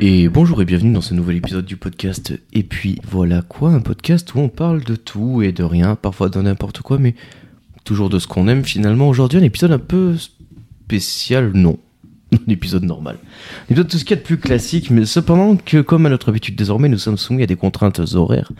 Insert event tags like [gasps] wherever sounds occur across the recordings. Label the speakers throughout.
Speaker 1: Et bonjour et bienvenue dans ce nouvel épisode du podcast. Et puis voilà quoi, un podcast où on parle de tout et de rien, parfois de n'importe quoi, mais toujours de ce qu'on aime finalement. Aujourd'hui, un épisode un peu spécial, non. [laughs] Un épisode normal. Un épisode tout ce qu'il y a de plus classique, mais cependant que, comme à notre habitude désormais, nous sommes soumis à des contraintes horaires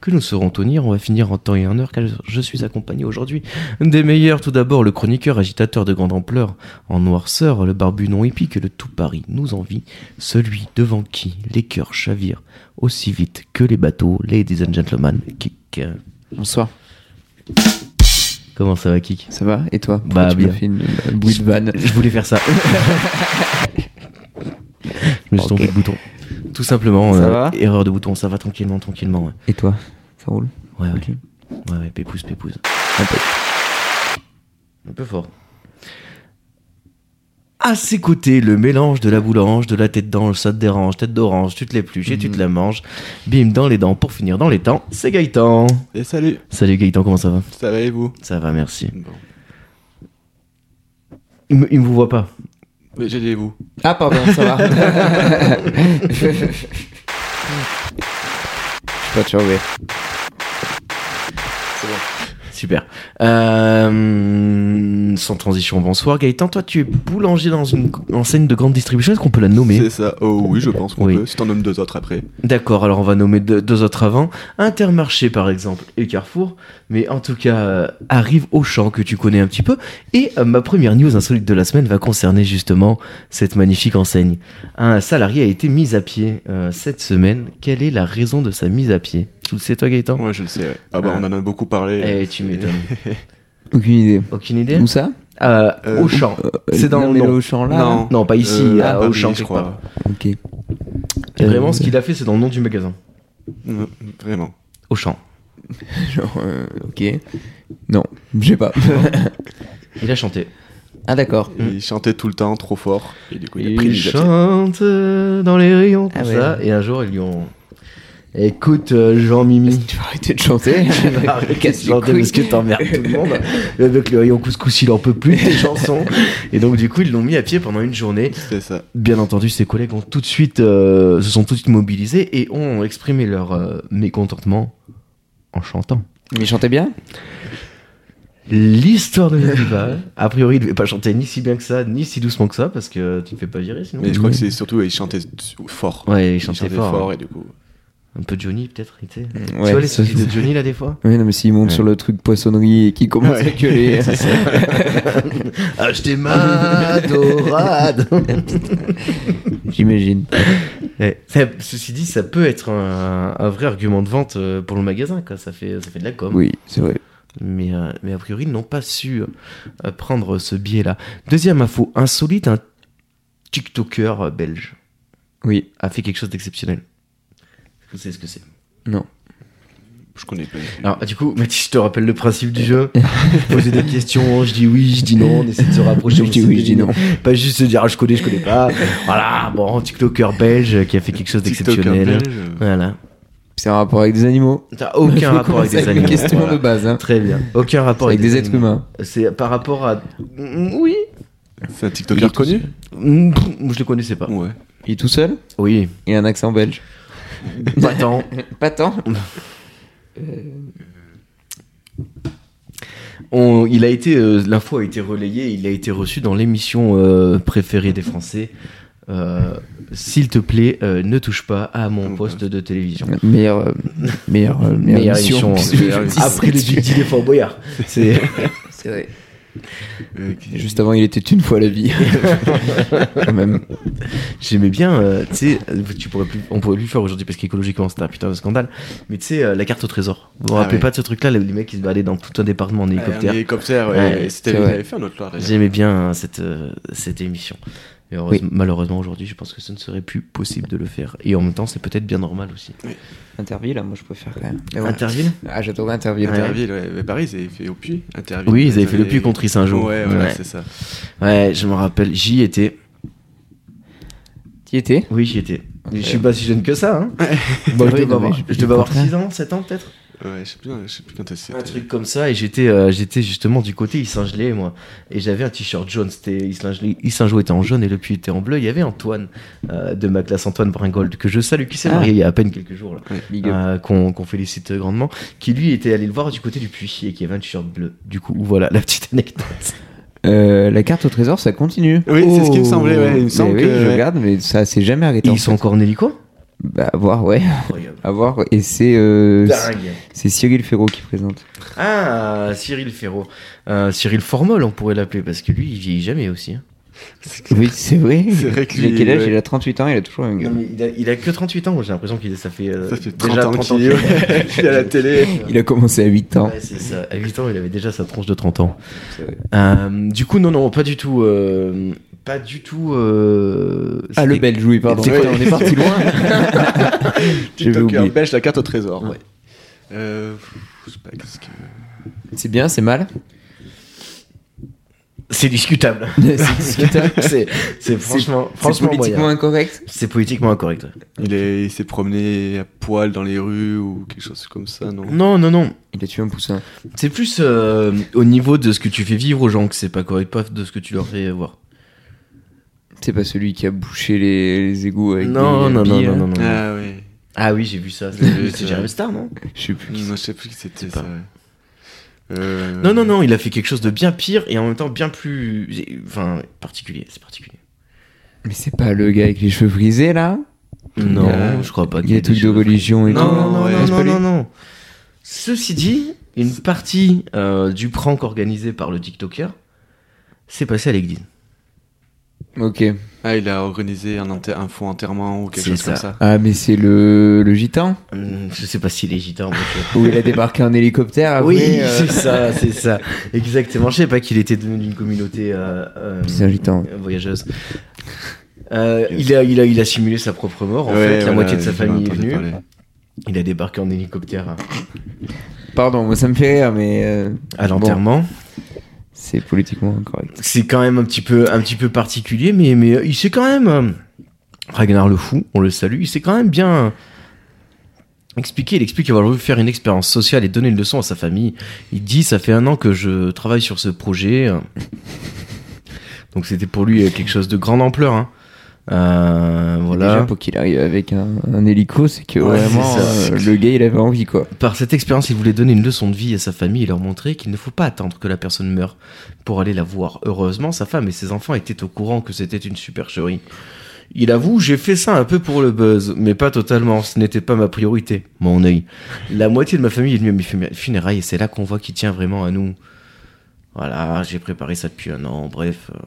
Speaker 1: que nous saurons tenir. On va finir en temps et en heure car je suis accompagné aujourd'hui des meilleurs. Tout d'abord, le chroniqueur agitateur de grande ampleur en noirceur, le barbu non hippie que le tout Paris nous envie, celui devant qui les cœurs chavirent aussi vite que les bateaux, ladies and gentlemen, Kik.
Speaker 2: Bonsoir,
Speaker 1: Comment ça va, Kik
Speaker 2: ça va Et toi
Speaker 1: Bah,
Speaker 2: Pourquoi tu m'as
Speaker 1: bien.
Speaker 2: fait une euh, bouille de vanne.
Speaker 1: Je voulais faire
Speaker 2: [laughs]
Speaker 1: ça. Je me suis
Speaker 2: Ok.
Speaker 1: tombé le bouton. Tout simplement,
Speaker 2: Ça
Speaker 1: euh,
Speaker 2: va
Speaker 1: erreur de bouton, ça va tranquillement, tranquillement. Ouais,
Speaker 2: Et toi Ça roule
Speaker 1: ouais, ouais.
Speaker 2: Ok.
Speaker 1: ouais, ouais, pépouze, pépouze.
Speaker 2: Un peu.
Speaker 1: Un peu fort. À ses côtés, le mélange de la boulange, de la tête d'ange, ça te dérange, tête d'orange, tu te l'épluches et tu
Speaker 2: Mm.
Speaker 1: te la manges. Bim, dans les dents, pour finir dans les temps, c'est Gaëtan.
Speaker 3: Et salut,
Speaker 1: Salut Gaëtan, comment ça va
Speaker 3: ça va et vous
Speaker 1: Ça va, merci.
Speaker 3: Bon.
Speaker 1: Il me, il me voit pas.
Speaker 3: Mais j'ai dit vous.
Speaker 2: Ah, pardon, ça va. [laughs] Je suis pas sûr, ouais.
Speaker 1: Super. Euh, sans transition, bonsoir Gaëtan. Toi, tu es boulanger dans une enseigne de grande distribution. Est-ce qu'on peut la nommer
Speaker 3: C'est ça. Oh oui, je pense qu'on
Speaker 1: Oui.
Speaker 3: peut. Si t'en nommes deux autres après.
Speaker 1: D'accord, alors on va nommer deux, deux autres avant. Intermarché, par exemple, et Carrefour. Mais en tout cas, euh, arrive Auchan, que tu connais un petit peu. Et euh, ma première news insolite de la semaine va concerner justement cette magnifique enseigne. Un salarié a été mis à pied euh, cette semaine. Quelle est la raison de sa mise à pied Tu le sais, toi, Gaëtan
Speaker 3: Ouais, je le sais. ouais. Ah bah,
Speaker 1: Ah.
Speaker 3: on en a beaucoup parlé.
Speaker 1: Eh, tu
Speaker 3: [laughs]
Speaker 1: m'étonnes.
Speaker 2: Aucune idée.
Speaker 1: Aucune idée
Speaker 2: Où ça
Speaker 1: Euh,
Speaker 3: Euh,
Speaker 1: Auchan. C'est dans
Speaker 2: non, mais
Speaker 1: non.
Speaker 2: le Auchan là
Speaker 3: Non.
Speaker 1: Non, pas ici,
Speaker 3: Euh,
Speaker 1: à
Speaker 3: à Paris,
Speaker 1: Auchan,
Speaker 3: je
Speaker 1: je
Speaker 3: crois.
Speaker 1: crois.
Speaker 2: Ok.
Speaker 1: Vraiment, ce
Speaker 2: Euh,
Speaker 1: qu'il a fait, c'est dans le nom du magasin.
Speaker 3: Non, Mm, Vraiment.
Speaker 1: Auchan.
Speaker 2: Genre, euh, ok. Non, j'ai pas.
Speaker 1: Il a chanté.
Speaker 2: ah, d'accord.
Speaker 3: Et Il chantait tout le temps trop fort. Et du coup, il a pris
Speaker 1: Il
Speaker 3: les apiers.
Speaker 1: chante euh, dans les rayons, comme
Speaker 2: Ah ouais.
Speaker 1: ça. Et un jour, ils lui ont... Écoute, euh,
Speaker 2: [laughs]
Speaker 1: Jean-Mimi...
Speaker 2: Tu vas arrêter
Speaker 1: [laughs]
Speaker 2: de chanter. [laughs] Casse les
Speaker 1: chanter
Speaker 2: couilles.
Speaker 1: parce que t'emmerdes tout le monde.
Speaker 2: [laughs]
Speaker 1: Avec le rayon couscous, il en peut plus de tes chansons. Et donc, du coup, ils l'ont mis à pied pendant une journée.
Speaker 3: C'est ça.
Speaker 1: Bien entendu, ses collègues ont tout de suite, euh, se sont tout de suite mobilisés et ont exprimé leur euh, mécontentement en chantant.
Speaker 2: Mais il chantait bien
Speaker 1: L'histoire de Nabiba. A priori, il devait pas chanter ni si bien que ça, ni si doucement que ça, parce que tu te fais pas virer sinon.
Speaker 3: Mais je crois que c'est surtout, il chantait fort.
Speaker 1: Mm. Ouais, il chantait, fort. hein.
Speaker 3: et du coup.
Speaker 1: Un peu Johnny, peut-être. il était. Mm. tu
Speaker 2: Ouais, [laughs]
Speaker 1: vois les
Speaker 2: ça-
Speaker 1: sorties de Johnny là des fois
Speaker 2: Oui, non, mais s'il monte
Speaker 1: Ouais.
Speaker 2: sur le truc poissonnerie et qu'il commence
Speaker 3: Ouais.
Speaker 1: [laughs]
Speaker 2: à gueuler. [laughs]
Speaker 1: Achetez ma dorade
Speaker 2: [laughs] J'imagine.
Speaker 1: Ouais, Eh, ça- Ceci dit, ça peut être un, un vrai argument de vente euh, pour le magasin, quoi. Ça fait, ça fait de la com.
Speaker 2: Oui, c'est vrai.
Speaker 1: Mais, euh, mais a priori, ils n'ont pas su euh, prendre ce biais-là. Deuxième info insolite un TikToker euh, belge
Speaker 2: Oui.
Speaker 1: a fait quelque chose d'exceptionnel. Est-ce que Vous savez ce que c'est
Speaker 2: Non.
Speaker 3: Je connais pas.
Speaker 1: Alors, du coup, Mathis, je te rappelle le principe du [laughs] jeu. Je posais des questions, je dis oui, je dis non, on essaie de se rapprocher.
Speaker 2: Je dis
Speaker 1: on
Speaker 2: oui,
Speaker 1: essaie
Speaker 2: je dis
Speaker 1: de-
Speaker 2: non.
Speaker 1: Pas juste se dire, ah, je connais, je connais pas. Voilà, bon, TikToker belge qui a fait quelque chose d'exceptionnel. Voilà.
Speaker 2: C'est un rapport avec des animaux.
Speaker 1: T'as
Speaker 2: [laughs]
Speaker 1: aucun
Speaker 2: Faut
Speaker 1: rapport avec
Speaker 2: commencer
Speaker 1: des animaux.
Speaker 2: Une question
Speaker 1: Voilà.
Speaker 2: de base, hein.
Speaker 1: Très bien. Aucun rapport
Speaker 2: Avec
Speaker 1: avec,
Speaker 2: des êtres
Speaker 1: animaux.
Speaker 2: humains.
Speaker 1: C'est par rapport à. Mm, Oui.
Speaker 3: C'est un TikToker connu
Speaker 1: Mm, Je le connaissais pas.
Speaker 3: Ouais.
Speaker 2: Il est tout seul
Speaker 1: Oui.
Speaker 2: Il a un accent belge.
Speaker 1: Pas tant.
Speaker 2: Pas tant.
Speaker 1: On- il a été, euh, l'info a été relayée, il a été reçu dans l'émission euh, préférée des Français. Euh, S'il te plaît, euh, ne touche pas à mon
Speaker 3: Mon
Speaker 1: poste de télévision.
Speaker 2: Meilleure, euh, meilleure, euh, meilleure,
Speaker 1: Meilleure
Speaker 2: mission.
Speaker 1: émission,
Speaker 2: Qu'est-ce que
Speaker 3: meilleure
Speaker 2: je dis,
Speaker 3: émission.
Speaker 1: Après le
Speaker 2: c'est-
Speaker 1: Big Deal et Fort Boyard. C'est
Speaker 2: C'est vrai.
Speaker 3: Ok.
Speaker 2: Juste avant, il était une fois la vie. Quand même.
Speaker 1: J'aimais bien, euh, tu sais, euh, tu pourrais plus, on pourrait plus le faire aujourd'hui parce qu'écologiquement c'était un putain de scandale. Mais tu sais, euh, la carte au trésor. Vous vous
Speaker 3: Ah
Speaker 1: rappelez
Speaker 3: ouais.
Speaker 1: pas de ce truc-là, les, les mecs ils se balaient dans tout un département en hélicoptère.
Speaker 3: Un hélicoptère, ouais.
Speaker 1: Ouais,
Speaker 3: Et C'était,
Speaker 2: c'est
Speaker 3: il
Speaker 2: vrai.
Speaker 3: avait fait un autre loir d'ailleurs.
Speaker 1: J'aimais bien euh, cette, euh, cette émission. Et heureuse-
Speaker 2: Oui.
Speaker 1: Malheureusement aujourd'hui, je pense que ce ne serait plus possible de le faire. Et en même temps, c'est peut-être bien normal aussi.
Speaker 2: Interview, là, moi, je préfère quand même. Mais ouais.
Speaker 1: Interville
Speaker 2: Ah, j'adorais Interview.
Speaker 3: Interville, ouais. Mais Paris, ils avaient fait au puits. Interville.
Speaker 1: Oui, ils avaient fait le puits contre Issa un jour.
Speaker 3: Ouais, voilà,
Speaker 1: Ouais.
Speaker 3: c'est ça.
Speaker 1: Ouais, je me rappelle, j'y étais.
Speaker 2: T'y étais
Speaker 1: Oui, j'y étais.
Speaker 2: Ok.
Speaker 1: Je suis pas si jeune que ça. Hein. [laughs] Bon, je
Speaker 2: Oui,
Speaker 1: devais
Speaker 2: non, mais
Speaker 1: avoir,
Speaker 2: je-
Speaker 1: je devais avoir
Speaker 2: je comprends.
Speaker 1: 6 ans, 7 ans peut-être
Speaker 3: Ouais, je sais plus, je sais plus quand c'était.
Speaker 1: un truc comme ça et j'étais euh, j'étais justement du côté Issin Gelé moi et j'avais un t-shirt jaune c'était Issin Gelé- Issin Gelé était en jaune et le puits était en bleu il y avait Antoine euh, de ma classe Antoine Bringold que je salue qui s'est
Speaker 2: Ah.
Speaker 1: marié il y a à peine quelques jours là,
Speaker 2: Big up.
Speaker 1: euh, qu'on qu'on félicite grandement qui lui était allé le voir du côté du puits et qui avait un t-shirt bleu du coup voilà la petite anecdote
Speaker 2: Euh, la carte au trésor, ça continue. Oh.
Speaker 3: Oui, c'est ce qui me semblait, ouais, il me
Speaker 2: Mais
Speaker 3: semble
Speaker 2: oui,
Speaker 3: que-
Speaker 2: je regarde, mais ça s'est jamais arrêté. en
Speaker 1: ils sont
Speaker 2: fait.
Speaker 1: encore en hélico
Speaker 2: Bah, à voir, ouais. [laughs]
Speaker 1: incroyable
Speaker 2: À voir. Et c'est euh,
Speaker 1: dingue
Speaker 2: c'est Cyril Ferraud qui présente.
Speaker 1: ah Cyril Ferraud Euh, Cyril Formol on pourrait l'appeler parce que lui il vieillit jamais aussi hein.
Speaker 2: Oui, c'est vrai.
Speaker 3: [laughs] C'est vrai que
Speaker 2: Il a
Speaker 3: lui,
Speaker 2: quel âge
Speaker 3: ouais.
Speaker 2: Il a 38 ans, il a toujours la même
Speaker 1: Non,
Speaker 2: gueule.
Speaker 1: mais il, a, il a que 38 ans j'ai l'impression qu'il ça fait, euh,
Speaker 3: Ça fait 30
Speaker 1: déjà
Speaker 3: ans
Speaker 1: 30 ans
Speaker 3: qu'il est ouais, [laughs] il est à la télé.
Speaker 2: Il a commencé à 8 ans.
Speaker 1: Ouais, c'est ça. À 8 ans, il avait déjà sa tronche de 30 ans.
Speaker 2: C'est vrai.
Speaker 1: Euh, du coup, non, non, pas du tout. euh, pas du tout. euh,
Speaker 2: Ah, le
Speaker 1: c'était-
Speaker 2: belge, oui, pardon.
Speaker 3: C'est quoi
Speaker 2: Ouais, on est parti loin. J'avais oublié.
Speaker 3: TikToker belge, la carte au trésor.
Speaker 1: Ouais.
Speaker 3: Euh, pff, je sais pas, qu'est-ce que.
Speaker 2: [laughs] C'est bien, c'est mal.
Speaker 1: C'est discutable.
Speaker 2: [laughs] [laughs] C'est discutable.
Speaker 1: c'est, c'est franchement,
Speaker 2: C'est
Speaker 1: franchement
Speaker 2: politiquement
Speaker 1: moyen.
Speaker 2: incorrect.
Speaker 1: C'est politiquement incorrect. ouais.
Speaker 3: Il est- il s'est promené à poil dans les rues ou quelque chose comme ça, non
Speaker 1: Non, non, non.
Speaker 2: Il a tué un poussin.
Speaker 1: C'est plus euh, au niveau de ce que tu fais vivre aux gens que c'est pas correct, pas de ce que tu leur fais voir.
Speaker 2: C'est pas celui qui a bouché les, les égouts avec
Speaker 1: Non,
Speaker 2: des
Speaker 1: non,
Speaker 2: hein.
Speaker 1: non,
Speaker 2: billes,
Speaker 1: non,
Speaker 2: là.
Speaker 1: non, non. Ah,
Speaker 3: Ah oui.
Speaker 1: oui, j'ai vu ça.
Speaker 3: J'ai vu
Speaker 1: C'est
Speaker 3: ça.
Speaker 1: Jeremy Star, non
Speaker 2: Je sais plus. qui
Speaker 3: Non, je sais plus qui
Speaker 1: C'est
Speaker 3: c'était
Speaker 1: pas-
Speaker 3: ça. ouais. Euh,
Speaker 1: Non, non, non, il a fait quelque chose de bien pire et en même temps bien plus. Enfin, particulier. C'est particulier.
Speaker 2: Mais c'est pas le gars avec les cheveux frisés là
Speaker 1: Non,
Speaker 3: Euh,
Speaker 1: je crois pas.
Speaker 2: Il
Speaker 1: qu'il
Speaker 2: y a
Speaker 1: ait
Speaker 2: des trucs de
Speaker 1: choses-
Speaker 2: religion et
Speaker 1: Non,
Speaker 2: tout.
Speaker 1: non, non,
Speaker 3: ouais.
Speaker 1: non,
Speaker 2: C'est pas
Speaker 1: non,
Speaker 2: lui
Speaker 1: non, non. Ceci dit, une partie euh, du prank organisé par le TikToker s'est passée à l'église.
Speaker 2: Ok.
Speaker 3: Ah, il a organisé un, enterre- un faux enterrement ou quelque
Speaker 1: C'est
Speaker 3: chose comme
Speaker 1: ça.
Speaker 3: ça.
Speaker 2: Ah, mais c'est le, le gitan
Speaker 1: Hum, Je sais pas s'il est [laughs] gitan. mais je-
Speaker 2: Où il a débarqué en hélicoptère après.
Speaker 1: oui,
Speaker 2: euh,
Speaker 1: c'est
Speaker 3: [laughs]
Speaker 1: ça, c'est ça. Exactement. Je sais pas qu'il était devenu d'une communauté euh, euh,
Speaker 2: C'est un gitan.
Speaker 1: euh, voyageuse. Euh, il, a, il, a, il a simulé sa propre mort. En
Speaker 3: Ouais,
Speaker 1: fait, la
Speaker 3: voilà,
Speaker 1: moitié de sa
Speaker 3: j'en ai
Speaker 1: famille est
Speaker 3: entendu
Speaker 1: venue.
Speaker 3: parler.
Speaker 1: Il a débarqué en hélicoptère à,
Speaker 2: Pardon, moi ça me fait rire, mais euh,
Speaker 1: à l'enterrement.
Speaker 2: c'est politiquement incorrect.
Speaker 1: c'est quand même un petit peu un petit peu particulier mais mais euh, il s'est quand même euh, Ragnar le fou on le salue il s'est quand même bien expliqué il explique avoir voulu faire une expérience sociale et donner une leçon à sa famille il dit ça fait un an que je travaille sur ce projet donc c'était pour lui euh, quelque chose de grande ampleur hein. Euh,
Speaker 2: Déjà,
Speaker 1: voilà
Speaker 2: pour qu'il arrive avec un, un hélico, c'est que
Speaker 1: Ouais,
Speaker 2: vraiment
Speaker 1: c'est ça.
Speaker 2: euh, le gars il avait envie quoi.
Speaker 1: par cette expérience il voulait donner une leçon de vie à sa famille et leur montrer qu'il ne faut pas attendre que la personne meure pour aller la voir heureusement sa femme et ses enfants étaient au courant que c'était une supercherie Il avoue, j'ai fait ça un peu pour le buzz, mais pas totalement. Ce n'était pas ma priorité, mon œil. La moitié de ma famille est venue à mes fumi- funérailles et c'est là qu'on voit qu'il tient vraiment à nous. Voilà, j'ai préparé ça depuis un an. Bref, euh,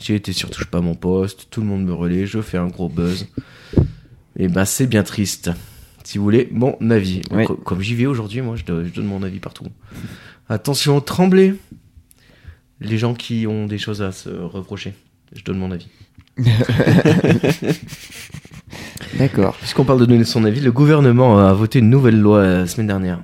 Speaker 1: j'ai été surtout pas mon poste. Tout le monde me relaie. Je fais un gros buzz. Et ben, c'est bien triste. Si vous voulez, mon avis.
Speaker 2: Oui.
Speaker 1: Co- Comme j'y vais aujourd'hui, moi, je, do- je donne mon avis partout. Attention, tremblez. Les gens qui ont des choses à se reprocher. Je donne mon avis.
Speaker 2: D'accord.
Speaker 1: Puisqu'on parle de donner son avis, le gouvernement a voté une nouvelle loi euh, la semaine dernière.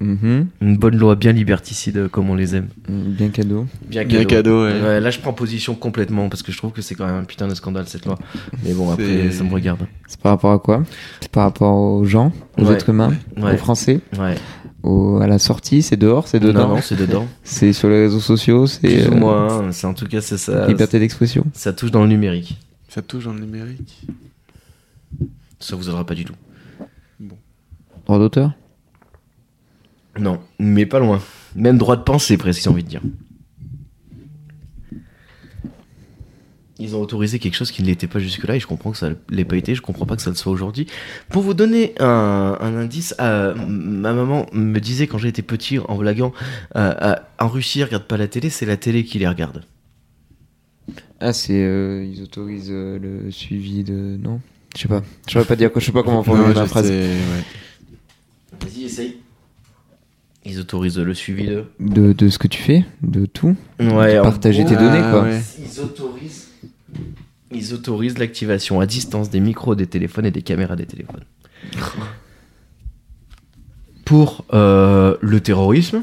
Speaker 2: Mhm.
Speaker 1: Une bonne loi bien liberticide euh, comme on les aime.
Speaker 2: Mm, Bien cadeau.
Speaker 3: Bien cadeau, ouais.
Speaker 1: Ouais, là, je prends position complètement parce que je trouve que c'est quand même un putain de scandale cette loi. Mais bon, après,
Speaker 3: C'est-
Speaker 1: ça me regarde.
Speaker 2: C'est par rapport à quoi C'est par rapport aux gens, aux
Speaker 1: Ouais.
Speaker 2: êtres humains,
Speaker 1: Ouais.
Speaker 2: aux Français,
Speaker 1: Ouais.
Speaker 2: aux- à la sortie, c'est dehors, c'est
Speaker 1: Non,
Speaker 2: dedans,
Speaker 1: non, c'est dedans.
Speaker 2: c'est sur les réseaux sociaux, c'est
Speaker 1: Plus ou
Speaker 2: euh,
Speaker 1: moins. hein. C'est en tout cas, c'est ça.
Speaker 2: liberté d'expression.
Speaker 1: Ça touche dans le numérique.
Speaker 3: Ça touche dans le numérique
Speaker 1: Ça vous aidera pas du tout.
Speaker 2: Droit d'auteur
Speaker 1: Non, mais pas loin. Même droit de penser, presque, j'ai envie de dire. Ils ont autorisé quelque chose qui ne l'était pas jusque-là, et je comprends que ça l'ait pas été, je comprends pas que ça le soit aujourd'hui. Pour vous donner un, un indice, euh, ma maman me disait quand j'étais petit, en blaguant, euh, euh, en Russie, ils regardent pas la télé, c'est la télé qui les regarde.
Speaker 2: Ah, c'est. euh, ils autorisent euh, le suivi de. Non Je sais pas. Je saurais pas dire quoi. Je sais pas comment formuler
Speaker 3: Non,
Speaker 2: ma
Speaker 3: je
Speaker 2: phrase.
Speaker 3: sais, ouais.
Speaker 1: Vas-y, essaye. Ils autorisent le suivi de...
Speaker 2: De, de ce que tu fais, de tout.
Speaker 1: Ouais, en
Speaker 2: Partager
Speaker 1: gros,
Speaker 2: tes données,
Speaker 3: Ah,
Speaker 2: quoi.
Speaker 3: ouais.
Speaker 1: Ils autorisent. Ils autorisent l'activation à distance des micros, des téléphones et des caméras des téléphones. Pour euh, le terrorisme,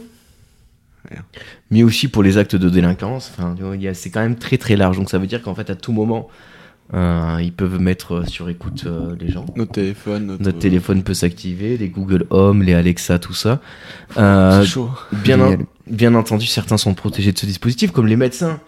Speaker 3: Merde.
Speaker 1: mais aussi pour les actes de délinquance. Enfin, tu vois, il y a- c'est quand même très très large. Donc ça veut dire qu'en fait, à tout moment, Euh, ils peuvent mettre euh, sur écoute euh, les gens.
Speaker 3: Notre téléphone, notre,
Speaker 1: Notre téléphone peut s'activer, les Google Home, les Alexa, tout ça.
Speaker 3: C'est
Speaker 1: Euh,
Speaker 3: chaud.
Speaker 1: bien, en-
Speaker 2: Génial.
Speaker 1: bien entendu, certains sont protégés de ce dispositif, comme les médecins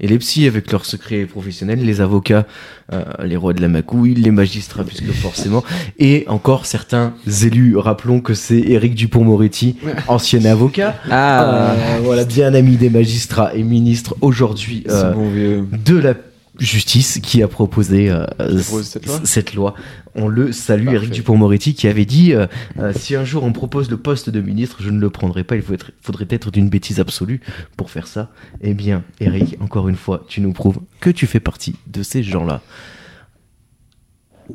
Speaker 1: et les psys avec leurs secrets professionnels, les avocats, euh, les rois de la macouille, les magistrats, puisque forcément, et encore certains élus. Rappelons que c'est Éric Dupont-Moretti, ancien avocat,
Speaker 2: Ah,
Speaker 1: euh, voilà, bien ami des magistrats et ministre aujourd'hui
Speaker 2: c'est
Speaker 1: euh,
Speaker 2: bon vieux.
Speaker 1: de la justice qui a proposé, euh,
Speaker 3: propose
Speaker 1: c-
Speaker 3: cette loi
Speaker 1: loi. On le salue,
Speaker 3: Parfait.
Speaker 1: Éric Dupont-Moretti, qui avait dit euh, euh, Si un jour on me propose le poste de ministre, je ne le prendrai pas, il faut être- faudrait être d'une bêtise absolue pour faire ça. Eh bien, Éric, encore une fois, tu nous prouves que tu fais partie de ces gens-là.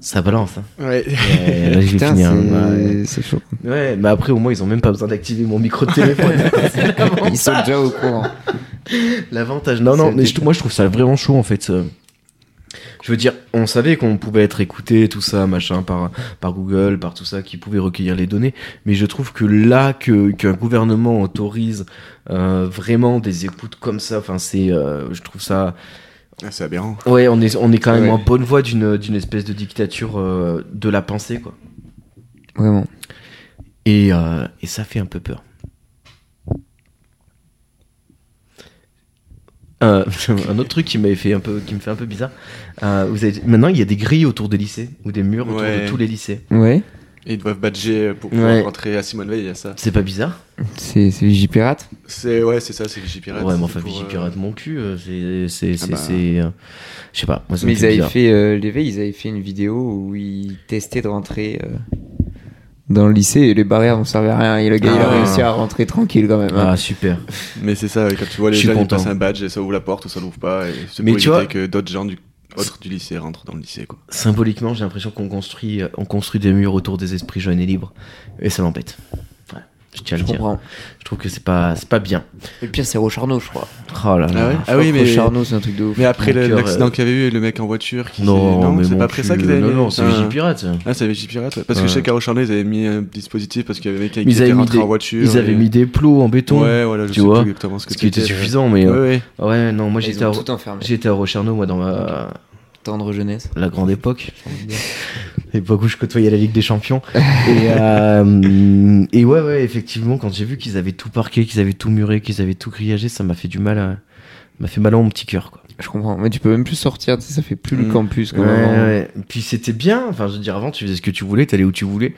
Speaker 1: Ça balance, hein.
Speaker 3: Ouais.
Speaker 1: Ouais, là, je vais
Speaker 2: Putain,
Speaker 1: finir, hein.
Speaker 2: c'est- c'est
Speaker 1: [laughs]
Speaker 2: chaud.
Speaker 1: Ouais. Ouais, mais après, au moins, ils ont même pas besoin d'activer mon micro de téléphone. C'est l'avantage.
Speaker 2: Ils sont déjà au courant.
Speaker 1: L'avantage. Non, non,
Speaker 2: C'est
Speaker 1: mais je
Speaker 2: dé-
Speaker 1: trou- moi je trouve ça vraiment chaud en fait. euh. Je veux dire, on savait qu'on pouvait être écouté, tout ça, machin, par, par Google, par tout ça, qui pouvait recueillir les données. Mais je trouve que là, que qu'un gouvernement autorise euh, vraiment des écoutes comme ça, enfin, c'est, euh, je trouve ça,
Speaker 3: Ah, c'est aberrant.
Speaker 1: ouais, on est, on est quand même
Speaker 3: Ouais.
Speaker 1: en bonne voie d'une, d'une espèce de dictature euh, de la pensée, quoi.
Speaker 2: Vraiment.
Speaker 1: Et, euh, et ça fait un peu peur. Euh, [laughs] un autre truc qui m'avait fait un peu, qui me fait un peu bizarre. euh, vous avez, maintenant, il y a des grilles autour des lycées ou des murs autour
Speaker 3: Ouais.
Speaker 1: de tous les lycées.
Speaker 2: Ouais,
Speaker 3: Et ils doivent badger euh, pour pouvoir
Speaker 1: Ouais.
Speaker 3: rentrer à Simone Veil, il y a ça.
Speaker 1: C'est pas bizarre
Speaker 2: c'est c'est Vigipirate.
Speaker 3: C'est, ouais, c'est ça, c'est Vigipirate.
Speaker 1: Ouais,
Speaker 3: c'est
Speaker 1: mais enfin,
Speaker 3: pour, euh,
Speaker 1: Vigipirate, mon cul, euh, c'est, c'est, c'est,
Speaker 3: bah.
Speaker 1: c'est, euh, je sais pas. Moi, ça me
Speaker 2: Mais
Speaker 1: fait
Speaker 2: ils avaient
Speaker 1: bizarre.
Speaker 2: fait euh, l'éveil, ils avaient fait une vidéo où ils testaient de rentrer euh, dans le lycée et les barrières ne servaient à rien. Et le gars, il a
Speaker 3: Ah.
Speaker 2: réussi à rentrer tranquille quand
Speaker 3: euh,
Speaker 2: même. hein.
Speaker 1: Ah super.
Speaker 3: Mais c'est ça, quand tu vois les
Speaker 1: Je suis
Speaker 3: jeunes, ils
Speaker 1: content.
Speaker 3: passent un badge et ça ouvre la porte ou ça l'ouvre pas. Et c'est
Speaker 1: Mais
Speaker 3: pour
Speaker 1: tu
Speaker 3: éviter
Speaker 1: vois-
Speaker 3: que d'autres gens du, autres du lycée rentrent dans le lycée, quoi.
Speaker 1: Symboliquement, j'ai l'impression qu'on construit, euh, on construit des murs autour des esprits jeunes et libres, et ça m'embête. Ouais, je tiens à
Speaker 2: je
Speaker 1: le dire.
Speaker 2: comprends.
Speaker 1: Je trouve que c'est pas, c'est pas bien.
Speaker 2: Le pire, c'est Rocharno, je crois.
Speaker 1: Oh là là.
Speaker 3: Ah ouais
Speaker 2: Je crois
Speaker 3: oui,
Speaker 2: que
Speaker 3: mais-
Speaker 2: Rocharno, c'est un truc de ouf.
Speaker 3: Mais après
Speaker 1: Mon
Speaker 3: le-
Speaker 1: cœur,
Speaker 3: l'accident
Speaker 1: euh,
Speaker 3: qu'il y avait eu et le mec en voiture qui s'est-
Speaker 1: Non, mais
Speaker 3: c'est
Speaker 1: mon
Speaker 3: pas après ça
Speaker 1: cul,
Speaker 3: qu'ils avaient
Speaker 1: Non,
Speaker 3: mis,
Speaker 1: non, c'est hein.
Speaker 3: putain.
Speaker 1: Vigipirate. ça.
Speaker 3: Ah, c'est Vigipirate, ouais. Parce que
Speaker 1: Ouais.
Speaker 3: je sais qu'à Rocharnay, ils avaient mis un dispositif parce qu'il y avait un mec qui
Speaker 1: Mais ils
Speaker 3: était
Speaker 1: avaient mis
Speaker 3: rentré
Speaker 1: des-
Speaker 3: en voiture.
Speaker 1: Ils avaient
Speaker 3: et-
Speaker 1: mis des plots en béton,
Speaker 3: Ouais, voilà, je
Speaker 1: tu
Speaker 3: sais
Speaker 1: vois,
Speaker 3: plus exactement ce que
Speaker 1: ce qui était
Speaker 3: c'était.
Speaker 1: suffisant, mais
Speaker 3: Ouais,
Speaker 1: euh,
Speaker 3: ouais.
Speaker 1: ouais, non, moi
Speaker 2: Ils
Speaker 1: j'étais
Speaker 2: ont
Speaker 1: à,
Speaker 2: tout enfermé.
Speaker 1: j'étais à Rocharno, moi dans ma
Speaker 2: Tendre jeunesse.
Speaker 1: la grande
Speaker 3: [laughs]
Speaker 1: époque, j'ai envie de dire. l'époque où je côtoyais la Ligue des Champions. Et, euh, et ouais, ouais, effectivement, quand j'ai vu qu'ils avaient tout parqué, qu'ils avaient tout muré, qu'ils avaient tout grillagé, ça m'a fait du mal, à... m'a fait mal à mon petit cœur, quoi.
Speaker 2: Je comprends. Mais tu peux même plus sortir, tu sais, ça fait plus
Speaker 3: Mm.
Speaker 2: le campus
Speaker 1: Ouais,
Speaker 2: comme avant.
Speaker 1: ouais. Puis c'était bien. Enfin, je veux dire, avant, tu faisais ce que tu voulais, t'allais où tu voulais.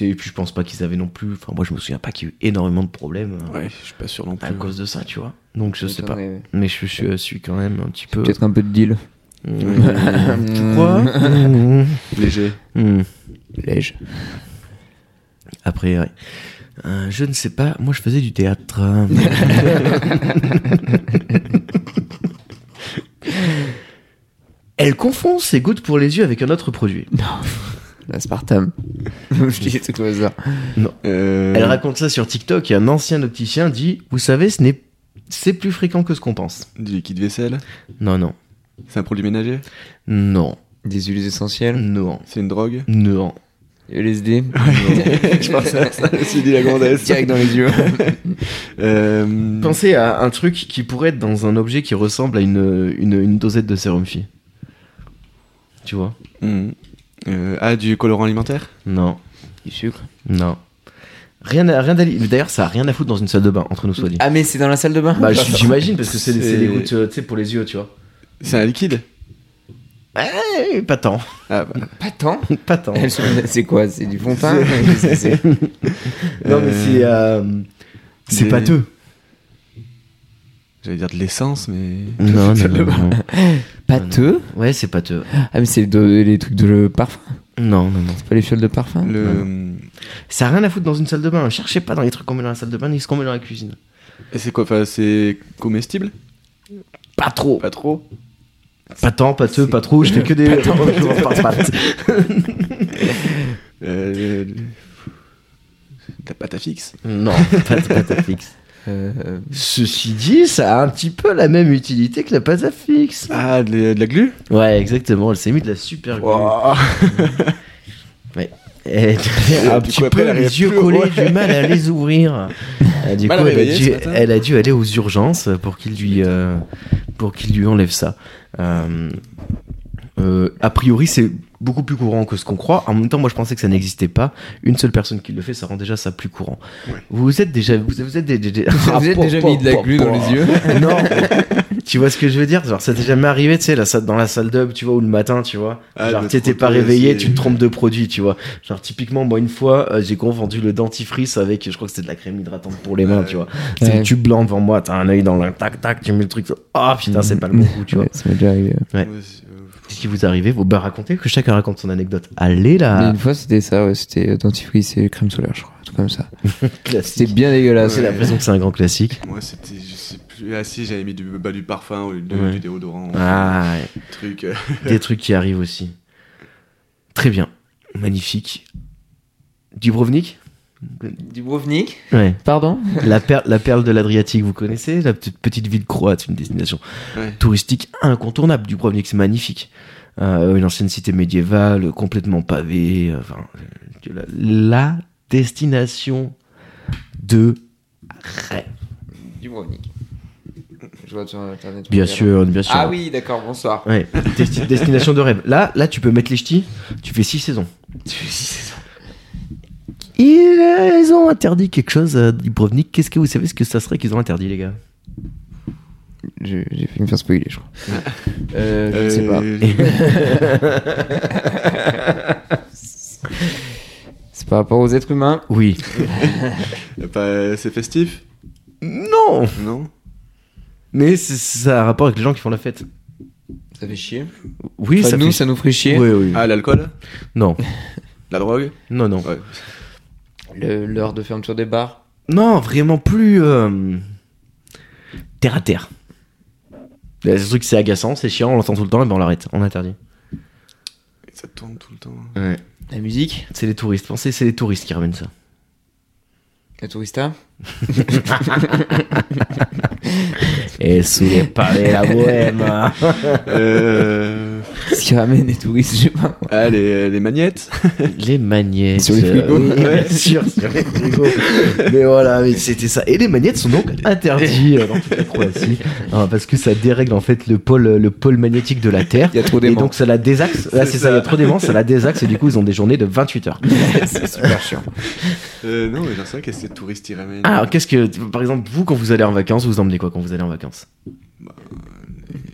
Speaker 1: Et puis je pense pas qu'ils avaient non plus. Enfin, moi, je me souviens pas qu'il y a eu énormément de problèmes euh,
Speaker 3: Ouais, je suis pas sûr non plus.
Speaker 1: à cause de ça, tu vois. Donc je sais pas.
Speaker 2: Attendez, ouais.
Speaker 1: Mais je, je suis quand même un petit peu.
Speaker 2: Peut-être un peu de deal. [laughs] Mm.
Speaker 1: Mmh.
Speaker 2: Tu [laughs]
Speaker 1: Quoi Mmh.
Speaker 3: Léger.
Speaker 1: Mmh.
Speaker 2: Lège.
Speaker 1: Après, ouais. Euh, je ne sais pas. Moi, je faisais du théâtre. Elle confond ses gouttes pour les yeux avec un autre produit.
Speaker 2: L'aspartame. [laughs] je dis des trucs au hasard.
Speaker 3: Euh,
Speaker 1: Elle raconte ça sur TikTok et un ancien opticien dit Vous savez, ce n'est c'est plus fréquent que ce qu'on pense.
Speaker 3: Du liquide vaisselle.
Speaker 1: Non, non.
Speaker 3: C'est un produit ménager.
Speaker 1: Non.
Speaker 2: Des huiles essentielles. E
Speaker 1: Non.
Speaker 3: C'est
Speaker 1: [laughs]
Speaker 3: une drogue. [laughs]
Speaker 1: Non.
Speaker 2: LSD. [laughs]
Speaker 3: je pense à ça. C'est dit la grande S.
Speaker 2: Direct dans les yeux. [laughs]
Speaker 3: Euh,
Speaker 1: Pensez à un truc qui pourrait être dans un objet qui ressemble à une, une, une dosette de sérum fille. Tu vois
Speaker 3: hmm. Euh, ah, du colorant alimentaire
Speaker 1: Non.
Speaker 2: du sucre.
Speaker 1: Non. Rien, à- rien d'aller- mais D'ailleurs, ça a rien à foutre dans une salle de bain, entre nous soit dit.
Speaker 2: Ah, mais c'est dans la salle de bain
Speaker 1: Bah, j- j'imagine, parce que c'est des- c'est des
Speaker 3: C'est-
Speaker 1: gouttes, euh, tu sais, pour les yeux, tu vois.
Speaker 3: C'est un liquide
Speaker 1: Eh, pas tant. [laughs]
Speaker 3: Ah, bah.
Speaker 2: [laughs] Pas tant.
Speaker 1: Pas tant.
Speaker 2: C'est quoi C'est du fond de teint Qu'est-ce
Speaker 1: [laughs]
Speaker 2: que c'est
Speaker 1: non, mais c'est. euh, c'est
Speaker 3: des-
Speaker 1: pâteux.
Speaker 3: J'allais dire de l'essence, mais. [laughs]
Speaker 1: Non,
Speaker 3: Salle de
Speaker 1: non,
Speaker 3: bain.
Speaker 1: non.
Speaker 2: Pâteux
Speaker 1: Ouais, c'est pâteux.
Speaker 2: Ah, mais c'est de- les trucs de le parfum.
Speaker 1: Non, non, non.
Speaker 2: C'est pas les fioles de parfum
Speaker 3: Le...
Speaker 1: Ça a rien à foutre dans une salle de bain. Cherchez pas dans les trucs qu'on met dans la salle de bain ni ce qu'on met dans la cuisine.
Speaker 3: Et c'est quoi Enfin, c'est comestible
Speaker 1: Pas trop.
Speaker 3: Pas trop
Speaker 1: Pas tant, pas peu,
Speaker 2: C'est-
Speaker 1: pas trop. Je fais que des.
Speaker 2: Pas tant, pas
Speaker 1: Je parle pas.
Speaker 3: Euh, le- La pâte à fixe
Speaker 1: [laughs] Non, pas de pâte à fixe.
Speaker 2: Euh, euh,
Speaker 1: Ceci dit, ça a un petit peu la même utilité que la pâte à fixe.
Speaker 3: Ah, de la, de la glu
Speaker 1: Ouais, exactement. Elle s'est mise de la super glue.
Speaker 3: Wouah. [laughs]
Speaker 1: Et un
Speaker 3: du
Speaker 1: petit
Speaker 3: coup, après,
Speaker 1: peu
Speaker 3: elle
Speaker 1: les
Speaker 3: arrive
Speaker 1: yeux
Speaker 3: plus,
Speaker 1: collés,
Speaker 3: ouais.
Speaker 1: du mal à les
Speaker 3: [laughs]
Speaker 1: ouvrir. Euh, du
Speaker 3: Mal
Speaker 1: coup, elle a,
Speaker 3: réveillée ce
Speaker 1: dû,
Speaker 3: matin.
Speaker 1: elle a dû aller aux urgences pour qu'il lui, euh, pour qu'il lui enlève ça. Euh, Euh, a priori, c'est beaucoup plus courant que ce qu'on croit. En même temps, moi, je pensais que ça n'existait pas. Une seule personne qui le fait, ça rend déjà ça plus courant.
Speaker 3: Ouais.
Speaker 1: Vous vous êtes déjà, vous, vous êtes des-
Speaker 3: [laughs]
Speaker 1: des- des-
Speaker 2: Vous êtes
Speaker 1: Ah,
Speaker 2: déjà
Speaker 1: po-
Speaker 2: mis de la
Speaker 1: po-
Speaker 2: glu
Speaker 1: po-
Speaker 2: dans les yeux.
Speaker 1: non. tu vois ce que je veux dire Genre, ça t'est jamais arrivé, tu sais, la salle- dans la salle d'hub, tu vois, ou le matin, tu vois.
Speaker 3: Ah,
Speaker 1: genre,
Speaker 3: de
Speaker 1: tu t'es
Speaker 3: trop
Speaker 1: pas
Speaker 3: tôt,
Speaker 1: réveillé,
Speaker 3: c'est-
Speaker 1: tu te trompes de produit, tu vois. Genre, typiquement, moi, une fois, euh, j'ai confondu le dentifrice avec, je crois que c'était de la crème hydratante pour les mains,
Speaker 3: Ouais.
Speaker 1: tu vois. C'est
Speaker 2: Ouais.
Speaker 1: le tube blanc devant moi, t'as un œil dans le tac, tac, tu mets le truc. Ah putain, c'est pas le bon coup, tu vois.
Speaker 2: Ouais, ça m'est déjà arrivé.
Speaker 1: Ouais.
Speaker 3: Ouais, c'est- euh,
Speaker 1: Qu'est-ce qui vous arrivez Vous bah, racontez que chacun raconte son anecdote. Allez
Speaker 2: Mais
Speaker 1: là
Speaker 2: une fois, c'était ça, ouais, c'était dentifrice et crème solaire, je crois, un truc comme ça.
Speaker 1: Classique.
Speaker 2: C'était bien dégueulasse.
Speaker 1: J'ai
Speaker 3: Ouais.
Speaker 1: l'impression que c'est un grand classique.
Speaker 3: Moi, c'était, je sais plus. Ah si, j'avais mis du, bah, du parfum au lieu de-
Speaker 1: Ouais.
Speaker 3: du déodorant.
Speaker 1: Ah,
Speaker 3: des trucs, euh, [laughs]
Speaker 1: des trucs qui arrivent aussi. Très bien. Magnifique. Dubrovnik
Speaker 2: Dubrovnik
Speaker 1: Ouais.
Speaker 2: Pardon
Speaker 1: La, per- la perle de l'Adriatique, vous connaissez La petite, petite ville croate, une destination
Speaker 3: ouais.
Speaker 1: touristique incontournable. Dubrovnik, c'est magnifique. Euh, une ancienne cité médiévale, complètement pavée. euh, Enfin, euh, la, la destination de rêve.
Speaker 2: Dubrovnik. Je vois sur internet.
Speaker 1: Bien sûr, bien sûr.
Speaker 2: Ah oui, d'accord, [laughs] bonsoir.
Speaker 1: Ouais, desti- destination de rêve. Là, là, tu peux mettre les ch'tis, tu fais 6 saisons. Tu fais 6 saisons. Ils, euh, ils ont interdit quelque chose à Dubrovnik. Qu'est-ce que vous savez ce que ça serait qu'ils ont interdit, les gars
Speaker 2: J'ai j'ai fait me faire spoiler, je crois. [laughs] euh, je ne sais pas.
Speaker 3: Euh,
Speaker 1: [laughs]
Speaker 2: C'est par rapport aux êtres humains.
Speaker 1: Oui.
Speaker 2: [laughs]
Speaker 3: bah, c'est festif,
Speaker 1: Non
Speaker 3: non
Speaker 1: Mais c'est- ça a un rapport avec les gens qui font la fête.
Speaker 2: Ça fait chier.
Speaker 1: Oui,
Speaker 2: Enfin,
Speaker 1: ça
Speaker 2: nous,
Speaker 1: fait...
Speaker 2: ça nous ferait chier.
Speaker 1: Oui, oui.
Speaker 3: Ah, l'alcool
Speaker 1: Non,
Speaker 3: La drogue
Speaker 1: non, non.
Speaker 3: Ouais.
Speaker 2: Le- L'heure de fermeture des bars.
Speaker 1: Non, vraiment plus... euh, Terre à terre. Là, Ce truc, c'est agaçant, c'est chiant, on l'entend tout le temps, et ben on l'arrête, on interdit.
Speaker 3: Et Ça tourne tout le temps.
Speaker 1: Ouais.
Speaker 2: La musique.
Speaker 1: C'est les touristes, pensez, c'est les touristes qui ramènent ça.
Speaker 2: La tourista.
Speaker 1: Et sous les palais, la bohème
Speaker 3: Euh,
Speaker 2: [laughs] Ce qui ramène les touristes, je sais pas.
Speaker 3: ah, les, les magnettes
Speaker 1: Les magnettes.
Speaker 2: Sur les frigos.
Speaker 1: oui,
Speaker 3: Ouais.
Speaker 1: [laughs] bien sûr, sur les frigos. Mais voilà, mais c'était ça. Et les magnettes sont donc interdits euh, dans toute la Croatie. hein, parce que ça dérègle en fait le pôle, le pôle magnétique de la Terre.
Speaker 2: Il y a trop
Speaker 1: Et
Speaker 2: d'aimants.
Speaker 1: donc ça la désaxe. Là, c'est
Speaker 3: C'est
Speaker 1: ça, il y a
Speaker 3: ça.
Speaker 1: trop d'aimants, ça la désaxe. Et du coup, ils ont des journées de 28
Speaker 2: [laughs]
Speaker 1: heures.
Speaker 2: c'est super chiant.
Speaker 3: euh, Non, mais j'en sais pas, qu'est-ce que ces touristes y ramènent
Speaker 1: Ah, alors, qu'est-ce que. Par exemple, vous, quand vous allez en vacances, vous emmenez quoi quand vous allez en vacances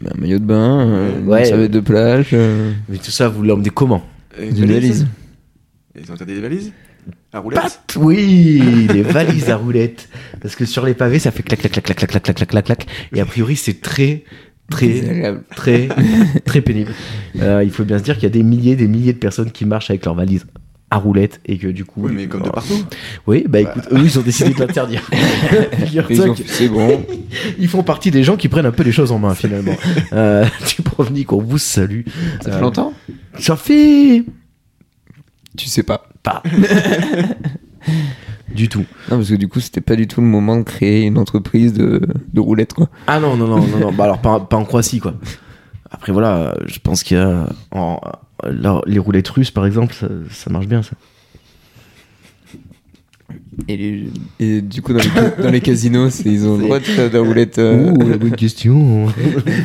Speaker 2: Un maillot de bain, euh,
Speaker 1: Ouais.
Speaker 2: une serviette de plage. euh,
Speaker 1: Mais tout ça, vous l'emmenez comment
Speaker 3: Et
Speaker 2: Une valise.
Speaker 3: Ils ont interdit des valises À roulette
Speaker 1: Oui, des valises à roulettes. Parce que sur les pavés, ça fait clac, clac, clac, clac, clac, clac, clac, clac, clac. Et a priori, c'est très, très,
Speaker 2: Désagréable.
Speaker 1: très, [laughs] très pénible. Euh, il faut bien se dire qu'il y a des milliers, des milliers de personnes qui marchent avec leurs valises à roulettes et que du coup.
Speaker 3: Oui, mais comme de
Speaker 1: Oh.
Speaker 2: [laughs]
Speaker 3: partout.
Speaker 1: Oui, bah écoute, eux, ils ont décidé de
Speaker 3: [laughs]
Speaker 1: l'interdire. [laughs]
Speaker 2: Ils
Speaker 1: Figure-toi
Speaker 2: ont
Speaker 1: que-
Speaker 2: fait, C'est bon.
Speaker 1: ils font partie des gens qui prennent un peu les choses en main
Speaker 3: [laughs]
Speaker 1: finalement. euh, Dubrovnik, on vous salue.
Speaker 2: Ça
Speaker 1: Euh,
Speaker 2: fait longtemps
Speaker 1: Ça fait
Speaker 2: Tu sais pas. [laughs]
Speaker 1: pas du tout.
Speaker 2: Non, parce que du coup, c'était pas du tout le moment de créer une entreprise de, de roulettes, quoi.
Speaker 1: Ah non, non, non, non, non. Bah alors, pas, pas en Croatie, quoi. Après, voilà, euh, je pense qu'il y a. en- euh, là, les roulettes russes, par exemple, ça, ça marche bien, ça.
Speaker 2: Et, les- et du coup, dans les, [laughs] dans les casinos, c'est- ils ont le droit de faire des roulettes. euh,
Speaker 1: la
Speaker 2: [laughs]
Speaker 1: bonne question.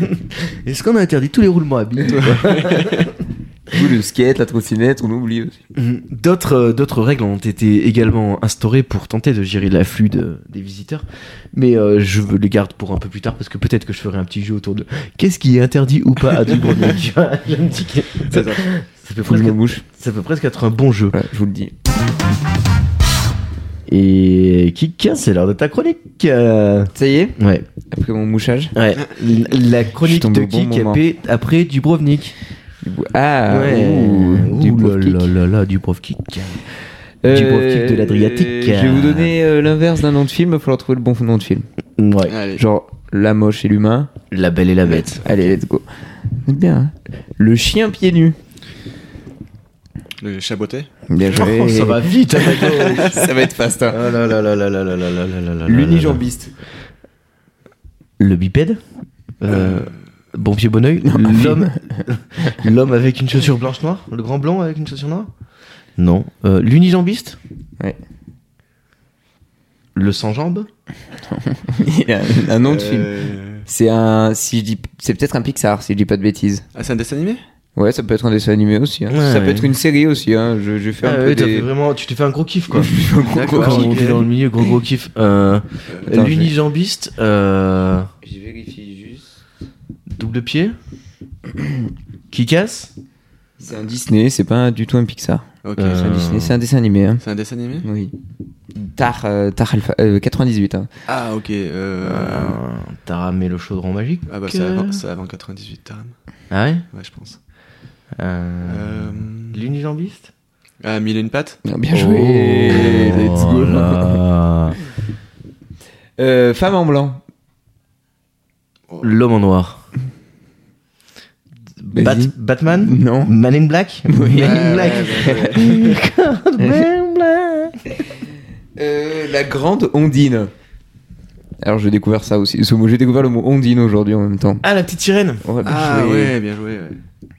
Speaker 1: [laughs] Est-ce qu'on a interdit tous les roulements à billes
Speaker 2: Ou le skate, la trottinette, on oublie aussi.
Speaker 1: D'autres euh, d'autres règles ont été également instaurées pour tenter de gérer l'afflux de- des visiteurs, mais euh, je veux- les garde pour un peu plus tard parce que peut-être que je ferai un petit jeu autour de qu'est-ce qui est interdit ou [laughs] pas à Dubrovnik. je me dis que ça,
Speaker 3: C'est ça.
Speaker 1: ça peut
Speaker 2: Faut que je
Speaker 1: presque,
Speaker 2: me bouche.
Speaker 1: ça peut presque être un bon jeu.
Speaker 2: Voilà, je vous le dis.
Speaker 1: Et Kika, c'est l'heure de ta chronique. euh,
Speaker 2: Ça y est,
Speaker 1: Ouais,
Speaker 2: après mon mouchage.
Speaker 1: ouais. L- La chronique
Speaker 2: tombé
Speaker 1: de
Speaker 2: au bon
Speaker 1: Kik
Speaker 2: moment.
Speaker 1: après, après Dubrovnik.
Speaker 2: Du coup- Ah,
Speaker 1: ouais.
Speaker 2: ouh, du
Speaker 1: Ouh
Speaker 2: pauvre kick. Euh,
Speaker 1: là là là là, Dubrov Kik. Dubrovnik de l'Adriatique.
Speaker 2: Je vais vous donner euh, l'inverse d'un nom de film, il va falloir trouver le bon nom de film.
Speaker 1: Ouais.
Speaker 3: Allez.
Speaker 2: Genre, la moche et l'humain.
Speaker 1: La belle et la bête.
Speaker 2: Allez, let's go. C'est bien. hein. Le chien pieds nus.
Speaker 3: Le chaboté
Speaker 2: Bien joué.
Speaker 1: [laughs] Oh, ça va vite, hein, Mago. [laughs]
Speaker 2: [laughs] Ça va être fast. hein.
Speaker 1: Ah là là là là là là là là là là là
Speaker 2: L'unijambiste.
Speaker 1: Le bipède Euh, Bon pied, bon oeil L'homme [laughs] L'homme avec une chaussure blanche noire Le grand blanc avec une chaussure noire Non. Euh, L'unijambiste
Speaker 2: Ouais.
Speaker 1: Le sans-jambes
Speaker 2: Il a un- un nom de film.
Speaker 3: Euh,
Speaker 2: C'est un. Si je dis. C'est peut-être un Pixar, si je dis pas de bêtises.
Speaker 3: Ah, c'est un dessin animé
Speaker 2: Ouais, ça peut être un dessin animé aussi. hein.
Speaker 1: Ouais,
Speaker 2: ça
Speaker 1: ouais.
Speaker 2: peut être une série aussi. Hein. Je- J'ai fait un
Speaker 1: Ah
Speaker 2: peu
Speaker 1: ouais, t'as
Speaker 2: des...
Speaker 1: fait vraiment, tu t'es fait [laughs] un gros kiff quoi.
Speaker 2: un gros
Speaker 1: D'accord,
Speaker 2: kiff.
Speaker 1: on est dans le milieu, gros gros kiff. Euh,
Speaker 2: Attends,
Speaker 1: L'unijambiste, euh,
Speaker 2: Je vérifie juste.
Speaker 1: double [clears throat] pied, qui casse
Speaker 2: C'est un Disney, c'est pas du tout un Pixar.
Speaker 3: Ok.
Speaker 1: Euh,
Speaker 2: C'est un Disney, c'est un dessin animé. Hein.
Speaker 3: C'est un dessin animé
Speaker 2: Oui. Tar, euh, Tar Alpha, euh, 98. hein.
Speaker 3: Ah, ok. euh,
Speaker 1: Euh, T'as ramé le chaudron magique
Speaker 3: Ah, bah,
Speaker 1: que-
Speaker 3: c'est avant, c'est avant 98, Taram.
Speaker 1: Ah ouais
Speaker 3: Ouais, je pense.
Speaker 1: euh...
Speaker 3: Euh...
Speaker 1: L'unijambiste
Speaker 3: Ah, Mille et une pattes
Speaker 2: Ah, Bien joué.
Speaker 1: Oh
Speaker 2: Let's go.
Speaker 1: là.
Speaker 2: Euh, Femme en blanc.
Speaker 1: L'homme en noir.
Speaker 2: Vas-y.
Speaker 1: Bat- Batman
Speaker 2: Non.
Speaker 1: Man in Black
Speaker 2: [laughs] Oui.
Speaker 1: Man in
Speaker 2: Ouais,
Speaker 1: Black God, Man in Black
Speaker 2: Euh, la grande ondine. Alors j'ai découvert ça aussi. Ce mot, j'ai découvert le mot ondine aujourd'hui en même temps.
Speaker 1: Ah, la petite sirène
Speaker 2: Ouais, bien
Speaker 3: Ah,
Speaker 2: joué.
Speaker 3: ouais, bien joué. ouais.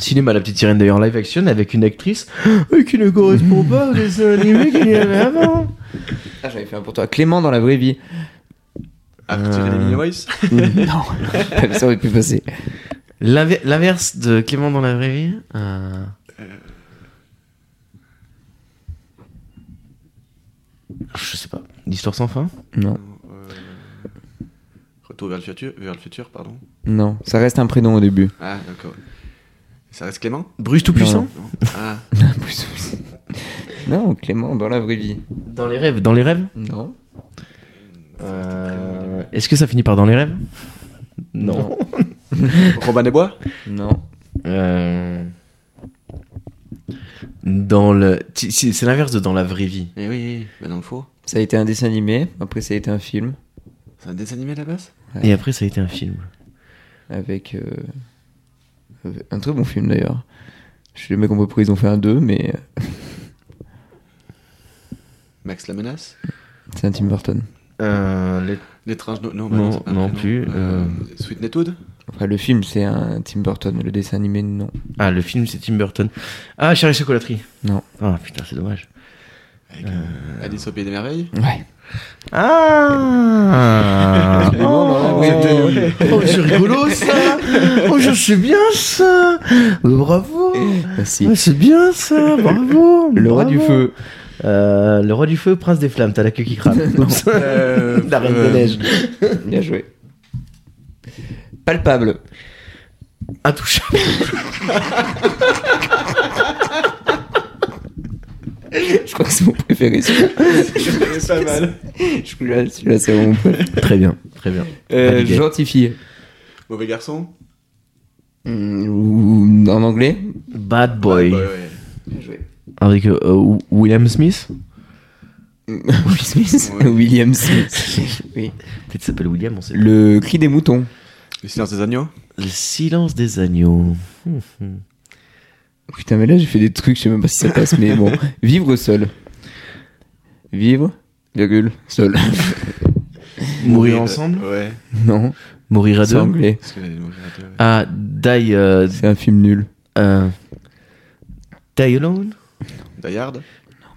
Speaker 1: Cinéma, la petite sirène d'ailleurs live action avec une actrice [gasps] euh, qui ne correspond pas au dessin animé qu'il y avait avant.
Speaker 2: Ah, j'avais fait un pour toi. Clément dans la vraie vie.
Speaker 3: Ah, tu
Speaker 1: Euh.
Speaker 3: les [laughs] Illinois
Speaker 2: non, [laughs] ça aurait pu passer.
Speaker 1: L'inver- L'inverse de Clément dans la vraie vie euh, Je sais pas. L'histoire sans fin
Speaker 2: Non,
Speaker 3: Euh, Retour vers le futur, vers le futur, pardon.
Speaker 2: non, ça reste un prénom au début.
Speaker 3: Ah, d'accord. Ça reste Clément
Speaker 1: Bruce Tout-Puissant
Speaker 3: Non. [laughs] Ah,
Speaker 2: non, Clément dans la vraie vie.
Speaker 1: Dans les rêves, dans les rêves
Speaker 2: Non.
Speaker 1: Euh, Est-ce que ça finit par dans les rêves Non.
Speaker 3: Robin des Bois
Speaker 2: Non.
Speaker 1: Euh, Dans le. si- si, C'est l'inverse de dans la vraie vie.
Speaker 3: Eh oui, mais dans le faux.
Speaker 2: Ça a été un dessin animé. Après, ça a été un film
Speaker 3: C'est un dessin animé à la base
Speaker 1: Et après, ça a été un film.
Speaker 2: avec euh, euh, un très bon film d'ailleurs. Je sais jamais qu'on peut pourquoi ils ont fait un 2, mais euh,
Speaker 3: Max la menace
Speaker 2: c'est un Tim Burton.
Speaker 1: Euh, les-
Speaker 3: L'étrange. No... Non, bah
Speaker 1: Non,
Speaker 3: c'est pas un
Speaker 1: non
Speaker 3: prénom.
Speaker 1: plus, euh.
Speaker 3: Sweet Netwood
Speaker 2: Enfin, le film, c'est un Tim Burton. Le dessin animé, non.
Speaker 1: Ah, le film, c'est Tim Burton. Ah, Charlie Chocolaterie.
Speaker 2: Non.
Speaker 1: Ah, putain, c'est dommage.
Speaker 3: Avec, euh, Alice au Pays des Merveilles
Speaker 2: Ouais.
Speaker 1: [laughs] Ah
Speaker 2: Clément dans la vraie vie.
Speaker 1: Oh, c'est rigolo ça Oh, je sais bien ça Oh, Bravo
Speaker 2: Merci.
Speaker 1: Ah, C'est bien ça Bravo
Speaker 2: Le roi
Speaker 1: Bravo.
Speaker 2: du feu.
Speaker 1: Euh, Le roi du feu, prince des flammes, t'as la queue qui [laughs] crame.
Speaker 3: [laughs] Euh,
Speaker 1: La reine
Speaker 3: euh,
Speaker 1: des neiges.
Speaker 2: Bien joué. Palpable.
Speaker 1: Intouchable.
Speaker 2: Je crois que c'est mon préféré. celui-là.
Speaker 3: C'est pas mal.
Speaker 2: Je vous jure, Celui-là, c'est mon préféré.
Speaker 1: très bien, très bien.
Speaker 2: Euh,
Speaker 1: Validé.
Speaker 2: gentifie.
Speaker 3: Mauvais garçon
Speaker 2: Mm, ou- En anglais
Speaker 1: Bad Boy.
Speaker 3: Ah, bah, ouais.
Speaker 2: Bien joué.
Speaker 1: Avec euh, euh, William Smith
Speaker 2: [laughs] Will Smith
Speaker 3: Ouais.
Speaker 2: William [laughs] Smith. oui.
Speaker 1: Peut-être s'appelle William, on sait le...
Speaker 2: Le cri des moutons.
Speaker 3: Le silence des agneaux
Speaker 1: le silence des agneaux. Hum, hum.
Speaker 2: Putain, mais là, j'ai fait des trucs, je sais même pas si ça passe, mais bon. Vivre seul. Vivre, virgule, seul. [laughs]
Speaker 1: Mourir ensemble
Speaker 3: euh, Ouais.
Speaker 2: non,
Speaker 1: Mourir à
Speaker 2: c'est
Speaker 1: deux
Speaker 2: anglais.
Speaker 3: Parce que j'allais mourir à deux, ouais.
Speaker 1: Ah, Die... euh,
Speaker 2: C'est un film nul.
Speaker 1: euh, die Alone
Speaker 3: Die Hard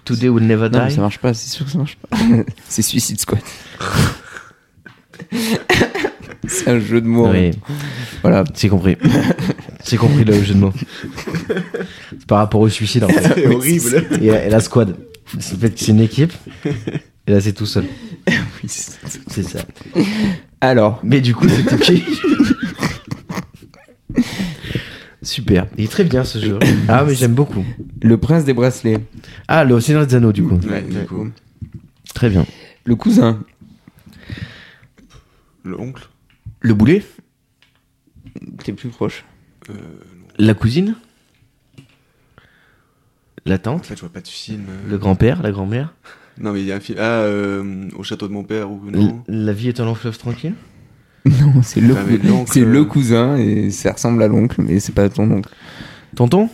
Speaker 1: Today Will Never
Speaker 2: Ah Non, mais
Speaker 1: Die
Speaker 2: ça marche pas, c'est sûr que ça marche pas. [laughs] c'est Suicide Squad. [laughs] c'est un jeu de mots.
Speaker 1: Oui,
Speaker 2: Voilà.
Speaker 1: c'est compris. c'est compris le jeu de mots. C'est par rapport au suicide en fait.
Speaker 3: C'est horrible
Speaker 1: Et, la- et la squad. C'est fait que c'est une équipe. Et là c'est tout seul.
Speaker 2: Oui, c'est-
Speaker 1: C'est ça.
Speaker 2: Alors,
Speaker 1: Mais du coup c'était qui Super. Il est très bien ce jeu. Ah mais j'aime beaucoup.
Speaker 2: le prince des bracelets.
Speaker 1: Ah le Seigneur des Anneaux du coup.
Speaker 3: Ouais, du coup.
Speaker 1: Très bien.
Speaker 2: Le cousin.
Speaker 3: Le oncle
Speaker 1: Le boulet
Speaker 2: T'es plus proche.
Speaker 1: La cousine La
Speaker 3: En
Speaker 1: tante
Speaker 3: fait, je vois pas de film. euh.
Speaker 1: Le grand-père La grand-mère
Speaker 3: Non, mais il y a un film. Ah, euh, au château de mon père ou non
Speaker 1: La vie est un long fleuve tranquille
Speaker 2: Non, [laughs] c'est le,
Speaker 3: Ah, mais
Speaker 2: cou-
Speaker 3: l'oncle,
Speaker 2: c'est le
Speaker 3: euh.
Speaker 2: cousin et ça ressemble à l'oncle, mais c'est pas ton oncle.
Speaker 1: Tonton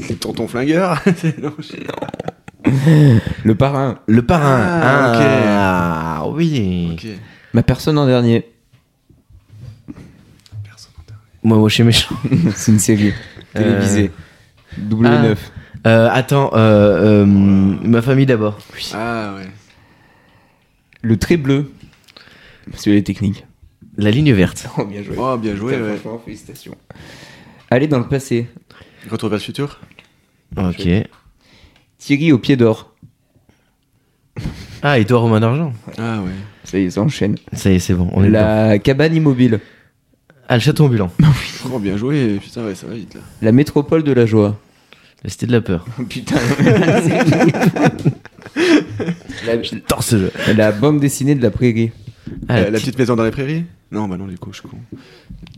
Speaker 3: C'est
Speaker 1: [laughs]
Speaker 3: Tonton Flingueur C'est- non, je-
Speaker 2: Le parrain.
Speaker 1: Le parrain.
Speaker 3: Ah, ok.
Speaker 1: Ah, oui.
Speaker 3: Ok.
Speaker 2: Ma personne en dernier.
Speaker 3: Personne n'entend.
Speaker 1: Moi, moi, je suis méchant.
Speaker 2: [laughs] c'est une série télévisée. W9.
Speaker 1: Euh, attends, euh, euh, ma famille d'abord.
Speaker 3: Ah, ouais.
Speaker 2: Le trait bleu. Parce que les techniques.
Speaker 1: La ligne verte.
Speaker 2: Oh, bien joué.
Speaker 3: Oh, bien joué,
Speaker 2: Putain,
Speaker 3: ouais.
Speaker 2: franchement, félicitations. Aller dans le passé.
Speaker 3: Retour vers le futur
Speaker 1: Ok.
Speaker 2: Thierry au pied d'or.
Speaker 1: Ah, Edouard Romain d'Argent.
Speaker 3: Ah ouais.
Speaker 2: Ça y est, ça enchaîne.
Speaker 1: Ça y est, c'est bon. On est dedans.
Speaker 2: la cabane immobile.
Speaker 1: Ah, le château ambulant.
Speaker 3: Oh, bien joué. Putain, ouais, ça va vite là.
Speaker 2: La métropole de la joie.
Speaker 1: La cité de la peur.
Speaker 2: [laughs] Putain. [laughs] la,
Speaker 1: J'adore ce jeu.
Speaker 2: la bande dessinée de la prairie.
Speaker 1: Ah,
Speaker 3: Euh,
Speaker 1: la
Speaker 3: la,
Speaker 1: petite-
Speaker 3: petite maison dans la prairie Non, bah non, du coup, je suis con.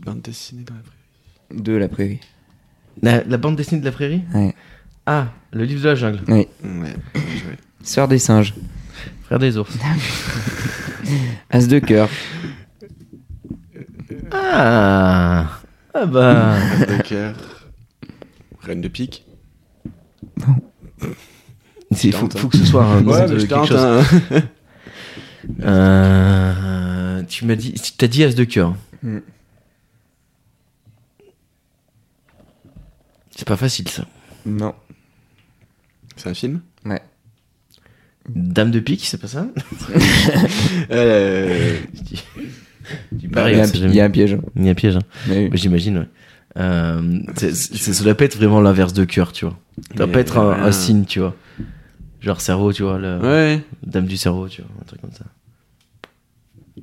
Speaker 3: Bande dessinée dans la prairie.
Speaker 2: De la prairie.
Speaker 1: la- la bande dessinée de la prairie
Speaker 2: Ouais.
Speaker 1: Ah, le livre de la jungle.
Speaker 3: Mm, Ouais, bien joué.
Speaker 1: [laughs]
Speaker 2: Sœur des singes.
Speaker 1: Frère des
Speaker 3: [laughs]
Speaker 1: ours.
Speaker 2: As de cœur.
Speaker 1: Ah Ah [laughs] bah.
Speaker 3: Dunker. Reine de pique.
Speaker 1: Il faut, faut que ce soit un nom
Speaker 3: hein. Ouais,
Speaker 1: de
Speaker 3: mais je
Speaker 1: quelque
Speaker 3: tente,
Speaker 1: chose.
Speaker 3: hein.
Speaker 1: Euh, tu m'as dit, tu t'as dit As de cœur.
Speaker 2: Mm.
Speaker 1: C'est pas facile ça.
Speaker 2: Non.
Speaker 3: C'est un film
Speaker 2: Ouais.
Speaker 1: Dame de pique, c'est pas
Speaker 2: [laughs]
Speaker 1: ça
Speaker 3: euh...
Speaker 1: Je dis- je dis
Speaker 2: Bah,
Speaker 1: pareil,
Speaker 2: Il y a un
Speaker 1: on sait
Speaker 2: pi-
Speaker 1: jamais.
Speaker 2: il y a un piège.
Speaker 1: Il y a un piège, hein.
Speaker 2: Mais oui.
Speaker 1: j'imagine. Ouais. Euh, c'est- c'est- ça doit pas être vraiment l'inverse de cœur, tu vois. Ça doit
Speaker 3: Mais
Speaker 1: pas être un, un
Speaker 3: rien.
Speaker 1: signe, tu vois. Genre cerveau, tu vois, le-
Speaker 3: Ouais.
Speaker 1: dame du cerveau, tu vois, un truc comme
Speaker 2: [laughs]
Speaker 1: ça.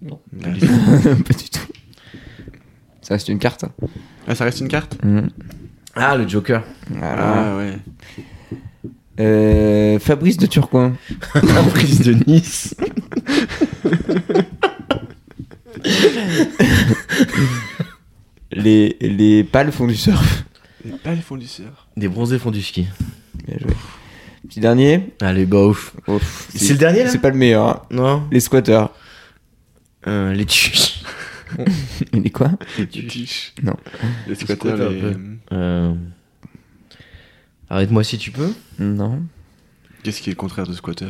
Speaker 1: Ah.
Speaker 2: Pas du tout. Ça reste une carte.
Speaker 3: Ah, ça reste une carte
Speaker 2: Mm.
Speaker 1: Ah, le Joker.
Speaker 2: Voilà.
Speaker 3: Ah ouais.
Speaker 2: Euh, Fabrice de Turcoing.
Speaker 1: La [laughs] prise de Nice.
Speaker 2: Les, les pales font du surf.
Speaker 3: Les pales fondisseurs.
Speaker 1: Des bronzés font du ski.
Speaker 2: Bien joué. Petit dernier.
Speaker 1: Allez, bah ouf.
Speaker 2: Oh,
Speaker 1: C'est le dernier, là
Speaker 2: C'est pas le meilleur. hein.
Speaker 1: Non
Speaker 2: Les squatteurs.
Speaker 1: Euh, Les tuches.
Speaker 2: Les quoi
Speaker 3: Les tiches.
Speaker 2: Non.
Speaker 3: Les
Speaker 1: squatteurs,
Speaker 3: squatteurs.
Speaker 1: un
Speaker 3: Les...
Speaker 1: Euh, Arrête-moi si tu peux.
Speaker 2: Non.
Speaker 3: Qu'est-ce qui est le contraire de squatter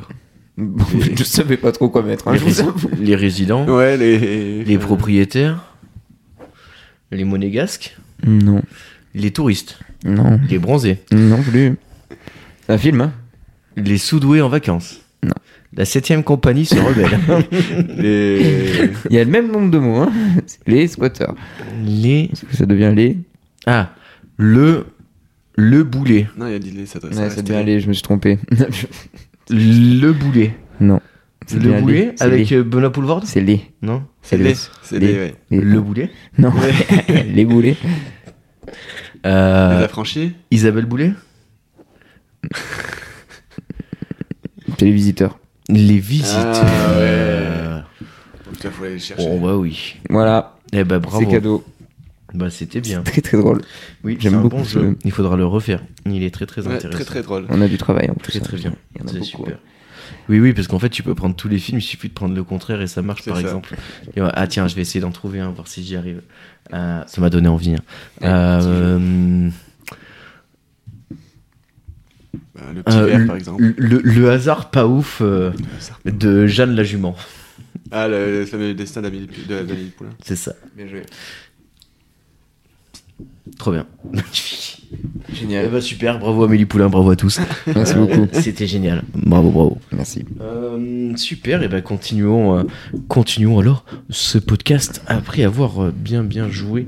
Speaker 2: Bon, je savais pas trop quoi mettre. hein,
Speaker 1: les,
Speaker 2: je vous
Speaker 1: rési-
Speaker 2: avoue.
Speaker 1: les résidents.
Speaker 3: Ouais, les.
Speaker 1: Les propriétaires. Les monégasques.
Speaker 2: Non.
Speaker 1: Les touristes.
Speaker 2: Non.
Speaker 1: Les bronzés.
Speaker 2: Non plus. C'est un film, hein
Speaker 1: Les soudoués en vacances.
Speaker 2: Non.
Speaker 1: La septième compagnie se rebelle.
Speaker 2: [laughs]
Speaker 3: Les.
Speaker 2: Il y a le même nombre de mots, hein [laughs] Les squatteurs.
Speaker 1: les.
Speaker 2: Parce que ça devient les.
Speaker 1: Ah, le. Le boulet.
Speaker 3: [laughs] non, il a dit les, ça doit
Speaker 2: Ouais, ça
Speaker 3: reste
Speaker 2: devient les, je me suis trompé. [laughs]
Speaker 1: Le boulet.
Speaker 2: non. Ça devient
Speaker 1: Le
Speaker 2: les.
Speaker 1: boulet
Speaker 2: C'est
Speaker 1: avec
Speaker 2: les.
Speaker 1: euh, Benoît Poulvord
Speaker 2: C'est les.
Speaker 1: Non
Speaker 3: C'est
Speaker 2: les.
Speaker 3: les. C'est les, ouais.
Speaker 2: Les-
Speaker 1: Le boulet
Speaker 2: Non. [laughs] les boulets.
Speaker 1: Euh,
Speaker 3: Les affranchis
Speaker 1: Isabelle Boulet
Speaker 2: C'est les visiteurs.
Speaker 1: Les visiteurs.
Speaker 3: Ah ouais. Putain, faut aller les chercher.
Speaker 1: Oh bah oui.
Speaker 2: Voilà,
Speaker 1: Eh bah
Speaker 2: c'est
Speaker 1: bravo.
Speaker 2: cadeau.
Speaker 1: Bah c'était bien.
Speaker 2: Très très drôle.
Speaker 1: Oui,
Speaker 2: J'aime
Speaker 1: c'est un
Speaker 2: beaucoup
Speaker 1: bon
Speaker 2: ce-
Speaker 1: jeu. Il faudra le refaire. Il est très très
Speaker 3: Ouais,
Speaker 1: intéressant.
Speaker 3: très très drôle.
Speaker 2: On a du travail en plus.
Speaker 1: Très, très bien.
Speaker 2: Il y en a
Speaker 1: C'est
Speaker 2: beaucoup. hein.
Speaker 1: super. Oui, oui, parce qu'en fait, tu peux prendre tous les films, il suffit de prendre le contraire et ça marche,
Speaker 3: C'est
Speaker 1: par
Speaker 3: ça.
Speaker 1: exemple. Et ouais, ah, tiens, je vais essayer d'en trouver un, voir si j'y arrive. Euh, ça m'a donné envie. hein.
Speaker 2: Ouais,
Speaker 1: Euh, hum,
Speaker 3: Bah, le petit
Speaker 1: euh,
Speaker 3: verre,
Speaker 1: le-
Speaker 3: par exemple.
Speaker 1: le, le hasard pas ouf euh, de Jeanne la Jument.
Speaker 3: Ah, le, le fameux destin d'Amélie de- d'Amélie Poulain.
Speaker 1: C'est ça.
Speaker 2: Bien joué.
Speaker 1: Trop bien. Eh
Speaker 2: Génial.
Speaker 1: bah, super, bravo Amélie Poulain, bravo à tous.
Speaker 2: Merci
Speaker 1: Euh,
Speaker 2: beaucoup.
Speaker 1: C'était génial. Bravo, bravo.
Speaker 2: Merci.
Speaker 1: Euh, super, et ben continuons, euh, continuons alors ce podcast. Après avoir euh, bien bien joué,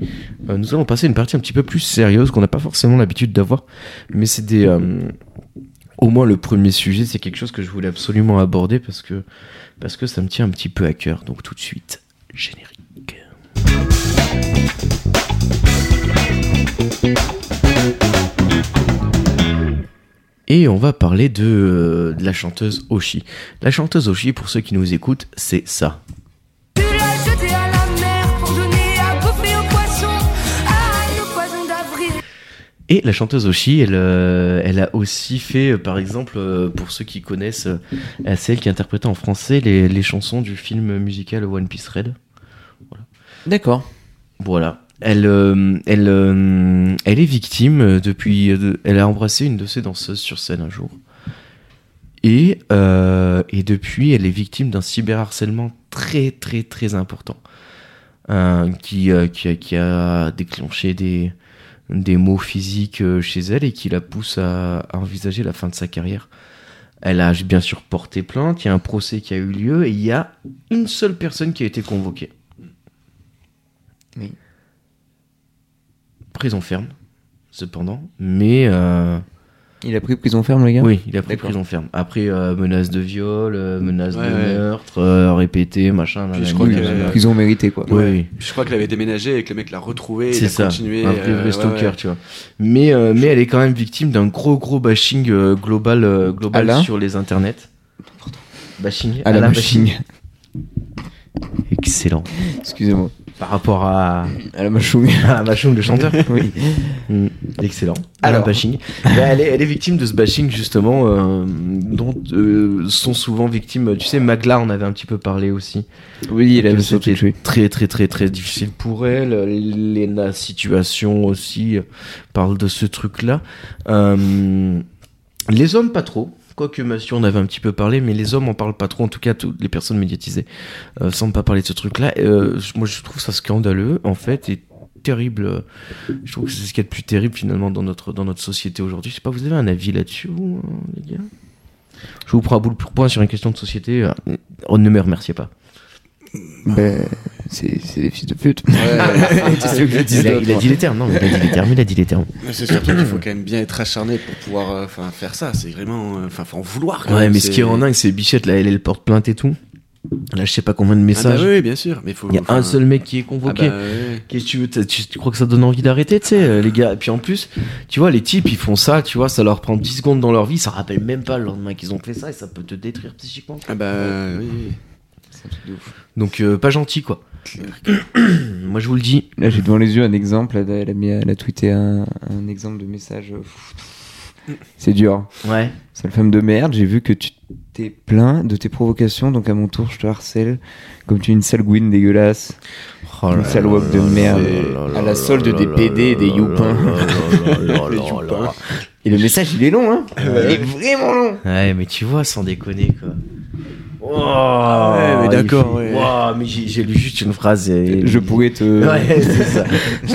Speaker 1: euh, nous allons passer à une partie un petit peu plus sérieuse qu'on n'a pas forcément l'habitude d'avoir, mais c'est des. euh, au moins le premier sujet, c'est quelque chose que je voulais absolument aborder parce que parce que ça me tient un petit peu à cœur. Donc tout de suite, générique. Et on va parler de, euh, de la chanteuse Oshi. La chanteuse Oshi, pour ceux qui nous écoutent, c'est ça.
Speaker 4: Tu l'as jeté à la mer pour donner à bouffer aux poissons. Aïe, le poison d'avril.
Speaker 1: Et la chanteuse Oshi, elle, euh, elle a aussi fait, euh, par exemple, euh, pour ceux qui connaissent, euh, euh, celle qui interprétait en français les, les chansons du film musical One Piece Red.
Speaker 2: D'accord.
Speaker 1: Voilà. Elle, euh, elle, euh, elle est victime euh, depuis. euh, de- elle a embrassé une de ses danseuses sur scène un jour. Et, euh, et depuis, elle est victime d'un cyberharcèlement très, très, très important. Euh, qui, euh, qui, a- qui a déclenché des, des maux physiques euh, chez elle et qui la pousse à, à envisager la fin de sa carrière. Elle a bien sûr porté plainte, il y a un procès qui a eu lieu et il y a une seule personne qui a été convoquée.
Speaker 2: Oui.
Speaker 1: Prison ferme. cependant. Mais euh,
Speaker 2: Il a pris prison ferme, les gars
Speaker 1: oui, il a pris
Speaker 2: D'accord.
Speaker 1: prison ferme. Après, euh, menace de viol, euh, menace
Speaker 3: Ouais,
Speaker 1: de
Speaker 3: ouais.
Speaker 1: meurtre, euh, répété, machin.
Speaker 3: Puis
Speaker 1: nanani,
Speaker 3: je crois que- euh,
Speaker 1: nanana.
Speaker 2: Une prison méritée, quoi.
Speaker 1: Oui, oui.
Speaker 3: Je crois qu'il avait déménagé et que le mec l'a retrouvé.
Speaker 1: C'est
Speaker 3: il
Speaker 1: ça,
Speaker 3: A continué,
Speaker 1: un
Speaker 3: euh,
Speaker 1: vrai
Speaker 3: ouais,
Speaker 1: stalker,
Speaker 3: ouais.
Speaker 1: tu vois. Mais, euh, mais elle est quand même victime d'un gros, gros bashing euh, global, euh, global
Speaker 2: Alain
Speaker 1: sur les internets. Bashing.
Speaker 2: À la
Speaker 1: Alain
Speaker 2: machine.
Speaker 1: Excellent.
Speaker 2: Excusez-moi.
Speaker 1: Par rapport à,
Speaker 3: [coughs]
Speaker 2: À la machine.
Speaker 1: à la Machoum, le chanteur.
Speaker 2: oui.
Speaker 1: Mm, Excellent.
Speaker 2: Alors.
Speaker 1: Alors, bashing. Ben, elle, est, elle est victime de ce bashing, justement, euh, dont euh, sont souvent victimes. Tu sais, Magla, on avait un petit peu parlé aussi.
Speaker 2: Oui, il
Speaker 1: Que
Speaker 2: avait surtout
Speaker 1: c'était
Speaker 2: tué.
Speaker 1: très, très, très, très difficile pour elle. Lena Situation aussi euh, parle de ce truc-là. Euh, les hommes, pas trop. Quoique, Mathieu, on avait un petit peu parlé, mais les hommes en parlent pas trop. En tout cas, toutes les personnes médiatisées euh, semblent pas parler de ce truc-là. Euh, je- moi, je trouve ça scandaleux, en fait, et terrible. Je trouve que c'est ce qu'il y a de plus terrible, finalement, dans notre, dans notre société aujourd'hui. Je sais pas, vous avez un avis là-dessus, vous, euh, les gars Je vous prends à boule pour point sur une question de société. euh, On ne me remerciez pas.
Speaker 2: Ben, c'est c'est des fils de pute.
Speaker 1: [laughs]
Speaker 3: Ouais.
Speaker 2: C'est ce que je disais.
Speaker 1: Il a, il a dit les termes, non, mais il a dit les termes, il a dit les termes.
Speaker 3: Mais c'est surtout qu'il faut quand même bien être acharné pour pouvoir euh, enfin, faire ça. C'est vraiment. euh, Enfin, faut en vouloir. quand
Speaker 1: Ouais,
Speaker 3: même,
Speaker 1: mais ce qui est en dingue, c'est Bichette, là, elle, elle porte plainte et tout. Là, je sais pas combien de
Speaker 3: Ah bah
Speaker 1: messages.
Speaker 3: oui, bien sûr. Mais faut.
Speaker 1: Il y a
Speaker 3: enfin,
Speaker 1: un seul mec qui est
Speaker 3: Ah
Speaker 1: convoqué.
Speaker 3: bah ouais.
Speaker 1: Qu'est-ce que tu veux t'as- tu, tu crois que ça donne envie d'arrêter, tu sais, euh, les gars Et puis en plus, tu vois, les types, ils font ça, tu vois, ça leur prend 10 secondes dans leur vie, ça rappelle même pas le lendemain qu'ils ont fait ça et ça peut te détruire psychiquement.
Speaker 3: Ah bah oui, oui.
Speaker 1: Donc, euh, pas gentil, quoi. Mmh, Moi, je vous le dis.
Speaker 2: Là, j'ai devant les yeux un exemple. Elle a, elle a mis, elle a tweeté un, un exemple de message. euh, C'est dur.
Speaker 1: Ouais.
Speaker 2: Sale femme de merde, j'ai vu que tu t'es plaint de tes provocations, donc à mon tour, je te harcèle comme tu es une sale gouine dégueulasse.
Speaker 1: Oh
Speaker 2: Une
Speaker 1: là
Speaker 2: sale
Speaker 1: là
Speaker 2: walk de
Speaker 1: là
Speaker 2: merde.
Speaker 1: là là
Speaker 2: À la
Speaker 1: là
Speaker 2: solde
Speaker 1: là
Speaker 2: des
Speaker 1: là
Speaker 2: PD,
Speaker 1: là
Speaker 2: [laughs] des
Speaker 1: là
Speaker 2: youpins.
Speaker 1: là là là
Speaker 3: Les
Speaker 1: là là
Speaker 3: youpins.
Speaker 1: là.
Speaker 2: Et le message, il est long, hein Il est vraiment long
Speaker 1: Ouais, mais tu vois, sans déconner, quoi.
Speaker 3: ouais, mais
Speaker 2: Ah
Speaker 1: Wow,
Speaker 3: d'accord,
Speaker 1: Oh, il fait-
Speaker 3: ouais.
Speaker 1: Wow, mais j'ai j'ai lu juste une phrase. Et...
Speaker 2: Je pourrais te. [laughs]
Speaker 1: Ouais, c'est ça.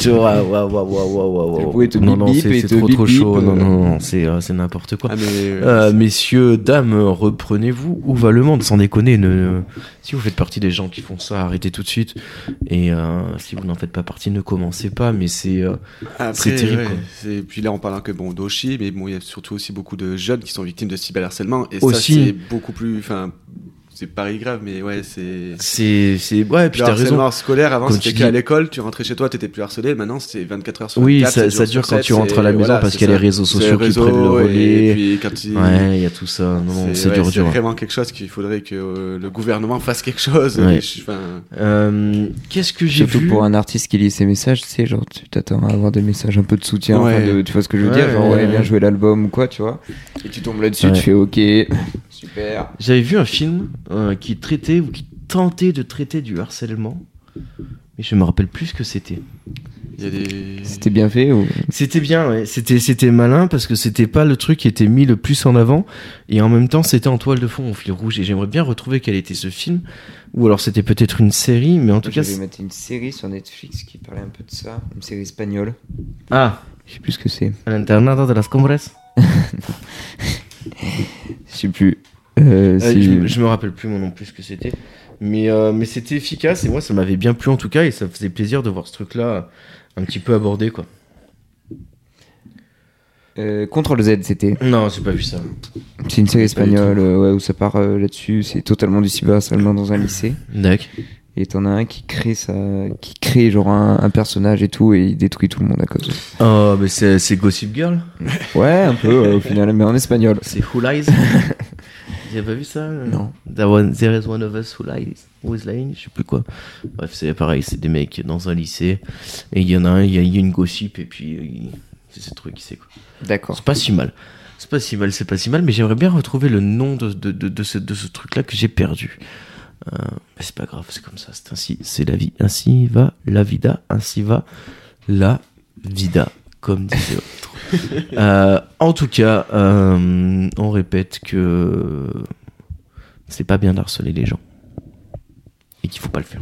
Speaker 1: Tu vois, waouh, waouh, waouh, waouh,
Speaker 2: Tu
Speaker 1: waouh.
Speaker 2: pourrais te
Speaker 1: Non,
Speaker 2: bip
Speaker 1: non,
Speaker 2: bip
Speaker 1: c'est
Speaker 2: et
Speaker 1: c'est
Speaker 2: te
Speaker 1: trop,
Speaker 2: bip
Speaker 1: trop
Speaker 2: bip,
Speaker 1: chaud. Non,
Speaker 2: euh.
Speaker 1: non, non, c'est euh, c'est n'importe quoi.
Speaker 3: Ah, mais.
Speaker 1: Euh, messieurs, dames, reprenez-vous. Où va le monde Sans déconner. Ne, ne- Si vous faites partie des gens qui font ça, arrêtez tout de suite. Et euh, si vous n'en faites pas partie, ne commencez pas. Mais c'est. euh,
Speaker 3: Après,
Speaker 1: C'est terrible,
Speaker 3: ouais,
Speaker 1: quoi.
Speaker 3: c'est- Puis là, on parle un peu bon d'Oshi, mais bon, il y a surtout aussi beaucoup de jeunes qui sont victimes de cyberharcèlement. Et
Speaker 1: Aussi.
Speaker 3: ça, c'est beaucoup plus. Enfin, c'est pareil grave, mais ouais, c'est.
Speaker 1: C'est. c'est- Ouais, puis
Speaker 3: le
Speaker 1: t'as raison.
Speaker 3: harcèlement scolaire, avant,
Speaker 1: Comme
Speaker 3: c'était
Speaker 1: tu
Speaker 3: qu'à
Speaker 1: dis.
Speaker 3: l'école, tu rentrais chez toi, t'étais plus harcelé. Maintenant, c'est 24 heures sur 24.
Speaker 1: Oui, ça,
Speaker 3: sept
Speaker 1: ça dure
Speaker 3: jours sur
Speaker 1: quand
Speaker 3: sept,
Speaker 1: tu rentres à la
Speaker 3: c'est-
Speaker 1: maison
Speaker 3: voilà,
Speaker 1: parce
Speaker 3: c'est
Speaker 1: qu'il y a les
Speaker 3: ça.
Speaker 1: réseaux
Speaker 3: C'est
Speaker 1: sociaux qui
Speaker 3: réseaux,
Speaker 1: prennent le relais.
Speaker 3: Et puis, quand il-
Speaker 1: Ouais, il y a tout ça. Non, non, c'est
Speaker 3: ouais,
Speaker 1: dur,
Speaker 3: c'est
Speaker 1: dur.
Speaker 3: vraiment quelque chose qu'il faudrait que euh, le gouvernement [laughs] fasse quelque chose.
Speaker 1: Ouais.
Speaker 3: Et je- enfin,
Speaker 1: Euh, Qu'est-ce que j'ai
Speaker 2: Surtout
Speaker 1: vu
Speaker 2: pour un artiste qui lit ses messages, tu sais, genre, tu t'attends à avoir des messages un peu de soutien, enfin,
Speaker 3: Ouais.
Speaker 2: de- tu vois ce que je veux
Speaker 1: Ouais,
Speaker 2: dire, genre,
Speaker 1: ouais,
Speaker 2: ouais,
Speaker 1: ouais.
Speaker 2: bien joué l'album ou quoi, tu vois. Et tu tombes là-dessus,
Speaker 1: Ouais.
Speaker 2: tu fais ok, super.
Speaker 1: J'avais vu un film euh, qui traitait ou qui tentait de traiter du harcèlement, mais je me rappelle plus ce que c'était.
Speaker 3: il y a des.
Speaker 2: C'était bien fait ou.
Speaker 1: C'était bien, ouais. c'était c'était malin parce que c'était pas le truc qui était mis le plus en avant et en même temps c'était en toile de fond, en fil rouge. Et j'aimerais bien retrouver quel était ce film ou alors c'était peut-être une série, mais en tout cas
Speaker 2: J'avais
Speaker 1: c'est-
Speaker 2: maté une série sur Netflix qui parlait un peu de ça, une série espagnole.
Speaker 1: ah,
Speaker 2: Je sais plus ce que c'est.
Speaker 1: El internado de las Cumbres.
Speaker 2: Euh, Je sais plus. Euh,
Speaker 1: Euh,
Speaker 2: si-
Speaker 1: je, me- je me rappelle plus moi non plus ce que c'était. Mais, euh, mais c'était efficace et moi ça m'avait bien plu en tout cas et ça faisait plaisir de voir ce truc là un petit peu abordé quoi.
Speaker 2: Euh, Contrôle Z, c'était.
Speaker 1: Non, j'ai pas vu ça.
Speaker 2: C'est une série
Speaker 3: Pas du
Speaker 2: espagnole euh, ouais, où ça part euh, là-dessus. C'est totalement du cyberharcèlement dans un lycée.
Speaker 1: D'accord.
Speaker 2: Et t'en as un qui crée ça, qui crée genre un, un personnage et tout, et il détruit tout le monde à cause.
Speaker 1: Oh, mais c'est c'est Gossip Girl
Speaker 2: Ouais, un peu euh, au final, mais en espagnol.
Speaker 1: C'est Who [laughs] Lies J'ai pas vu ça euh,
Speaker 2: Non.
Speaker 1: That one- there is one of us who lies. Who is lying Je sais plus quoi. Bref, c'est pareil, c'est des mecs dans un lycée et il y en a un, il y a il y a une gossip et puis euh, il- c'est ce truc qui sait quoi.
Speaker 2: D'accord.
Speaker 1: C'est pas si mal. C'est pas si mal, c'est pas si mal, mais j'aimerais bien retrouver le nom de, de, de, de ce, de ce truc-là que j'ai perdu. Euh, mais c'est pas grave, c'est comme ça, c'est ainsi, c'est la vie. Ainsi va la vida, ainsi va la vida, comme disait l'autre. Euh, en tout cas, euh, on répète que c'est pas bien d'harceler les gens. Et qu'il faut pas le faire.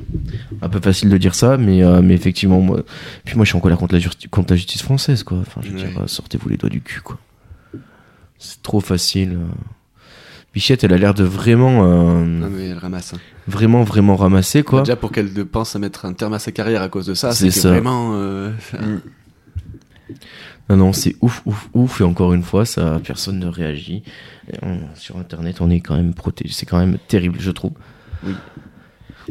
Speaker 1: Un peu facile de dire ça, mais, euh, mais effectivement, moi. Puis moi, je suis en colère contre la, justi- contre la justice française, quoi. Enfin, je veux
Speaker 3: Ouais.
Speaker 1: dire, euh, sortez-vous les doigts du cul, quoi. C'est trop facile. euh. Bichette, elle a l'air de vraiment, euh,
Speaker 3: Non, mais elle ramasse. hein.
Speaker 1: vraiment, vraiment ramasser, quoi.
Speaker 3: Bah, Déjà pour qu'elle pense à mettre un terme à sa carrière à cause de ça, [laughs]
Speaker 1: C'est
Speaker 3: c'est
Speaker 1: ça.
Speaker 3: que vraiment. euh,
Speaker 1: Non, non, c'est ouf, ouf, ouf. Et encore une fois, ça, personne ne réagit. Et on- sur Internet, on est quand même protégé. C'est quand même terrible, je trouve.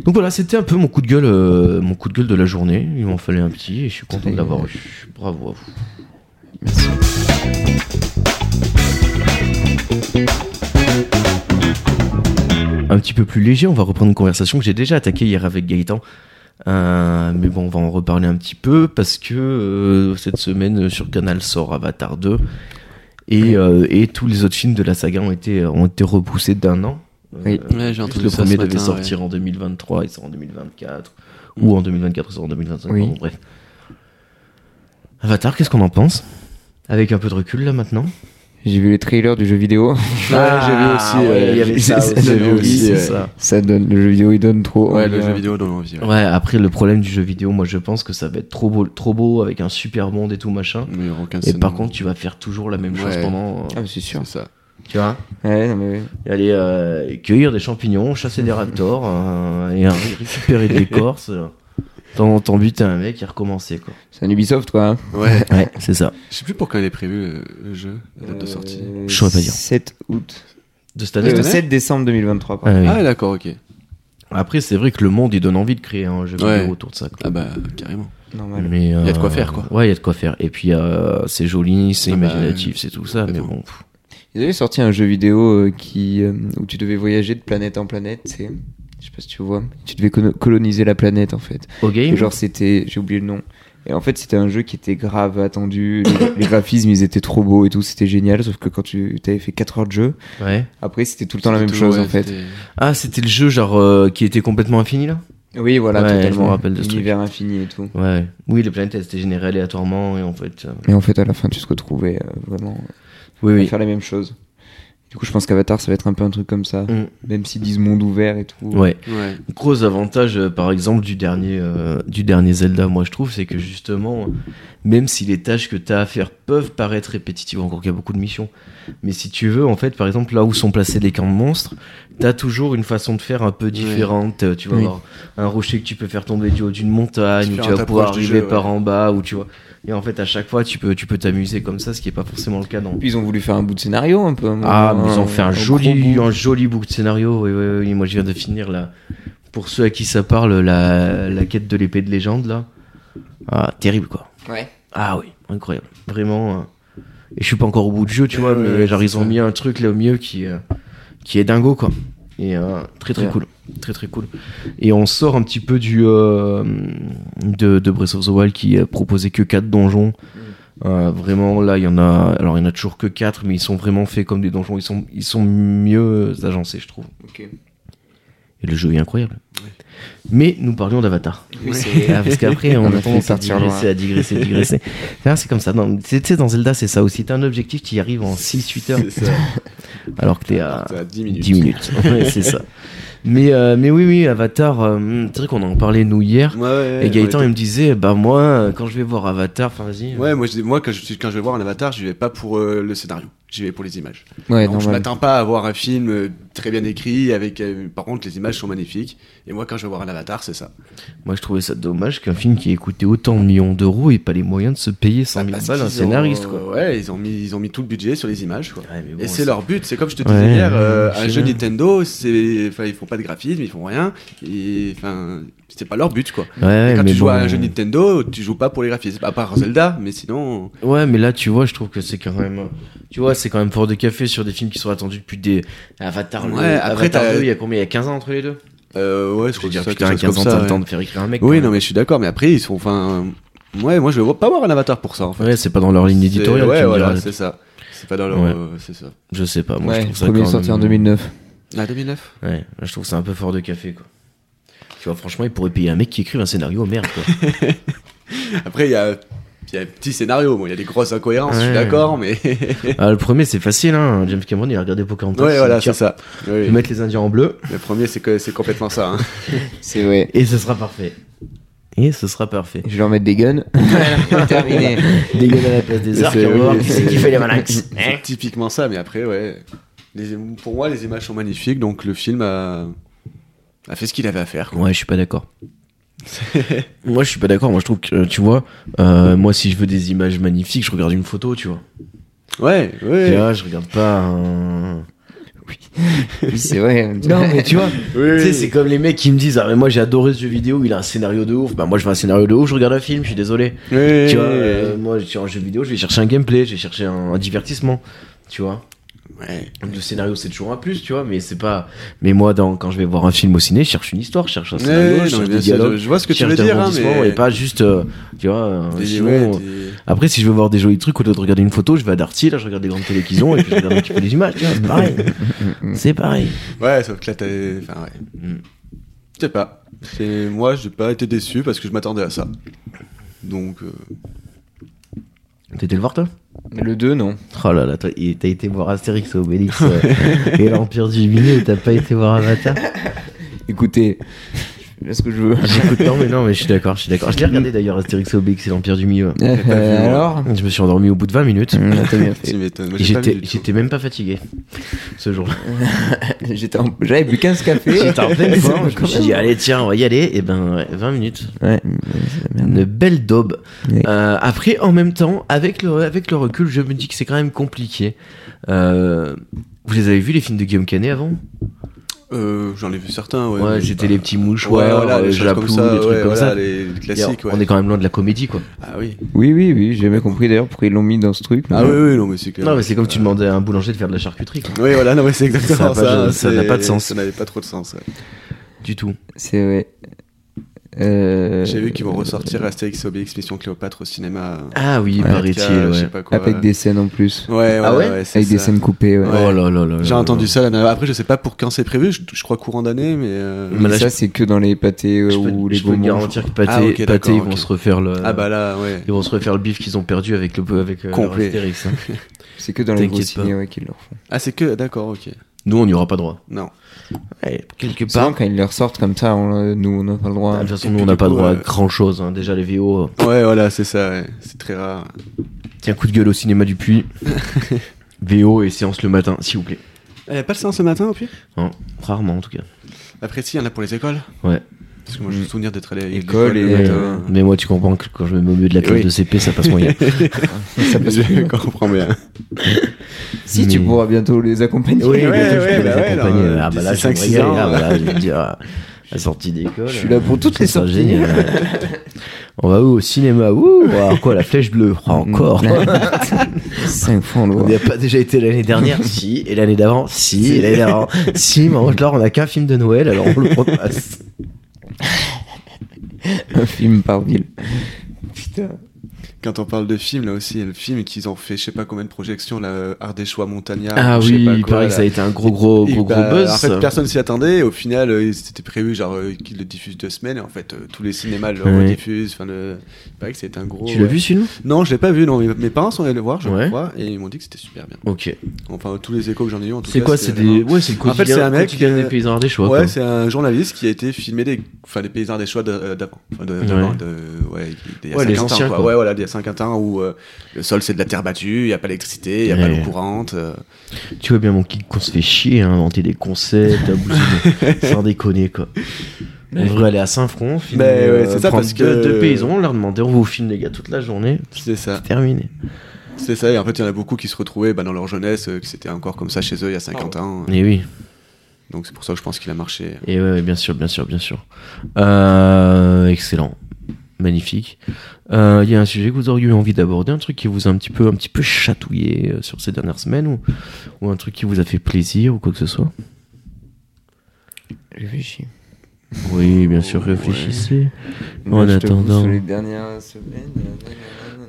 Speaker 1: Donc voilà, c'était un peu mon coup de gueule, euh, mon coup de gueule de la journée. Il m'en fallait un petit et je suis content de l'avoir eu. Bravo à vous. Un petit peu plus léger, on va reprendre une conversation que j'ai déjà attaquée hier avec Gaëtan. Euh, mais bon, on va en reparler un petit peu parce que euh, cette semaine euh, sur Canal sort Avatar 2 et, euh, et tous les autres films de la saga ont été, ont été repoussés d'un an. Euh,
Speaker 2: Oui.
Speaker 3: Ouais, j'ai entendu
Speaker 1: le
Speaker 3: ça
Speaker 1: premier
Speaker 3: ce
Speaker 1: devait
Speaker 3: matin, Mm.
Speaker 1: sortir en 2023, il sort en 2024, ou en 2024, il sort en 2025,
Speaker 2: Oui.
Speaker 1: pardon, bref. Avatar, qu'est-ce qu'on en pense Avec un peu de recul là maintenant
Speaker 2: J'ai vu les trailers du jeu vidéo. [laughs]
Speaker 3: Ouais, j'ai vu aussi.
Speaker 1: Ah, ouais,
Speaker 3: euh,
Speaker 1: il [laughs]
Speaker 3: [laughs]
Speaker 1: y avait
Speaker 3: j'ai-
Speaker 1: ça
Speaker 3: j'ai-
Speaker 1: aussi,
Speaker 3: j'ai vu
Speaker 1: oui,
Speaker 3: aussi.
Speaker 1: c'est
Speaker 3: ouais.
Speaker 1: ça.
Speaker 2: Ça donne, le jeu vidéo il donne trop.
Speaker 3: Ouais,
Speaker 2: envie,
Speaker 3: le jeu
Speaker 2: hein.
Speaker 3: vidéo donne envie. ouais.
Speaker 1: Ouais, après le problème du jeu vidéo, moi je pense que ça va être trop beau, trop beau avec un super monde et tout machin.
Speaker 3: Mais aucun
Speaker 1: Et par
Speaker 3: scénario.
Speaker 1: contre, tu vas faire toujours la même chose
Speaker 3: Ouais.
Speaker 1: pendant.
Speaker 2: Ah, mais c'est sûr.
Speaker 3: c'est ça.
Speaker 1: Tu vois
Speaker 2: Ouais, non, mais.
Speaker 1: Aller euh, cueillir des champignons, chasser des raptors euh, et euh, récupérer des corses. T'en t'en buter un mec et recommencer quoi.
Speaker 2: C'est un Ubisoft, quoi. hein.
Speaker 3: Ouais.
Speaker 1: Ouais, c'est ça.
Speaker 3: Je sais plus pour quand il est prévu euh, le jeu, la date de sortie.
Speaker 2: Euh,
Speaker 1: Je saurais pas dire.
Speaker 2: 7 août.
Speaker 1: De cette année,
Speaker 2: Euh,
Speaker 1: t'as-
Speaker 2: 7 décembre 2023,
Speaker 1: Ah
Speaker 2: pardon.
Speaker 1: oui.
Speaker 3: Ah, d'accord, ok.
Speaker 1: Après, c'est vrai que le monde, il donne envie de créer un jeu
Speaker 3: Ouais.
Speaker 1: vidéo autour de ça. quoi.
Speaker 3: Ah, bah, carrément.
Speaker 2: Normal.
Speaker 1: Mais,
Speaker 3: Il y a de quoi
Speaker 1: euh,
Speaker 3: faire, quoi.
Speaker 1: Ouais, il y a de quoi faire. Et puis, euh, c'est joli, c'est
Speaker 3: Ah bah,
Speaker 1: imaginatif, c'est tout ça. Mais
Speaker 3: complètement.
Speaker 1: bon, pff.
Speaker 2: Ils avaient sorti un jeu vidéo euh, qui, euh, où tu devais voyager de planète en planète. c'est- Je sais pas si tu vois. Tu devais colo- coloniser la planète en fait.
Speaker 1: au
Speaker 2: Et
Speaker 1: game,
Speaker 2: genre c'était, j'ai oublié le nom. Et en fait c'était un jeu qui était grave attendu. Les, les graphismes ils étaient trop beaux et tout, c'était génial. Sauf que quand tu t'avais fait 4 heures de jeu,
Speaker 1: ouais.
Speaker 2: après c'était tout le temps la même
Speaker 3: C'était toujours,
Speaker 2: chose en
Speaker 3: ouais,
Speaker 2: fait.
Speaker 3: c'était-
Speaker 1: Ah, c'était le jeu, genre, euh, qui était complètement infini, là
Speaker 2: Oui voilà,
Speaker 1: Ouais, je
Speaker 2: totalement.
Speaker 1: me rappelle de ce truc.
Speaker 2: Univers infini et tout.
Speaker 1: Ouais. Oui, les planètes, elles étaient générées aléatoirement, et en fait. euh,
Speaker 2: Mais en fait à la fin tu te retrouvais euh, vraiment
Speaker 1: Oui,
Speaker 2: à
Speaker 1: oui.
Speaker 2: faire la même chose. Du coup je pense qu'Avatar ça va être un peu un truc comme ça.
Speaker 1: Mm.
Speaker 2: Même s'ils disent monde ouvert et tout.
Speaker 1: Ouais.
Speaker 3: Ouais.
Speaker 1: Gros avantage, euh, par exemple, du dernier, euh, du dernier Zelda, moi je trouve, c'est que justement, même si les tâches que tu as à faire peuvent paraître répétitives, encore qu'il y a beaucoup de missions, mais si tu veux, en fait, par exemple, là où sont placés les camps de monstres, tu as toujours une façon de faire un peu différente. Euh, Tu vas
Speaker 2: Oui.
Speaker 1: avoir un rocher que tu peux faire tomber du haut d'une montagne, ou tu vas
Speaker 3: Différentes
Speaker 1: pouvoir
Speaker 3: approches du
Speaker 1: arriver
Speaker 3: jeu, ouais.
Speaker 1: par en bas, ou tu vois. Et en fait, à chaque fois, tu peux tu peux t'amuser comme ça, ce qui est pas forcément le cas dans.
Speaker 2: Puis ils ont voulu faire un bout de scénario un peu.
Speaker 1: Ah, mais ils ont fait un,
Speaker 2: gros
Speaker 1: joli,
Speaker 2: bout.
Speaker 1: un joli bout de scénario. Oui, oui, oui. Moi, je viens de finir là. Pour ceux à qui ça parle, la, la quête de l'épée de légende là. Ah, terrible quoi.
Speaker 2: Ouais.
Speaker 1: Ah oui, incroyable. Vraiment. euh, Et je suis pas encore au bout du jeu, tu vois,
Speaker 3: Ouais,
Speaker 1: mais
Speaker 3: ouais,
Speaker 1: genre
Speaker 3: c'est
Speaker 1: ils ont
Speaker 3: ça.
Speaker 1: mis un truc là au milieu qui, euh, qui est dingo quoi. Et euh, très très
Speaker 2: Ouais.
Speaker 1: cool. Très très cool. Et on sort un petit peu du euh, de, de Breath of the Wild qui euh, proposait que 4 donjons.
Speaker 3: Mm.
Speaker 1: Euh, vraiment là il y en a alors il y en a toujours que 4 mais ils sont vraiment faits comme des donjons, ils sont ils sont mieux agencés je trouve.
Speaker 2: Ok.
Speaker 1: Et le jeu est incroyable. Mais nous parlions d'Avatar.
Speaker 2: Oui,
Speaker 1: Ah, parce
Speaker 3: [laughs]
Speaker 1: qu'après, on,
Speaker 2: On a
Speaker 1: a
Speaker 2: fait
Speaker 1: tendance à
Speaker 2: partir
Speaker 1: digresser,
Speaker 2: loin.
Speaker 1: à digresser, à digresser. Enfin, c'est comme ça. dans- c'est- Tu sais, dans Zelda, c'est ça aussi. T'as un objectif, tu y arrives en 6-8 heures.
Speaker 3: C'est ça.
Speaker 1: [laughs] Alors que t'es à
Speaker 3: T'as 10 minutes.
Speaker 1: 10 Bah,
Speaker 3: [laughs]
Speaker 1: minutes. Ouais, c'est ça. Mais, euh, mais oui, oui, Avatar, euh, c'est vrai qu'on en parlait nous hier.
Speaker 3: Ouais, ouais,
Speaker 1: et Gaëtan,
Speaker 3: ouais,
Speaker 1: il me disait, bah moi, euh, quand je vais voir Avatar, enfin vas-y.
Speaker 3: Ouais, moi, je, dis- moi quand, je, quand je vais voir un avatar, je vais pas pour euh, le scénario, j'y vais pour les images.
Speaker 2: Ouais,
Speaker 3: Donc, je
Speaker 2: normal.
Speaker 3: m'attends pas à voir un film euh, très bien écrit, avec. euh, par contre, les images sont magnifiques. Et moi, quand je vais voir un avatar, c'est ça.
Speaker 1: Moi, je trouvais ça dommage qu'un film qui coûté autant de millions d'euros ait pas les moyens de se payer 100 000
Speaker 3: Bah, Parce
Speaker 1: balles un
Speaker 3: qu'ils ont-
Speaker 1: scénariste, quoi.
Speaker 3: Ouais, ils ont, mis, ils ont mis tout le budget sur les images, quoi.
Speaker 1: Ouais, mais bon,
Speaker 3: Et c'est leur but, c'est comme je te
Speaker 1: Ouais,
Speaker 3: disais hier, euh,
Speaker 1: je
Speaker 3: un
Speaker 1: sais
Speaker 3: jeu
Speaker 1: bien.
Speaker 3: Nintendo, c'est, enfin, ils font pas de graphisme, ils font rien, et enfin, c'est pas leur but quoi.
Speaker 1: Ouais, ouais,
Speaker 3: Et quand
Speaker 1: mais
Speaker 3: tu joues à
Speaker 1: bon.
Speaker 3: un jeu Nintendo, tu joues pas pour les graphismes, à part Zelda, mais sinon,
Speaker 1: Ouais, mais là, tu vois, je trouve que c'est quand même. Tu vois, c'est quand même fort de café sur des films qui sont attendus depuis des. Avatar, le-
Speaker 3: Ouais, après,
Speaker 1: Avatar
Speaker 3: t'as-
Speaker 1: 2, il y a combien Il y a 15 ans entre les deux
Speaker 3: euh, ouais,
Speaker 1: Je veux
Speaker 3: je crois
Speaker 1: dire,
Speaker 3: que c'est
Speaker 1: putain,
Speaker 3: quelque chose
Speaker 1: 15 ans,
Speaker 3: comme ça,
Speaker 1: t'as le
Speaker 3: ouais.
Speaker 1: temps de faire écrire un mec.
Speaker 3: Oui,
Speaker 1: quand
Speaker 3: non,
Speaker 1: même.
Speaker 3: mais je suis d'accord, mais après, ils sont, enfin, euh, ouais, moi je vais pas voir un avatar pour ça en fait.
Speaker 1: Ouais, c'est pas dans leur ligne
Speaker 3: C'est-
Speaker 1: éditoriale,
Speaker 3: ouais,
Speaker 1: tu me
Speaker 3: voilà,
Speaker 1: diras.
Speaker 3: c'est ça. C'est pas dans leur,
Speaker 1: Ouais.
Speaker 3: euh, c'est ça.
Speaker 1: Je sais pas, moi, je
Speaker 2: ouais,
Speaker 1: trouve ça.
Speaker 2: premier
Speaker 1: quand
Speaker 2: sorti
Speaker 1: même-
Speaker 2: en 2009.
Speaker 3: Ah, 2009
Speaker 1: Ouais, je trouve ça un peu fort de café, quoi. Tu vois, franchement, ils pourraient payer un mec qui écrive un scénario, merde,
Speaker 3: [laughs]
Speaker 1: quoi.
Speaker 3: Après, il y a, il y a un petit scénario, bon, il y a des grosses incohérences, je suis
Speaker 1: Ouais. [laughs]
Speaker 3: d'accord, mais.
Speaker 1: ah, le premier, c'est facile, hein. James Cameron, il a regardé Pocahontas. il
Speaker 3: ouais,
Speaker 1: s'est
Speaker 3: voilà,
Speaker 1: dit, tiens,
Speaker 3: c'est ça.
Speaker 1: Je
Speaker 3: Oui,
Speaker 1: vais mettre les Indiens en bleu,
Speaker 3: Le premier, c'est, que- c'est
Speaker 1: [laughs]
Speaker 3: complètement ça. hein.
Speaker 2: C'est vrai.
Speaker 1: et ce sera parfait. Et ce sera
Speaker 3: [laughs]
Speaker 1: parfait.
Speaker 2: Je vais leur mettre des [laughs] guns. Terminé.
Speaker 1: Des gueules à la place des
Speaker 3: C'est-
Speaker 1: arcs, on va voir
Speaker 3: oui,
Speaker 1: qui c'est
Speaker 3: c'est-
Speaker 1: qui fait les malinx. Hein
Speaker 3: C'est typiquement ça, mais après, ouais. Les, pour moi, les images sont magnifiques, donc le film a, a fait ce qu'il avait à faire. quoi. [laughs]
Speaker 1: Ouais, je suis pas d'accord. Moi, je suis pas d'accord. Moi, je trouve que, euh, tu vois, euh, moi, si je veux des images magnifiques, je regarde une photo, tu vois.
Speaker 3: Ouais,
Speaker 1: Tu
Speaker 3: ouais.
Speaker 1: vois, je regarde pas un.
Speaker 2: Oui, c'est vrai.
Speaker 1: Non,
Speaker 2: [laughs]
Speaker 1: mais tu vois, [laughs] tu sais,
Speaker 3: Oui.
Speaker 1: c'est comme les mecs qui me disent Ah, mais moi j'ai adoré ce jeu vidéo, il a un scénario de ouf. Bah, moi je veux un scénario de ouf, je regarde un film, je suis désolé.
Speaker 3: Ouais.
Speaker 1: Tu vois, euh, moi sur un jeu vidéo, je vais chercher un gameplay, je vais chercher un, un divertissement. Tu vois,
Speaker 3: Ouais.
Speaker 1: le scénario c'est toujours un plus, tu vois, mais c'est pas. Mais moi, dans, quand je vais voir un film au ciné, je cherche une histoire, je cherche un scénario,
Speaker 3: Ouais,
Speaker 1: je
Speaker 3: non,
Speaker 1: cherche
Speaker 3: bien
Speaker 1: des
Speaker 3: sûr,
Speaker 1: dialogues.
Speaker 3: je vois ce que
Speaker 1: je
Speaker 3: tu
Speaker 1: cherche
Speaker 3: veux
Speaker 1: des
Speaker 3: dire, hein,
Speaker 1: rebondissements
Speaker 3: mais
Speaker 1: et pas juste, euh, tu vois, euh,
Speaker 3: Des-
Speaker 1: sinon,
Speaker 3: ouais,
Speaker 1: euh,
Speaker 3: des-
Speaker 1: après, si je veux voir des jolis trucs, autant de regarder une photo, je vais à Darty, là, je regarde des grandes télés qu'ils ont, et puis je regarde un petit peu les images. tu vois, C'est [laughs] pareil. C'est pareil.
Speaker 3: Ouais, sauf que là, t'as. Enfin, ouais.
Speaker 1: Mm.
Speaker 3: Je sais pas. C'est- Moi, j'ai pas été déçu parce que je m'attendais à ça. Donc. euh,
Speaker 1: T'étais le voir, toi
Speaker 2: Le 2, non.
Speaker 1: Oh là là, toi, et t'as été voir Astérix et Obélix euh,
Speaker 3: [laughs]
Speaker 1: et l'Empire du Milieu, et t'as pas été voir Avatar
Speaker 2: Écoutez, Euh, je fais ce que je veux.
Speaker 1: Écoute, non, mais non, mais je suis d'accord, je suis d'accord. Je l'ai regardé d'ailleurs, Astérix et Obélix et l'Empire du Milieu.
Speaker 2: Euh, alors
Speaker 1: Je me suis endormi au bout de 20 minutes.
Speaker 2: Mmh, t'as
Speaker 3: [laughs]
Speaker 2: bien fait.
Speaker 3: tu m'étonnes. Moi,
Speaker 1: Et
Speaker 3: j'ai pas vu
Speaker 1: J'étais
Speaker 3: du tout.
Speaker 1: j'étais même pas fatigué ce
Speaker 3: [laughs]
Speaker 1: jour-là.
Speaker 2: [laughs] J'étais en- J'avais bu 15 cafés.
Speaker 1: [laughs] J'étais en
Speaker 2: [laughs]
Speaker 1: pleine forme.
Speaker 2: C'est
Speaker 1: Je me suis
Speaker 2: quand
Speaker 1: dit,
Speaker 2: même-
Speaker 1: allez, tiens, on va y aller. Et ben, ouais, 20 minutes.
Speaker 2: Ouais, ouais, c'est la merde.
Speaker 1: Une belle daube.
Speaker 2: Ouais.
Speaker 1: Euh, après, en même temps, avec le, avec le recul, je me dis que c'est quand même compliqué. Euh, vous les avez vus, les films de Guillaume Canet avant
Speaker 3: Euh, J'en ai vu certains, ouais.
Speaker 1: Ouais,
Speaker 3: mais
Speaker 1: c'était
Speaker 3: pas-
Speaker 1: les petits mouchoirs,
Speaker 3: Ouais, voilà,
Speaker 1: euh,
Speaker 3: les choses
Speaker 1: Japlou,
Speaker 3: comme ça,
Speaker 1: les trucs
Speaker 3: ouais,
Speaker 1: comme
Speaker 3: voilà,
Speaker 1: ça.
Speaker 3: les, les classiques, ouais.
Speaker 1: On est quand même loin de la comédie, quoi.
Speaker 3: Ah oui.
Speaker 2: Oui, oui, oui, j'ai jamais compris d'ailleurs pourquoi ils l'ont mis dans ce truc. mais
Speaker 3: Ah oui,
Speaker 2: bon.
Speaker 3: oui, non, mais c'est que.
Speaker 1: Non, mais c'est comme tu demandais à un boulanger de faire de la charcuterie, quoi.
Speaker 3: Oui, voilà, non, mais c'est exactement ça.
Speaker 1: Ça a pas de-
Speaker 3: hein,
Speaker 1: ça n'a
Speaker 3: c'est-
Speaker 1: pas de sens.
Speaker 3: Ça n'avait pas trop de sens, ouais.
Speaker 1: Du tout.
Speaker 2: C'est vrai. Euh,
Speaker 3: J'ai vu qu'ils vont ressortir Astérix et Obélix Mission Cléopâtre au cinéma.
Speaker 1: Ah oui,
Speaker 3: Ouais,
Speaker 1: paraît-il,
Speaker 3: je
Speaker 1: ouais.
Speaker 3: sais pas quoi.
Speaker 2: Avec des scènes en plus.
Speaker 3: Ouais,
Speaker 1: Ah
Speaker 3: ouais,
Speaker 1: ouais
Speaker 3: ouais, c'est
Speaker 2: Avec des
Speaker 3: ça.
Speaker 2: scènes coupées, ouais.
Speaker 3: Ouais.
Speaker 1: Oh là là là là
Speaker 3: J'ai
Speaker 1: là
Speaker 3: entendu
Speaker 1: là.
Speaker 3: ça la dernière- Après, je sais pas pour quand c'est prévu, je, je crois courant d'année, mais. euh,
Speaker 1: Mais là,
Speaker 2: ça,
Speaker 1: je-
Speaker 2: c'est que dans les pâtés euh,
Speaker 1: Je peux,
Speaker 2: ou les
Speaker 1: je peux te
Speaker 2: gourmands.
Speaker 1: garantir que Pathé,
Speaker 3: Ah, ok,
Speaker 1: Pathé,
Speaker 3: d'accord,
Speaker 1: ils vont
Speaker 3: ok.
Speaker 1: se refaire le.
Speaker 3: Ah bah là, ouais.
Speaker 1: Ils vont se refaire le bif qu'ils ont perdu avec le avec euh,
Speaker 3: Complet.
Speaker 1: leur Astérix, hein.
Speaker 2: C'est que dans les gros
Speaker 1: T'inquiète pas. Bah.
Speaker 2: ciné ouais, qu'ils leur font.
Speaker 3: Ah, c'est que. D'accord, ok.
Speaker 1: Nous, on n'y aura pas droit.
Speaker 3: Non.
Speaker 1: Ouais, quelque
Speaker 2: Souvent,
Speaker 1: part.
Speaker 2: quand ils les ressortent comme ça, on- nous, on n'a pas le droit. hein.
Speaker 1: De toute façon,
Speaker 3: Et
Speaker 1: nous,
Speaker 3: puis,
Speaker 1: on n'a
Speaker 3: du
Speaker 1: pas
Speaker 3: coup,
Speaker 1: droit à
Speaker 3: euh,
Speaker 1: grand chose. Déjà, les VO. euh,
Speaker 3: Ouais, voilà, c'est ça, ouais. C'est très rare.
Speaker 1: Tiens, coup de gueule au cinéma du [laughs] Puy. VO et séance le matin, s'il vous plaît.
Speaker 3: Il n'y Eh, a pas le séance ce matin, au pire
Speaker 1: Hein, rarement, en tout cas.
Speaker 3: Après, si, il y en a pour les écoles
Speaker 1: Ouais. euh,
Speaker 3: Parce que moi, je me
Speaker 2: Mm.
Speaker 3: souviens d'être allé à
Speaker 2: École
Speaker 3: l'école
Speaker 2: et-
Speaker 3: le
Speaker 1: Mais,
Speaker 3: matin. [laughs]
Speaker 1: mais moi, tu comprends que quand je me mets au milieu de la classe
Speaker 3: Oui.
Speaker 1: de CP, ça passe [laughs] moyen.
Speaker 2: Ça passe plus.
Speaker 3: Je comprends bien.
Speaker 2: Si tu
Speaker 1: Mais-
Speaker 2: pourras bientôt les accompagner.
Speaker 1: Oui,
Speaker 2: [laughs]
Speaker 3: Ouais,
Speaker 1: bientôt, je peux
Speaker 3: ouais,
Speaker 1: les
Speaker 3: bah ouais,
Speaker 1: accompagner.
Speaker 3: alors,
Speaker 1: ah bah là,
Speaker 3: d'ici
Speaker 1: je vais me
Speaker 3: 5-6
Speaker 1: régaler.
Speaker 3: ans, euh.
Speaker 1: Ah bah
Speaker 3: ouais.
Speaker 1: là, je vais me dire, ah, la sortie d'école. hein.
Speaker 2: Je suis là pour toutes
Speaker 1: ça
Speaker 2: les
Speaker 1: sera
Speaker 2: sorties.
Speaker 1: génial,
Speaker 2: [laughs]
Speaker 3: [laughs]
Speaker 1: ouais. On va où au cinéma Ouh, on va voir quoi La flèche bleue Ah, Encore
Speaker 2: [laughs] Cinq fois, on le
Speaker 1: On
Speaker 2: voit.
Speaker 1: n'y a pas déjà été l'année
Speaker 3: [laughs]
Speaker 1: dernière Si. Et l'année d'avant Si. Et l'année d'avant Si. Mais en fait, là, on n'a qu'un film de Noël, alors on le repasse.
Speaker 2: Un film par ville. Putain.
Speaker 3: Quand on parle de films, là aussi, il y a le film qu'ils ont fait, je sais pas combien de projections, là, euh, Ardéchois Montagnard.
Speaker 1: Ah
Speaker 3: ou je sais
Speaker 1: oui,
Speaker 3: pas
Speaker 1: il
Speaker 3: quoi,
Speaker 1: paraît
Speaker 3: là.
Speaker 1: que ça a été un gros, gros,
Speaker 3: Et
Speaker 1: gros, gros
Speaker 3: bah,
Speaker 1: buzz.
Speaker 3: En fait, personne s'y attendait. et Au final, euh, c'était prévu, genre, euh, qu'ils le diffusent deux semaines. Et en fait, euh, tous les cinémas le
Speaker 1: Ouais.
Speaker 3: rediffusent. Enfin, le... il paraît que c'était un gros.
Speaker 1: Tu l'as
Speaker 3: ouais.
Speaker 1: vu celui-là
Speaker 3: Non, je l'ai pas vu. Non, mes, mes parents sont allés le voir, je
Speaker 1: Ouais.
Speaker 3: crois, et ils m'ont dit que c'était super bien.
Speaker 1: Ok.
Speaker 3: Enfin, tous les échos que j'en ai eu, en tout
Speaker 1: C'est
Speaker 3: cas,
Speaker 1: quoi C'est
Speaker 3: c'était
Speaker 1: des. Ouais, c'est le
Speaker 3: En fait,
Speaker 1: quotidien,
Speaker 3: c'est un mec,
Speaker 1: quotidien
Speaker 3: euh,
Speaker 1: des paysans ardéchois.
Speaker 3: Ouais,
Speaker 1: quoi.
Speaker 3: c'est un journaliste qui a été filmé des, enfin, des paysans des choix de- euh, d'avant. Enfin, de- d'avant, de- ouais, d'il y a
Speaker 1: Ouais, les
Speaker 3: 50 ans,
Speaker 1: anciens,
Speaker 3: quoi.
Speaker 1: quoi.
Speaker 3: Ouais, voilà, d'il y a 50 ans où euh, le sol c'est de la terre battue, il n'y a pas d'électricité, il n'y a pas
Speaker 1: Ouais.
Speaker 3: d'eau courante. euh.
Speaker 1: Tu vois bien, mon kick, qu'on se fait chier à inventer des concepts, à
Speaker 3: [laughs]
Speaker 1: bouger, de- sans déconner, quoi. On devrait aller à Saint-Front, filmer,
Speaker 3: Mais ouais,
Speaker 1: euh,
Speaker 3: c'est ça,
Speaker 1: prendre
Speaker 3: parce
Speaker 1: deux,
Speaker 3: que-
Speaker 1: deux paysans, leur demander, on vous filme, les gars, toute la journée,
Speaker 3: C'est ça.
Speaker 1: c'est terminé.
Speaker 3: C'est ça. Et en fait, il y en a beaucoup qui se retrouvaient bah, dans leur jeunesse, euh, que c'était encore comme ça chez eux il y a 50 ans. euh.
Speaker 1: Et Eh oui,
Speaker 3: Donc c'est pour ça que je pense qu'il a marché.
Speaker 1: et ouais, ouais, bien sûr, bien sûr, bien sûr. Euh, excellent. Magnifique. Euh, Il y a un sujet que vous auriez eu envie d'aborder, un truc qui vous a un petit peu, un petit peu chatouillé euh, sur ces dernières semaines, ou, ou un truc qui vous a fait plaisir, ou quoi que ce soit
Speaker 2: Réfléchis.
Speaker 1: Oui, bien sûr,
Speaker 2: Ouais.
Speaker 1: réfléchissez.
Speaker 2: Moi,
Speaker 1: En
Speaker 2: je t'avoue,
Speaker 1: attendant. Oh,
Speaker 2: Sur les dernières semaines.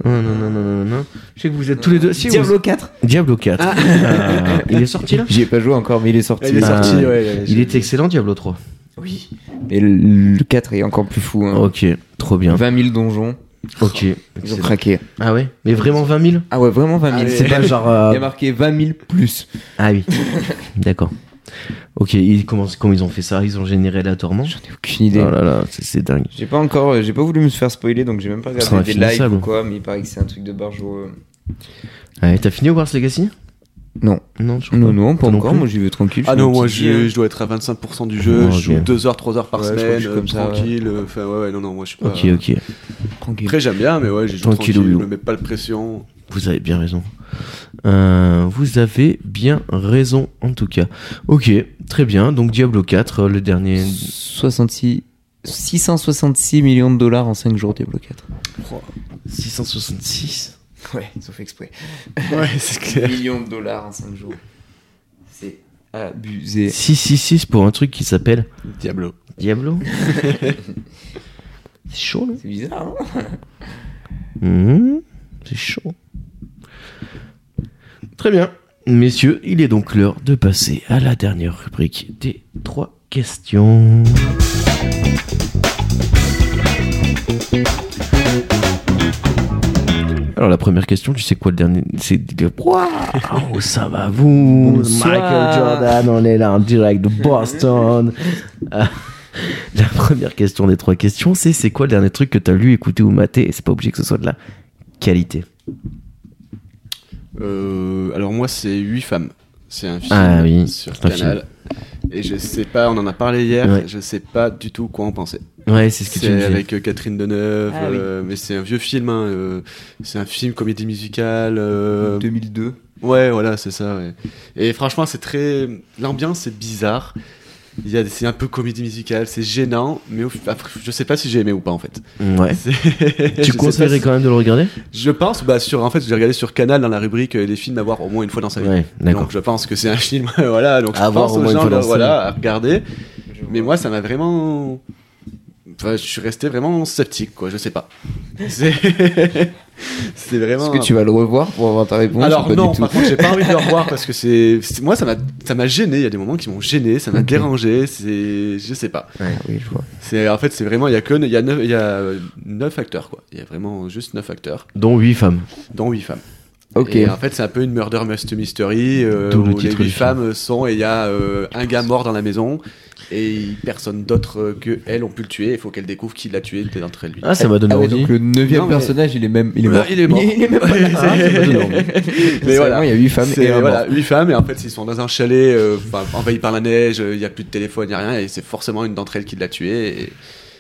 Speaker 2: nanana,
Speaker 1: Non, non, non, non, non, non. Je sais que vous êtes tous les deux. Si, vous-
Speaker 2: Diablo 4.
Speaker 1: Diablo 4.
Speaker 2: Ah.
Speaker 1: Euh, il est sorti là
Speaker 2: [laughs] J'y ai pas joué encore, mais il est sorti.
Speaker 3: Il est
Speaker 1: Ah,
Speaker 3: sorti,
Speaker 1: ouais.
Speaker 3: ouais.
Speaker 1: Il est excellent, Diablo 3.
Speaker 2: Oui. Et le le 4 est encore plus fou. hein.
Speaker 1: Ok, trop bien.
Speaker 2: 20 000 donjons.
Speaker 1: Ok.
Speaker 2: Ils ont
Speaker 1: excellent.
Speaker 2: craqué.
Speaker 1: Ah ouais Mais vraiment 20 000
Speaker 2: Ah ouais, vraiment 20 000.
Speaker 3: Allez.
Speaker 1: [laughs]
Speaker 2: c'est pas-
Speaker 1: genre. euh,
Speaker 2: Il y a marqué 20 000 plus.
Speaker 1: Ah oui. [laughs] D'accord. Ok, ils, comment, comment ils ont fait ça Ils ont généré aléatoirement
Speaker 2: J'en ai aucune idée.
Speaker 1: Oh là là, c'est c'est dingue.
Speaker 2: J'ai pas encore, euh, j'ai pas voulu me faire spoiler donc j'ai même pas
Speaker 1: sera
Speaker 2: regardé des lives
Speaker 1: infinissable. Ah
Speaker 2: ou quoi, mais il paraît que c'est un truc de barjo. euh.
Speaker 1: Ouais, T'as fini Hogwarts Legacy
Speaker 2: Non,
Speaker 1: Non, je crois
Speaker 2: non,
Speaker 1: pas.
Speaker 2: non, pas
Speaker 1: Toi non
Speaker 2: encore.
Speaker 1: plus
Speaker 2: moi, j'y vais tranquille. je
Speaker 3: Ah
Speaker 2: fais
Speaker 3: non,
Speaker 2: mon
Speaker 3: moi
Speaker 2: petit jeu.
Speaker 3: je, je dois être à 25% du jeu,
Speaker 1: Ouais,
Speaker 3: je joue
Speaker 1: ok.
Speaker 3: 2h, 3h par
Speaker 2: Ouais, je crois que
Speaker 3: semaine,
Speaker 2: je suis comme
Speaker 3: euh,
Speaker 2: ça, ouais.
Speaker 3: tranquille. euh, Enfin, ouais, ouais, non, non, moi je suis pas.
Speaker 1: Ok, ok.
Speaker 2: Tranquille.
Speaker 3: Après, j'aime bien, mais ouais, je joue
Speaker 1: Tranquille, oui,
Speaker 3: tranquille, je
Speaker 1: oui.
Speaker 3: me mets pas de pression.
Speaker 1: Vous avez bien raison. Euh, vous avez bien raison, en tout cas. Ok, très bien. Donc Diablo 4, euh, le dernier.
Speaker 2: 66... 666 millions de dollars en 5 jours Diablo 4.
Speaker 1: 666
Speaker 2: Ouais, sauf exprès.
Speaker 3: [laughs] Ouais, c'est clair.
Speaker 2: millions de dollars en 5 jours. C'est abusé.
Speaker 1: 666 pour un truc qui s'appelle
Speaker 3: Diablo.
Speaker 2: [laughs]
Speaker 1: Diablo C'est chaud, non
Speaker 2: C'est bizarre, hein
Speaker 1: Mhm, C'est chaud. Très bien. Messieurs, il est donc l'heure de passer à la dernière rubrique des trois questions. Alors la première question, tu sais quoi le dernier C'est le- Waouh, ça va vous
Speaker 2: Bonsoir.
Speaker 1: Michael Jordan, on est là en direct de Boston. Ah, la première question des trois questions, c'est c'est quoi le dernier truc que t'as lu, écouté ou maté Et c'est pas obligé que ce soit de la qualité.
Speaker 3: Euh, alors moi, c'est 8 femmes. C'est un film
Speaker 1: Ah oui,
Speaker 3: sur
Speaker 1: c'est un
Speaker 3: Canal. Et je sais pas, on en a parlé hier,
Speaker 1: Ouais.
Speaker 3: je sais pas du tout quoi en penser.
Speaker 1: Ouais, c'est ce que tu me
Speaker 3: C'est
Speaker 1: disais.
Speaker 3: avec euh, Catherine Deneuve,
Speaker 2: Ah oui.
Speaker 3: euh, mais c'est un vieux film, hein, euh, c'est un film comédie musicale. euh,
Speaker 2: 2002.
Speaker 3: Ouais, voilà, c'est ça. ouais. Et franchement, c'est très. L'ambiance est bizarre. Il y a, des- c'est un peu comédie musicale, c'est gênant, mais au- après, je sais pas si j'ai aimé ou pas en fait.
Speaker 1: Ouais.
Speaker 3: C'est- [laughs] Eh, je sais
Speaker 1: Tu
Speaker 3: pas
Speaker 1: conseillerais
Speaker 3: si-
Speaker 1: quand même de le regarder
Speaker 3: Je pense, bah sur, en fait, j'ai regardé sur Canal dans la rubrique euh, les films à voir au moins une fois dans sa vie.
Speaker 1: Ouais, d'accord.
Speaker 3: donc je pense que c'est un film, [laughs] voilà. Donc je
Speaker 1: À voir
Speaker 3: pense
Speaker 1: au
Speaker 3: aux
Speaker 1: moins une
Speaker 3: gens,
Speaker 1: fois dans
Speaker 3: là,
Speaker 1: sa
Speaker 3: voilà, à regarder. Mais moi, ça m'a vraiment. Enfin, je suis resté vraiment sceptique, quoi. Je sais pas. C'est, [laughs] c'est vraiment.
Speaker 2: Est-ce que tu vas le revoir pour avoir ta réponse ou
Speaker 3: Alors
Speaker 2: pas
Speaker 3: non,
Speaker 2: du tout
Speaker 3: par contre, j'ai pas envie de le revoir parce que c'est c'est- moi ça m'a ça m'a gêné. Il y a des moments qui m'ont gêné, ça m'a
Speaker 2: Ok.
Speaker 3: dérangé. C'est je sais pas.
Speaker 2: Ah oui, je vois.
Speaker 3: C'est en fait c'est vraiment il y a que il y a neuf il y a euh, neuf acteurs quoi. Il y a vraiment juste neuf acteurs,
Speaker 1: Dont 8 femmes.
Speaker 3: dont huit femmes.
Speaker 2: Ok.
Speaker 3: Et en fait c'est un peu une murder must- mystery euh,
Speaker 1: D'où le
Speaker 3: où les
Speaker 1: titre du
Speaker 3: huit
Speaker 1: film.
Speaker 3: femmes sont et il y a euh, un gars mort dans la maison et personne d'autre euh, que elle ont pu le tuer. Il faut qu'elle découvre qui l'a tué d'entre elles lui.
Speaker 1: Ah, ça m'a donné
Speaker 2: Ah ouais,
Speaker 1: envie.
Speaker 2: donc le neuvième
Speaker 3: Non, mais-
Speaker 2: personnage, il est même. Il est
Speaker 3: Ouais,
Speaker 2: mort.
Speaker 3: il est mort.
Speaker 2: [laughs] Il est
Speaker 3: [laughs]
Speaker 2: même pas là.
Speaker 3: Ah, c'est pas énorme.
Speaker 2: Mais voilà,
Speaker 3: voilà.
Speaker 2: il y a 8 femmes
Speaker 3: C'est-
Speaker 2: et un
Speaker 3: voilà,
Speaker 2: mort.
Speaker 3: huit femmes et en fait ils sont dans un chalet euh, enfin, envahi par la neige, il n'y a plus de téléphone, il n'y a rien et c'est forcément une d'entre elles qui l'a tué. et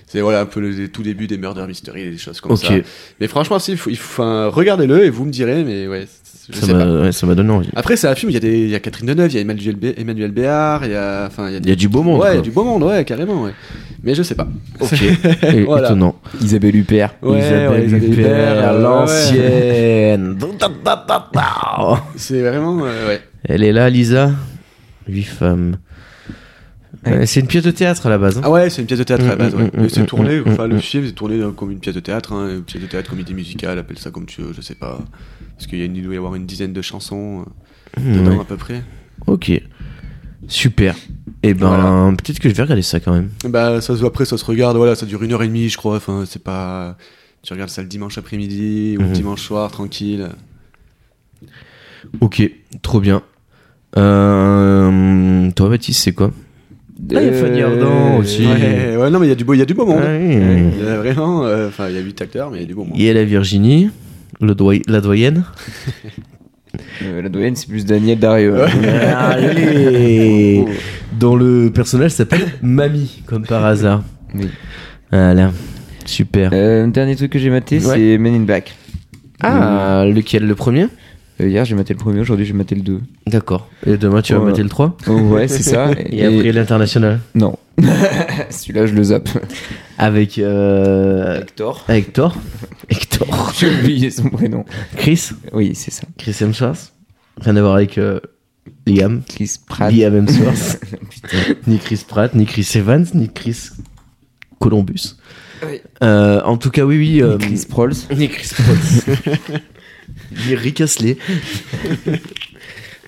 Speaker 3: C'est voilà un peu le, tout début des murder mystery et des choses comme
Speaker 1: Ok,
Speaker 3: ça. Mais franchement si, il faut, il faut- enfin, regardez-le et vous me direz mais ouais, c'est- je
Speaker 1: ça
Speaker 3: sais pas.
Speaker 1: m'a ouais, ça m'a donné envie.
Speaker 3: Après c'est un film, il y a des il y a Catherine Deneuve, il y a Emmanuel, Bé- Emmanuel Béard, il y a enfin il y a
Speaker 1: Il y a du beau monde.
Speaker 3: Ouais, il y a
Speaker 1: quoi.
Speaker 3: du beau monde, ouais, carrément, ouais. Mais je
Speaker 1: [laughs]
Speaker 3: sais pas.
Speaker 1: Ok, Et-
Speaker 3: [laughs] Voilà.
Speaker 1: étonnant.
Speaker 2: Isabelle Huppert.
Speaker 3: Ouais, ouais, Isabelle Huppert, ouais,
Speaker 1: l'ancienne. Da, da, da, da.
Speaker 3: C'est vraiment, euh, ouais.
Speaker 1: Elle est là, Lisa. 8 femmes. Euh, C'est une pièce de théâtre à la base. hein.
Speaker 3: Ah ouais, c'est une pièce de théâtre à la
Speaker 1: Mm,
Speaker 3: base.
Speaker 1: mm,
Speaker 3: ouais.
Speaker 1: mm,
Speaker 3: Mais
Speaker 1: mm,
Speaker 3: c'est
Speaker 1: mm,
Speaker 3: tourné,
Speaker 1: mm,
Speaker 3: enfin
Speaker 1: mm,
Speaker 3: le
Speaker 1: mm.
Speaker 3: film est tourné dans- comme une pièce de théâtre, hein, une pièce de théâtre, comédie musicale, appelle ça comme tu veux, je sais pas. Parce qu'il y a une- il doit y avoir une dizaine de chansons euh,
Speaker 1: Hmm, Ouais.
Speaker 3: dedans à peu près.
Speaker 1: Ok, super. Et ben,
Speaker 3: Voilà.
Speaker 1: peut-être que je vais regarder ça quand même.
Speaker 3: Bah ça se voit après, ça se regarde. Voilà, ça dure une heure et demie, je crois. Enfin, c'est pas. Tu regardes ça le dimanche après-midi ou
Speaker 1: Mhm.
Speaker 3: le dimanche soir, tranquille.
Speaker 1: Ok, trop bien. Euh, toi, Baptiste, c'est quoi Ah, il y a Fanny
Speaker 2: Euh,
Speaker 1: Ardant aussi.
Speaker 3: Ouais, ouais, non mais il y a du beau, il y a du beau monde.
Speaker 1: Ah oui.
Speaker 3: Ouais, Il y a vraiment, euh, enfin il y a huit acteurs, mais il y a du beau monde.
Speaker 1: Il y a la Virginie, le doy- la doyenne.
Speaker 2: Euh, La doyenne, c'est plus Daniel Dario. Oh.
Speaker 1: Allez Dont le personnage s'appelle Mamie, comme par hasard. Ah,
Speaker 2: Oui.
Speaker 1: Voilà, super.
Speaker 2: Euh, dernier truc que j'ai maté,
Speaker 1: Ouais.
Speaker 2: c'est Men in Black.
Speaker 1: Ah, lequel Le premier
Speaker 2: Euh, hier, j'ai maté le premier, aujourd'hui, j'ai maté le 2.
Speaker 1: D'accord. Et demain, tu vas
Speaker 2: Ouais.
Speaker 1: mater le 3
Speaker 2: ouais, c'est ça.
Speaker 1: [laughs] Et, après l'international
Speaker 2: Non. [laughs] Celui-là, je le zappe.
Speaker 1: Avec. Euh,
Speaker 2: Hector.
Speaker 1: avec Thor Hector
Speaker 2: [laughs] J'ai oublié son prénom.
Speaker 1: Chris
Speaker 2: Oui, c'est ça.
Speaker 1: Chris Hemsworth Rien à voir avec euh, Liam.
Speaker 2: Chris Pratt.
Speaker 1: Liam
Speaker 2: [laughs]
Speaker 1: Hemsworth. [laughs] ni Chris Pratt, ni Chris Evans, ni Chris Columbus.
Speaker 2: Oui.
Speaker 1: Euh, en tout cas, oui, oui. euh,
Speaker 2: Chris Prolls.
Speaker 1: Ni Chris Prolls. [laughs] Ni Rick Astley.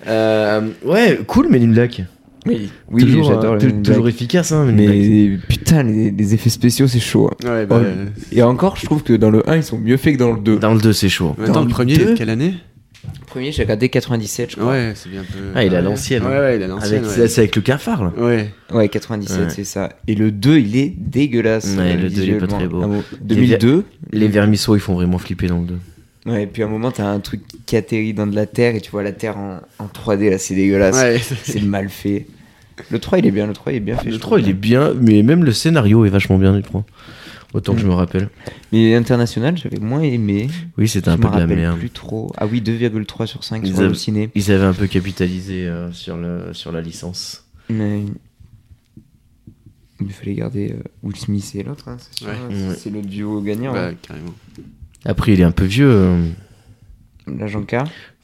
Speaker 1: Euh, ouais, cool Men in Black.
Speaker 2: Oui, oui
Speaker 1: toujours, hein,
Speaker 2: j'adore le
Speaker 1: tu-
Speaker 2: Men in
Speaker 1: toujours
Speaker 2: Black.
Speaker 1: efficace, hein, Men in Black.
Speaker 2: Mais putain, les, les effets spéciaux, c'est chaud. hein.
Speaker 3: Ouais, bah,
Speaker 2: Oh,
Speaker 3: euh,
Speaker 2: Et encore, je trouve que dans le 1, ils sont mieux faits que dans le 2.
Speaker 1: Dans le 2, c'est chaud.
Speaker 3: mais attends,
Speaker 2: dans
Speaker 3: le
Speaker 2: le
Speaker 3: premier, il est de
Speaker 2: deux-
Speaker 3: quelle année
Speaker 2: Le premier, j'ai regardé 97, je
Speaker 3: Ouais, c'est bien un peu.
Speaker 1: Ah, il est à
Speaker 3: Ouais.
Speaker 1: l'ancienne.
Speaker 3: Ouais, ouais, il est à
Speaker 1: Avec-
Speaker 3: l'ancienne.
Speaker 1: C'est c'est avec le cafard, là.
Speaker 3: ouais. Ouais.
Speaker 2: Ouais, 97,
Speaker 1: Ouais.
Speaker 2: c'est ça. Et le 2, il est dégueulasse.
Speaker 1: Ouais,
Speaker 2: euh,
Speaker 1: le 2, il est pas
Speaker 2: visuellement.
Speaker 1: très beau.
Speaker 2: Ah bon. 2002,
Speaker 1: Les vermisseaux, ils font vraiment flipper dans le 2.
Speaker 2: Ouais, et puis à un moment, t'as un truc qui atterrit dans de la terre et tu vois la terre en, en 3D, là, c'est dégueulasse.
Speaker 3: Ouais.
Speaker 2: C'est mal fait. Le 3, il est bien, le 3, il est bien fait.
Speaker 1: Le
Speaker 2: je
Speaker 1: 3, il
Speaker 2: trouve.
Speaker 1: est bien, mais même le scénario est vachement bien, du 3. Autant que
Speaker 2: Mm.
Speaker 1: je me rappelle.
Speaker 2: Mais international, j'avais moins aimé.
Speaker 1: Oui, c'était
Speaker 2: Je
Speaker 1: un
Speaker 2: me
Speaker 1: peu de la
Speaker 2: rappelle
Speaker 1: merde.
Speaker 2: plus trop. Ah oui, 2,3 sur 5
Speaker 1: Ils
Speaker 2: sur le
Speaker 1: avaient-
Speaker 2: ciné.
Speaker 1: Ils avaient un peu capitalisé euh, sur, le, sur la licence.
Speaker 2: Mais... Il fallait garder euh, Will Smith et l'autre, hein, c'est sûr,
Speaker 3: Ouais.
Speaker 2: hein,
Speaker 1: Ouais.
Speaker 2: C'est le duo gagnant.
Speaker 3: Bah, carrément.
Speaker 1: Après, il est un peu vieux, euh,
Speaker 2: hein. L'agent K.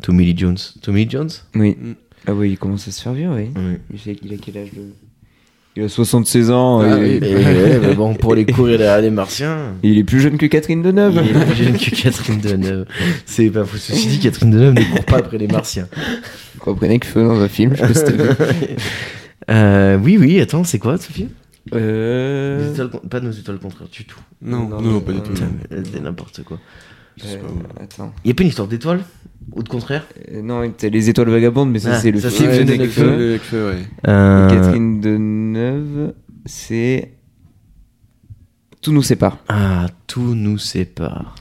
Speaker 1: Tommy Lee Jones. Tommy Lee Jones
Speaker 2: Oui.
Speaker 3: Mm.
Speaker 2: Ah oui, il commence à se faire vieux, oui.
Speaker 1: Oui.
Speaker 2: Il, fait- il a quel âge le... Il a 76 ans.
Speaker 3: Ah
Speaker 2: et-
Speaker 3: oui.
Speaker 1: Et ouais, mais bon, pour les courir derrière les martiens.
Speaker 2: et il est plus jeune que Catherine
Speaker 1: Il
Speaker 2: Deneuve.
Speaker 1: est plus jeune que Catherine Deneuve. C'est pas faux. Ceci dit, Catherine Deneuve ne court pas après les martiens.
Speaker 2: Vous comprenez que feu dans un film, je sais pas si t'as vu.
Speaker 1: Euh, oui, oui, attends, c'est quoi ce film
Speaker 2: [laughs] Euh...
Speaker 1: Des étoiles- Pas nos étoiles contraires du tout.
Speaker 3: Non, non,
Speaker 2: Non,
Speaker 3: non, pas du
Speaker 2: non,
Speaker 3: tout.
Speaker 2: non.
Speaker 1: Putain,
Speaker 3: non.
Speaker 1: mais C'est n'importe quoi.
Speaker 3: Je sais
Speaker 2: euh,
Speaker 3: pas où.
Speaker 2: attends.
Speaker 1: Il y a pas une histoire d'étoiles Au contraire
Speaker 2: Euh, non, t'as les étoiles vagabondes, mais ça,
Speaker 1: Ah,
Speaker 2: c'est le
Speaker 1: ça,
Speaker 2: film
Speaker 1: c'est le
Speaker 2: de Nick
Speaker 1: Nekfeu.
Speaker 2: Feu.
Speaker 3: le feu, ouais.
Speaker 1: Euh,
Speaker 2: Et Catherine Deneuve, c'est. Tout nous sépare.
Speaker 1: Ah, tout nous sépare.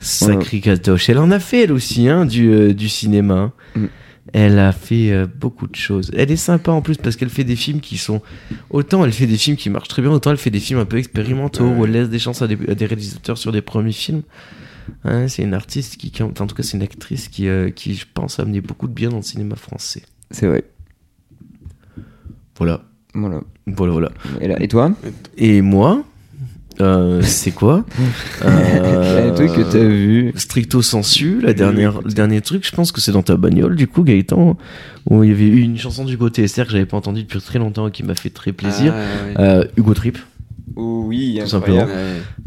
Speaker 1: Sacré Katoche. Elle en a fait, elle aussi, hein, du, euh, du cinéma.
Speaker 2: Mm.
Speaker 1: Elle a fait euh, beaucoup de choses. Elle est sympa en plus parce qu'elle fait des films qui sont. Autant elle fait des films qui marchent très bien, autant elle fait des films un peu expérimentaux où elle laisse des chances à des, à des réalisateurs sur des premiers films. Hein, c'est une artiste qui, qui- en tout cas, c'est une actrice qui, euh, qui, je pense, a amené beaucoup de bien dans le cinéma français.
Speaker 2: C'est vrai.
Speaker 1: Voilà.
Speaker 2: Voilà.
Speaker 1: Voilà, voilà.
Speaker 2: Et, là- et toi
Speaker 1: Et moi, euh, c'est
Speaker 2: [laughs]
Speaker 1: quoi Euh,
Speaker 2: Le truc que t'as vu.
Speaker 1: stricto sensu, la dernière, le dernier truc, je pense que c'est dans ta bagnole, du coup, Gaëtan, où il y avait eu une chanson du Hugo TSR que j'avais pas entendue depuis très longtemps et qui m'a fait très plaisir.
Speaker 3: Ah, ouais.
Speaker 1: Euh, Hugo Trip,
Speaker 2: Oh oui,
Speaker 1: Tout simplement.
Speaker 3: Ouais.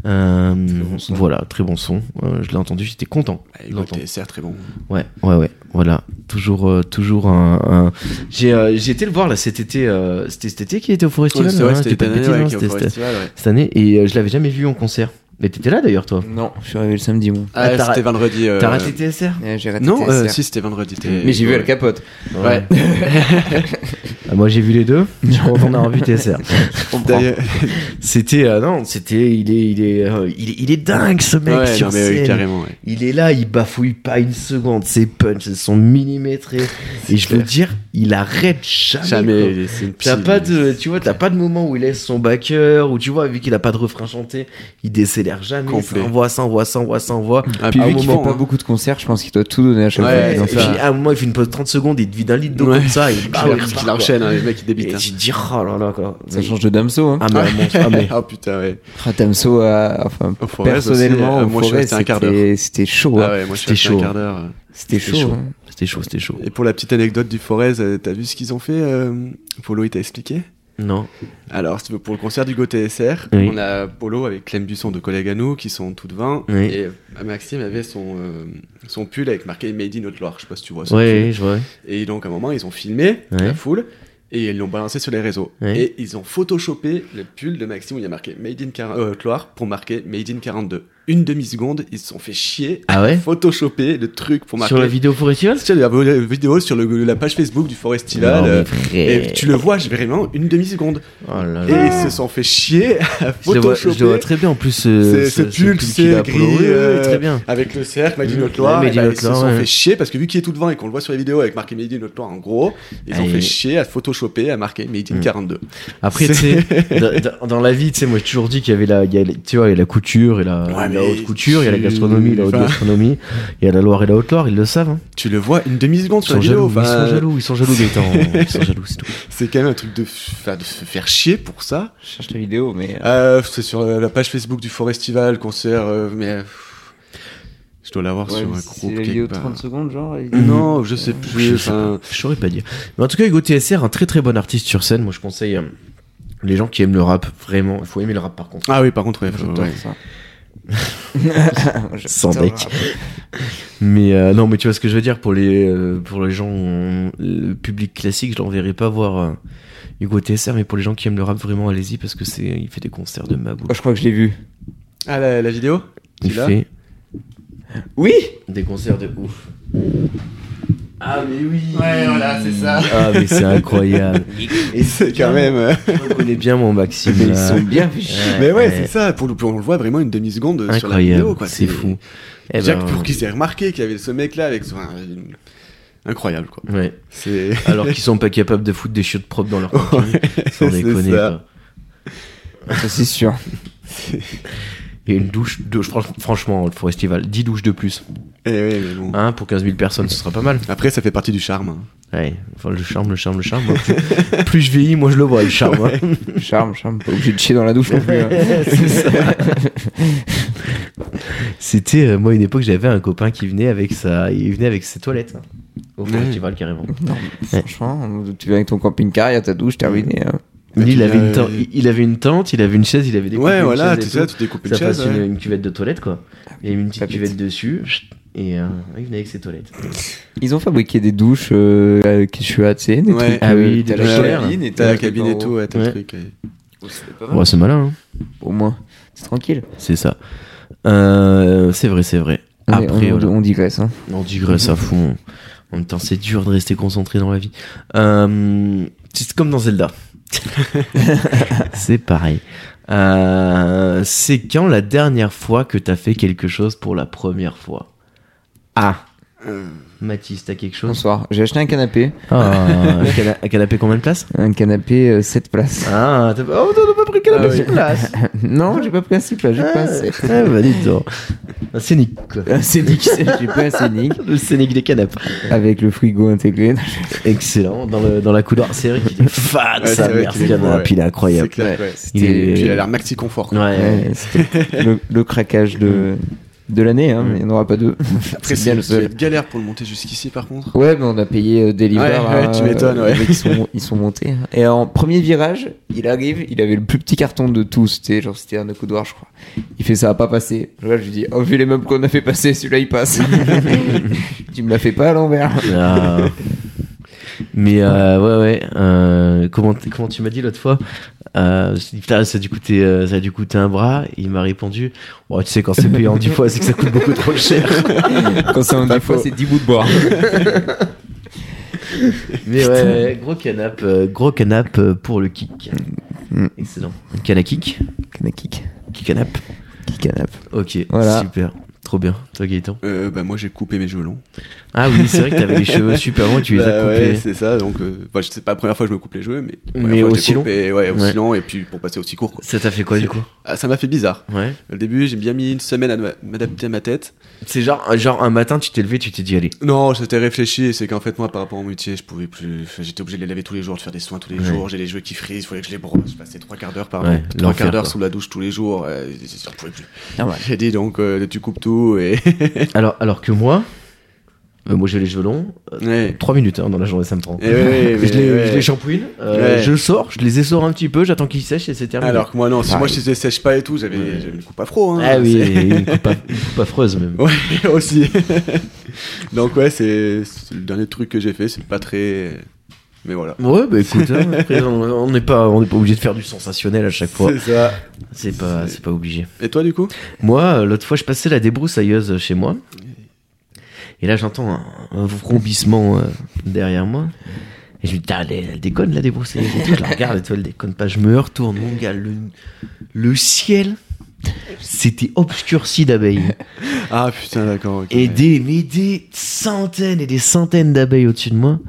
Speaker 1: Euh,
Speaker 2: bon son.
Speaker 1: voilà, très bon son. Euh, je l'ai entendu, j'étais content.
Speaker 3: Ah,
Speaker 1: de l'entendre.
Speaker 3: écoute, TSR, très bon.
Speaker 1: Ouais, ouais, ouais. Voilà, toujours, euh, toujours un. un- J'ai, euh, j'ai été le voir là cet été. euh, c'était cet été qui était au Forestival.
Speaker 3: Ouais, c'est vrai,
Speaker 1: hein,
Speaker 3: c'était
Speaker 1: c'était pas de
Speaker 3: Tananay,
Speaker 1: bêtises,
Speaker 3: ouais,
Speaker 1: hein,
Speaker 3: qui est au
Speaker 1: c'était- c'était-
Speaker 3: festival, ouais.
Speaker 1: cette année et euh, je l'avais jamais vu en concert. Mais t'étais là d'ailleurs, toi.
Speaker 2: Non, je suis arrivé le samedi, moi.
Speaker 1: Ah,
Speaker 3: Ah,
Speaker 1: t'as-
Speaker 3: c'était vendredi. euh,
Speaker 1: T'as raté TSR
Speaker 2: Eh, J'ai raté
Speaker 3: Non, euh,
Speaker 2: TSR.
Speaker 3: si, c'était vendredi. t'es-
Speaker 2: Mais j'ai vu
Speaker 3: ouais.
Speaker 2: à la [laughs] capote.
Speaker 3: Ouais.
Speaker 1: Ah, moi j'ai vu les
Speaker 3: [laughs]
Speaker 1: deux. Je suis content d'avoir vu TSR.
Speaker 3: D'ailleurs-
Speaker 1: C'était euh, non, c'était il est il est, euh, il est il est dingue ce mec
Speaker 3: Ouais,
Speaker 1: sur
Speaker 3: non, mais oui,
Speaker 1: scène. Ah,
Speaker 3: carrément, ouais.
Speaker 1: il est là, il bafouille pas une seconde, ses punchs elles sont millimétrés et je veux dire, il arrête jamais. quoi.
Speaker 3: Jamais, c'est une
Speaker 1: T'as
Speaker 3: psy,
Speaker 1: pas
Speaker 3: lui.
Speaker 1: de tu vois, t'as pas de moment où il laisse son backer ou tu vois vu qu'il a pas de refrain chanté, il décélère jamais,
Speaker 3: Complet.
Speaker 1: ça envoie, ça envoie, ça envoie, ça envoie.
Speaker 3: Ah,
Speaker 2: Puis
Speaker 3: à un
Speaker 2: vu qu'il fait
Speaker 3: moment,
Speaker 2: pas
Speaker 3: hein.
Speaker 2: beaucoup de concerts, je pense qu'il doit tout donner à chaque
Speaker 3: Ouais,
Speaker 1: et
Speaker 2: fois.
Speaker 3: donc
Speaker 1: puis
Speaker 3: ça-
Speaker 1: à un moment il fait une pause de 30 secondes, il te vide un litre d'eau
Speaker 3: Ouais.
Speaker 1: comme ça et
Speaker 3: [laughs]
Speaker 1: bam, il
Speaker 3: Claire,
Speaker 1: repart,
Speaker 3: qui
Speaker 1: quoi.
Speaker 3: l'enchaîne, hein, les mecs, ils débitent.
Speaker 1: Et
Speaker 3: hein.
Speaker 1: tu te dis oh là là quoi.
Speaker 2: Ça change de Damso. Hein.
Speaker 1: Ah mais,
Speaker 3: [laughs]
Speaker 1: à mon- ah, mais-
Speaker 3: Ah, putain, ouais.
Speaker 2: Ah, Damso, à- enfin,
Speaker 3: Au Forest
Speaker 2: personnellement,
Speaker 3: aussi, euh,
Speaker 2: au
Speaker 3: moi, je suis
Speaker 2: Forest,
Speaker 3: resté un quart
Speaker 2: c'était c'était chaud.
Speaker 3: Ah
Speaker 2: hein.
Speaker 3: ouais, moi je
Speaker 1: C'était
Speaker 3: suis resté un
Speaker 1: chaud.
Speaker 3: quart d'heure. euh.
Speaker 2: C'était
Speaker 1: C'était
Speaker 2: chaud.
Speaker 1: chaud.
Speaker 2: hein.
Speaker 1: c'était chaud, c'était chaud.
Speaker 3: Et pour la petite anecdote du Forez, euh, t'as vu ce qu'ils ont fait euh, Polo, il t'a expliqué
Speaker 1: Non.
Speaker 3: Alors, si tu veux, pour le concert du Go TSR,
Speaker 1: Oui.
Speaker 3: on a Polo avec Clem Busson, deux collègues à nous, qui sont toutes 20.
Speaker 1: Oui.
Speaker 3: Et euh, Maxime avait son, euh, son pull avec marqué Made in Haute-Loire, je sais pas si tu vois ça.
Speaker 1: Ouais, je vois.
Speaker 3: Et donc, à un moment, ils ont filmé
Speaker 1: Ouais.
Speaker 3: la foule et ils l'ont balancé sur les réseaux.
Speaker 1: Ouais.
Speaker 3: Et ils ont photoshopé le pull de Maxime où il y a marqué Made in Car- euh, Haute-Loire pour marquer Made in 42. Une demi-seconde, ils se sont fait chier
Speaker 1: Ah ouais
Speaker 3: photoshopé le truc pour marquer.
Speaker 1: Sur la vidéo Forestival
Speaker 3: Tiens, la vidéo sur le- la page Facebook du Forestival. euh, et tu le vois, je vais vraiment une demi-seconde.
Speaker 1: Oh là
Speaker 3: Et ils
Speaker 1: là.
Speaker 3: se sont fait chier à
Speaker 1: Je le vois, je le vois
Speaker 3: photoshopper
Speaker 1: très bien en plus. euh, ce-
Speaker 3: C'est- ce
Speaker 1: ce
Speaker 3: pull,
Speaker 1: qu'il
Speaker 3: c'est
Speaker 1: a
Speaker 3: gris,
Speaker 1: Apollo. Oui, oui, oui,
Speaker 3: euh,
Speaker 1: Très bien.
Speaker 3: avec le cercle, Made
Speaker 1: Mmh.
Speaker 3: in Haute-Loire.
Speaker 1: Ouais,
Speaker 3: et
Speaker 1: Made in
Speaker 3: bah, Ils se
Speaker 1: Haute-Loire,
Speaker 3: sont
Speaker 1: ouais.
Speaker 3: fait chier parce que vu qu'il est tout devant et qu'on le voit sur les vidéos avec marqué Made in Haute-Loire en gros, ils ont
Speaker 1: Allez.
Speaker 3: fait chier à photoshopper à marquer Made in
Speaker 1: Mmh.
Speaker 3: 42.
Speaker 1: Après, tu sais,
Speaker 3: C'est-
Speaker 1: dans- dans- dans la vie, tu sais, moi j'ai toujours dit qu'il y avait la, il y a, la- tu vois, il y a la couture et la,
Speaker 3: Ouais,
Speaker 1: la
Speaker 3: mais
Speaker 1: haute couture, il y a la
Speaker 3: tu-
Speaker 1: gastronomie, la haute
Speaker 3: enfin-
Speaker 1: gastronomie, il y a la Loire et la haute Loire, ils le savent. hein.
Speaker 3: Tu le vois une demi-seconde
Speaker 1: Ils
Speaker 3: sur la
Speaker 1: sont
Speaker 3: vidéo. bah.
Speaker 1: jaloux, ils
Speaker 3: enfin,
Speaker 1: sont jaloux, ils sont jaloux,
Speaker 3: c'est- [laughs]
Speaker 1: Gaëtan. Ils sont jaloux, c'est tout.
Speaker 3: C'est quand même un truc de, f- enfin, de se faire chier pour ça.
Speaker 2: Je cherche la vidéo, mais.
Speaker 3: Euh, c'est sur euh, la page Facebook du Forestival, concert, euh, mais. euh, pff, je dois l'avoir
Speaker 2: Ouais,
Speaker 3: Ah, sur un
Speaker 2: mais
Speaker 3: groupe.
Speaker 2: c'est la
Speaker 3: quelque
Speaker 2: vidéo de
Speaker 3: part.
Speaker 2: 30 secondes, genre. et-
Speaker 3: Non, je sais
Speaker 1: Je
Speaker 3: plus.
Speaker 1: sais
Speaker 3: enfin,
Speaker 1: pas, je saurais pas dire. Mais en tout cas, Hugo TSR, un très très bon artiste sur scène. Moi, je conseille euh, les gens qui aiment le rap, vraiment. Il faut aimer le rap par contre.
Speaker 3: Ah oui, par contre, ouais, faut-
Speaker 2: J'adore
Speaker 3: ouais. [laughs]
Speaker 2: ça. J'adore
Speaker 1: Sans
Speaker 2: ça.
Speaker 1: bec. Mais euh, non, mais tu vois ce que je veux dire pour les euh, pour les gens euh, le public classique, je l'enverrai pas voir euh, Hugo TSR, mais pour les gens qui aiment le rap vraiment, allez-y parce que c'est il fait des concerts de ma
Speaker 2: Oh, je crois que je l'ai vu.
Speaker 3: Ah, la, la vidéo
Speaker 1: Il
Speaker 3: Tu l'as
Speaker 1: fait
Speaker 2: Oui
Speaker 1: des concerts de ouf.
Speaker 3: Ah, mais oui
Speaker 5: Ouais, voilà, c'est ça.
Speaker 1: Ah, mais c'est incroyable.
Speaker 3: [laughs] Et c'est quand même. euh,
Speaker 1: Je connais bien mon Maxime.
Speaker 2: Mais ils
Speaker 1: là.
Speaker 2: sont bien fichus.
Speaker 1: Ouais,
Speaker 3: mais ouais,
Speaker 1: ouais.
Speaker 3: c'est ça. Pour le, on le voit vraiment une demi-seconde euh, sur la vidéo.
Speaker 1: Incroyable,
Speaker 3: quoi.
Speaker 1: c'est fou. Eh
Speaker 3: Jack,
Speaker 1: ben,
Speaker 3: pour qui s'est remarqué qu'il y avait ce mec-là avec son. une- Incroyable, quoi.
Speaker 1: ouais.
Speaker 3: C'est.
Speaker 1: Alors qu'ils sont pas capables de foutre des chiottes propres dans leur
Speaker 3: [laughs]
Speaker 1: campagne, sans
Speaker 3: c'est
Speaker 1: déconner.
Speaker 3: ça.
Speaker 1: quoi.
Speaker 2: Ça, c'est sûr.
Speaker 1: Et une douche, de, je pense- franchement, le Forestival, 10 douches de plus.
Speaker 3: Eh ouais, mais bon.
Speaker 1: Hein, pour 15 000 personnes, ce sera pas mal.
Speaker 3: Après, ça fait partie du charme. hein.
Speaker 1: Ouais, enfin, le charme, le charme, le charme. Moi, plus, plus je vieillis, moi je le vois, le charme. hein. euh,
Speaker 2: Charme, charme. Pas obligé de chier dans la douche non plus. hein. [laughs]
Speaker 1: C'était, euh, moi, une époque, j'avais un copain qui venait avec sa, il venait avec ses toilettes. hein, au Forestival, carrément.
Speaker 2: Non, mais franchement, tu viens avec ton camping-car, il y a ta douche, terminé. hein.
Speaker 1: Lui,
Speaker 3: tu
Speaker 1: il, avait
Speaker 3: l'as-
Speaker 1: une tente, il avait une tente, il avait une chaise, il avait des
Speaker 3: Ouais,
Speaker 1: une
Speaker 3: voilà,
Speaker 1: chaise et
Speaker 3: tu
Speaker 1: tout.
Speaker 3: sais, tu découpes une
Speaker 1: ça
Speaker 3: chaise.
Speaker 1: fasse une,
Speaker 3: ouais.
Speaker 1: une cuvette de toilette quoi. Il y a une petite
Speaker 2: Pas bête.
Speaker 1: cuvette dessus chut, et euh, il venait avec ses toilettes.
Speaker 2: Ils ont fabriqué des douches euh, euh, Quechua, tu sais, des
Speaker 3: Ouais.
Speaker 2: trucs.
Speaker 1: Ah
Speaker 2: euh,
Speaker 1: oui,
Speaker 2: t'as
Speaker 1: des
Speaker 2: la
Speaker 1: douches solaires.
Speaker 2: cabine et
Speaker 3: T'as la cabine et tout, ouais, Oh, t'as
Speaker 1: Ouais.
Speaker 3: le truc. ouais.
Speaker 1: Ouais, c'est malin,
Speaker 2: Au moins, c'est tranquille.
Speaker 1: c'est ça. Euh, c'est vrai, c'est vrai.
Speaker 2: Mais
Speaker 1: Après,
Speaker 2: on,
Speaker 1: voilà.
Speaker 2: on digresse. Hein.
Speaker 1: on digresse à fond. En même temps, c'est dur de rester concentré dans la vie. Euh, c'est comme dans [laughs] Zelda. c'est pareil. Euh, c'est quand la dernière fois que t'as fait quelque chose pour la première fois Ah
Speaker 3: Euh,
Speaker 1: Mathis, t'as quelque chose
Speaker 2: Bonsoir. J'ai acheté un canapé.
Speaker 1: Ah, [laughs] un, cana- un canapé combien de place
Speaker 2: Un canapé 7 places. [laughs]
Speaker 1: Ah, t'as pas... Oh, t'en as pas pris le canapé
Speaker 2: Ah oui.
Speaker 1: sur place
Speaker 2: non, j'ai pas pris un 6 places, j'ai pris un sept.
Speaker 1: Ah, bah dis donc. Un scénic, quoi.
Speaker 3: Ah,
Speaker 2: Un [laughs] scénic, j'ai pris un scénic
Speaker 1: Le scénic des canapes.
Speaker 2: avec le frigo intégré.
Speaker 1: Excellent, dans, le, dans la couloir. C'est vrai
Speaker 3: [laughs]
Speaker 1: qu'il est fade,
Speaker 3: Ouais, c'est
Speaker 1: sa
Speaker 3: vrai
Speaker 1: mère,
Speaker 3: qu'il
Speaker 1: ce
Speaker 3: est beau, ouais.
Speaker 1: canapé. Il est incroyable.
Speaker 3: C'est clair, ouais.
Speaker 1: Il
Speaker 2: C'était-
Speaker 1: est-
Speaker 3: Et puis, il a l'air maxi confort.
Speaker 1: Ouais,
Speaker 3: quoi.
Speaker 1: ouais.
Speaker 2: Ouais, c'était le, le craquage de, de l'année, hein, mais il n'y en aura pas deux.
Speaker 3: [laughs]
Speaker 2: C'est
Speaker 3: Après,
Speaker 2: bien
Speaker 3: c'est
Speaker 2: le
Speaker 3: ça va
Speaker 2: seul.
Speaker 3: être galère pour le monter jusqu'ici, par contre.
Speaker 2: Ouais, mais on a payé euh, Deliveroo,
Speaker 3: Ouais, ouais,
Speaker 2: hein,
Speaker 3: tu m'étonnes,
Speaker 2: euh,
Speaker 3: ouais.
Speaker 2: les mecs, ils, sont, ils sont montés. hein. Et en premier virage, il arrive, il avait le plus petit carton de tout. C'était genre, c'était un accoudoir, je crois. Il fait ça va pas passer. Là, je lui dis, oh, vu les meubles qu'on a fait passer, celui-là, il passe. [laughs] tu me la fais pas à l'envers.
Speaker 1: Ah. Mais euh, ouais, ouais. euh, comment, t- comment tu m'as dit l'autre fois euh, je dis, Putain, ça a dû coûter, euh, ça a dû coûter un bras. Et il m'a répondu Ouais, Tu sais, quand c'est payé en 10 fois, c'est que ça coûte beaucoup trop cher.
Speaker 3: [laughs]
Speaker 2: Quand c'est un des fois, c'est 10 bouts de [laughs] bois.
Speaker 1: Mais ouais, ouais, gros canap, euh, gros canap euh, pour le kick.
Speaker 2: Mm.
Speaker 1: Excellent. Cana kick,
Speaker 2: Kanakik.
Speaker 1: kick canap.
Speaker 2: Qui canap.
Speaker 1: Ok,
Speaker 2: Voilà.
Speaker 1: super. Trop bien. Toi Gaëtan.
Speaker 3: Euh, bah, moi, j'ai coupé mes cheveux longs.
Speaker 1: Ah oui, c'est vrai que t'avais les cheveux super longs, tu les as
Speaker 3: Bah
Speaker 1: coupés.
Speaker 3: Ouais, c'est ça. Donc, euh, enfin, je sais pas la première fois que je me coupe les cheveux, mais, la première
Speaker 1: Mais
Speaker 3: fois que
Speaker 1: aussi
Speaker 3: j'ai coupé, Ouais, aussi
Speaker 1: Ouais.
Speaker 3: long et puis pour passer aussi court. Quoi.
Speaker 1: ça t'a fait quoi du coup
Speaker 3: Ah, ça m'a fait bizarre.
Speaker 1: Ouais.
Speaker 3: Au début, j'ai bien mis une semaine à ma- m'adapter à ma tête.
Speaker 1: C'est genre, genre un matin, tu t'es levé, tu t'es dit allez.
Speaker 3: Non, j'étais réfléchi et c'est qu'en fait moi par rapport au métier, je pouvais plus. enfin, J'étais obligé de les laver tous les jours, de faire des soins tous les
Speaker 1: Ouais.
Speaker 3: jours. J'ai les cheveux qui frisent, il fallait que je les brosse. Je passais trois quarts d'heure par
Speaker 1: Ouais,
Speaker 3: trois
Speaker 1: l'enfer,
Speaker 3: quarts d'heure
Speaker 1: quoi.
Speaker 3: sous la douche tous les jours. euh, J'en pouvais plus.
Speaker 1: Ah
Speaker 2: Normal.
Speaker 3: J'ai dit donc euh, tu coupes tout et. [laughs]
Speaker 1: Alors, alors que moi, euh, moi j'ai les cheveux longs.
Speaker 3: ouais.
Speaker 1: 3 minutes hein, dans la journée, ça me prend.
Speaker 3: Et ouais, ouais,
Speaker 1: je, les,
Speaker 3: ouais.
Speaker 1: je les shampouine, euh,
Speaker 3: Ouais.
Speaker 1: je sors, je les essore un petit peu, j'attends qu'ils sèchent et c'est terminé.
Speaker 3: Alors que moi non, si moi
Speaker 2: Pareil.
Speaker 3: je les sèche pas et tout, j'avais j'avais une coupe afro. Hein,
Speaker 1: ah oui,
Speaker 3: [laughs] C'est-
Speaker 1: une coupe, aff- une coupe affreuse même.
Speaker 3: Ouais, aussi. [laughs] Donc ouais, c'est c'est le dernier truc que j'ai fait, c'est pas très... Mais voilà.
Speaker 1: Ouais, [laughs] bah écoute, hein, après, on on n'est pas, on n'est pas obligé de faire du sensationnel à chaque fois.
Speaker 3: C'est ça.
Speaker 1: C'est pas, c'est pas obligé.
Speaker 3: Et toi du coup
Speaker 1: Moi, euh, l'autre fois, je passais la débroussailleuse chez moi. Et là, j'entends un, un vrombissement euh, derrière moi. Et je me dis, Putain, elle, elle déconne la débroussailleuse. Et tout. Je la regarde et tout, elle déconne pas. Je me retourne, mon gars, le, le ciel, c'était obscurci d'abeilles.
Speaker 3: Ah putain, d'accord. ok.
Speaker 1: Et des, mais des centaines et des centaines d'abeilles au-dessus de moi.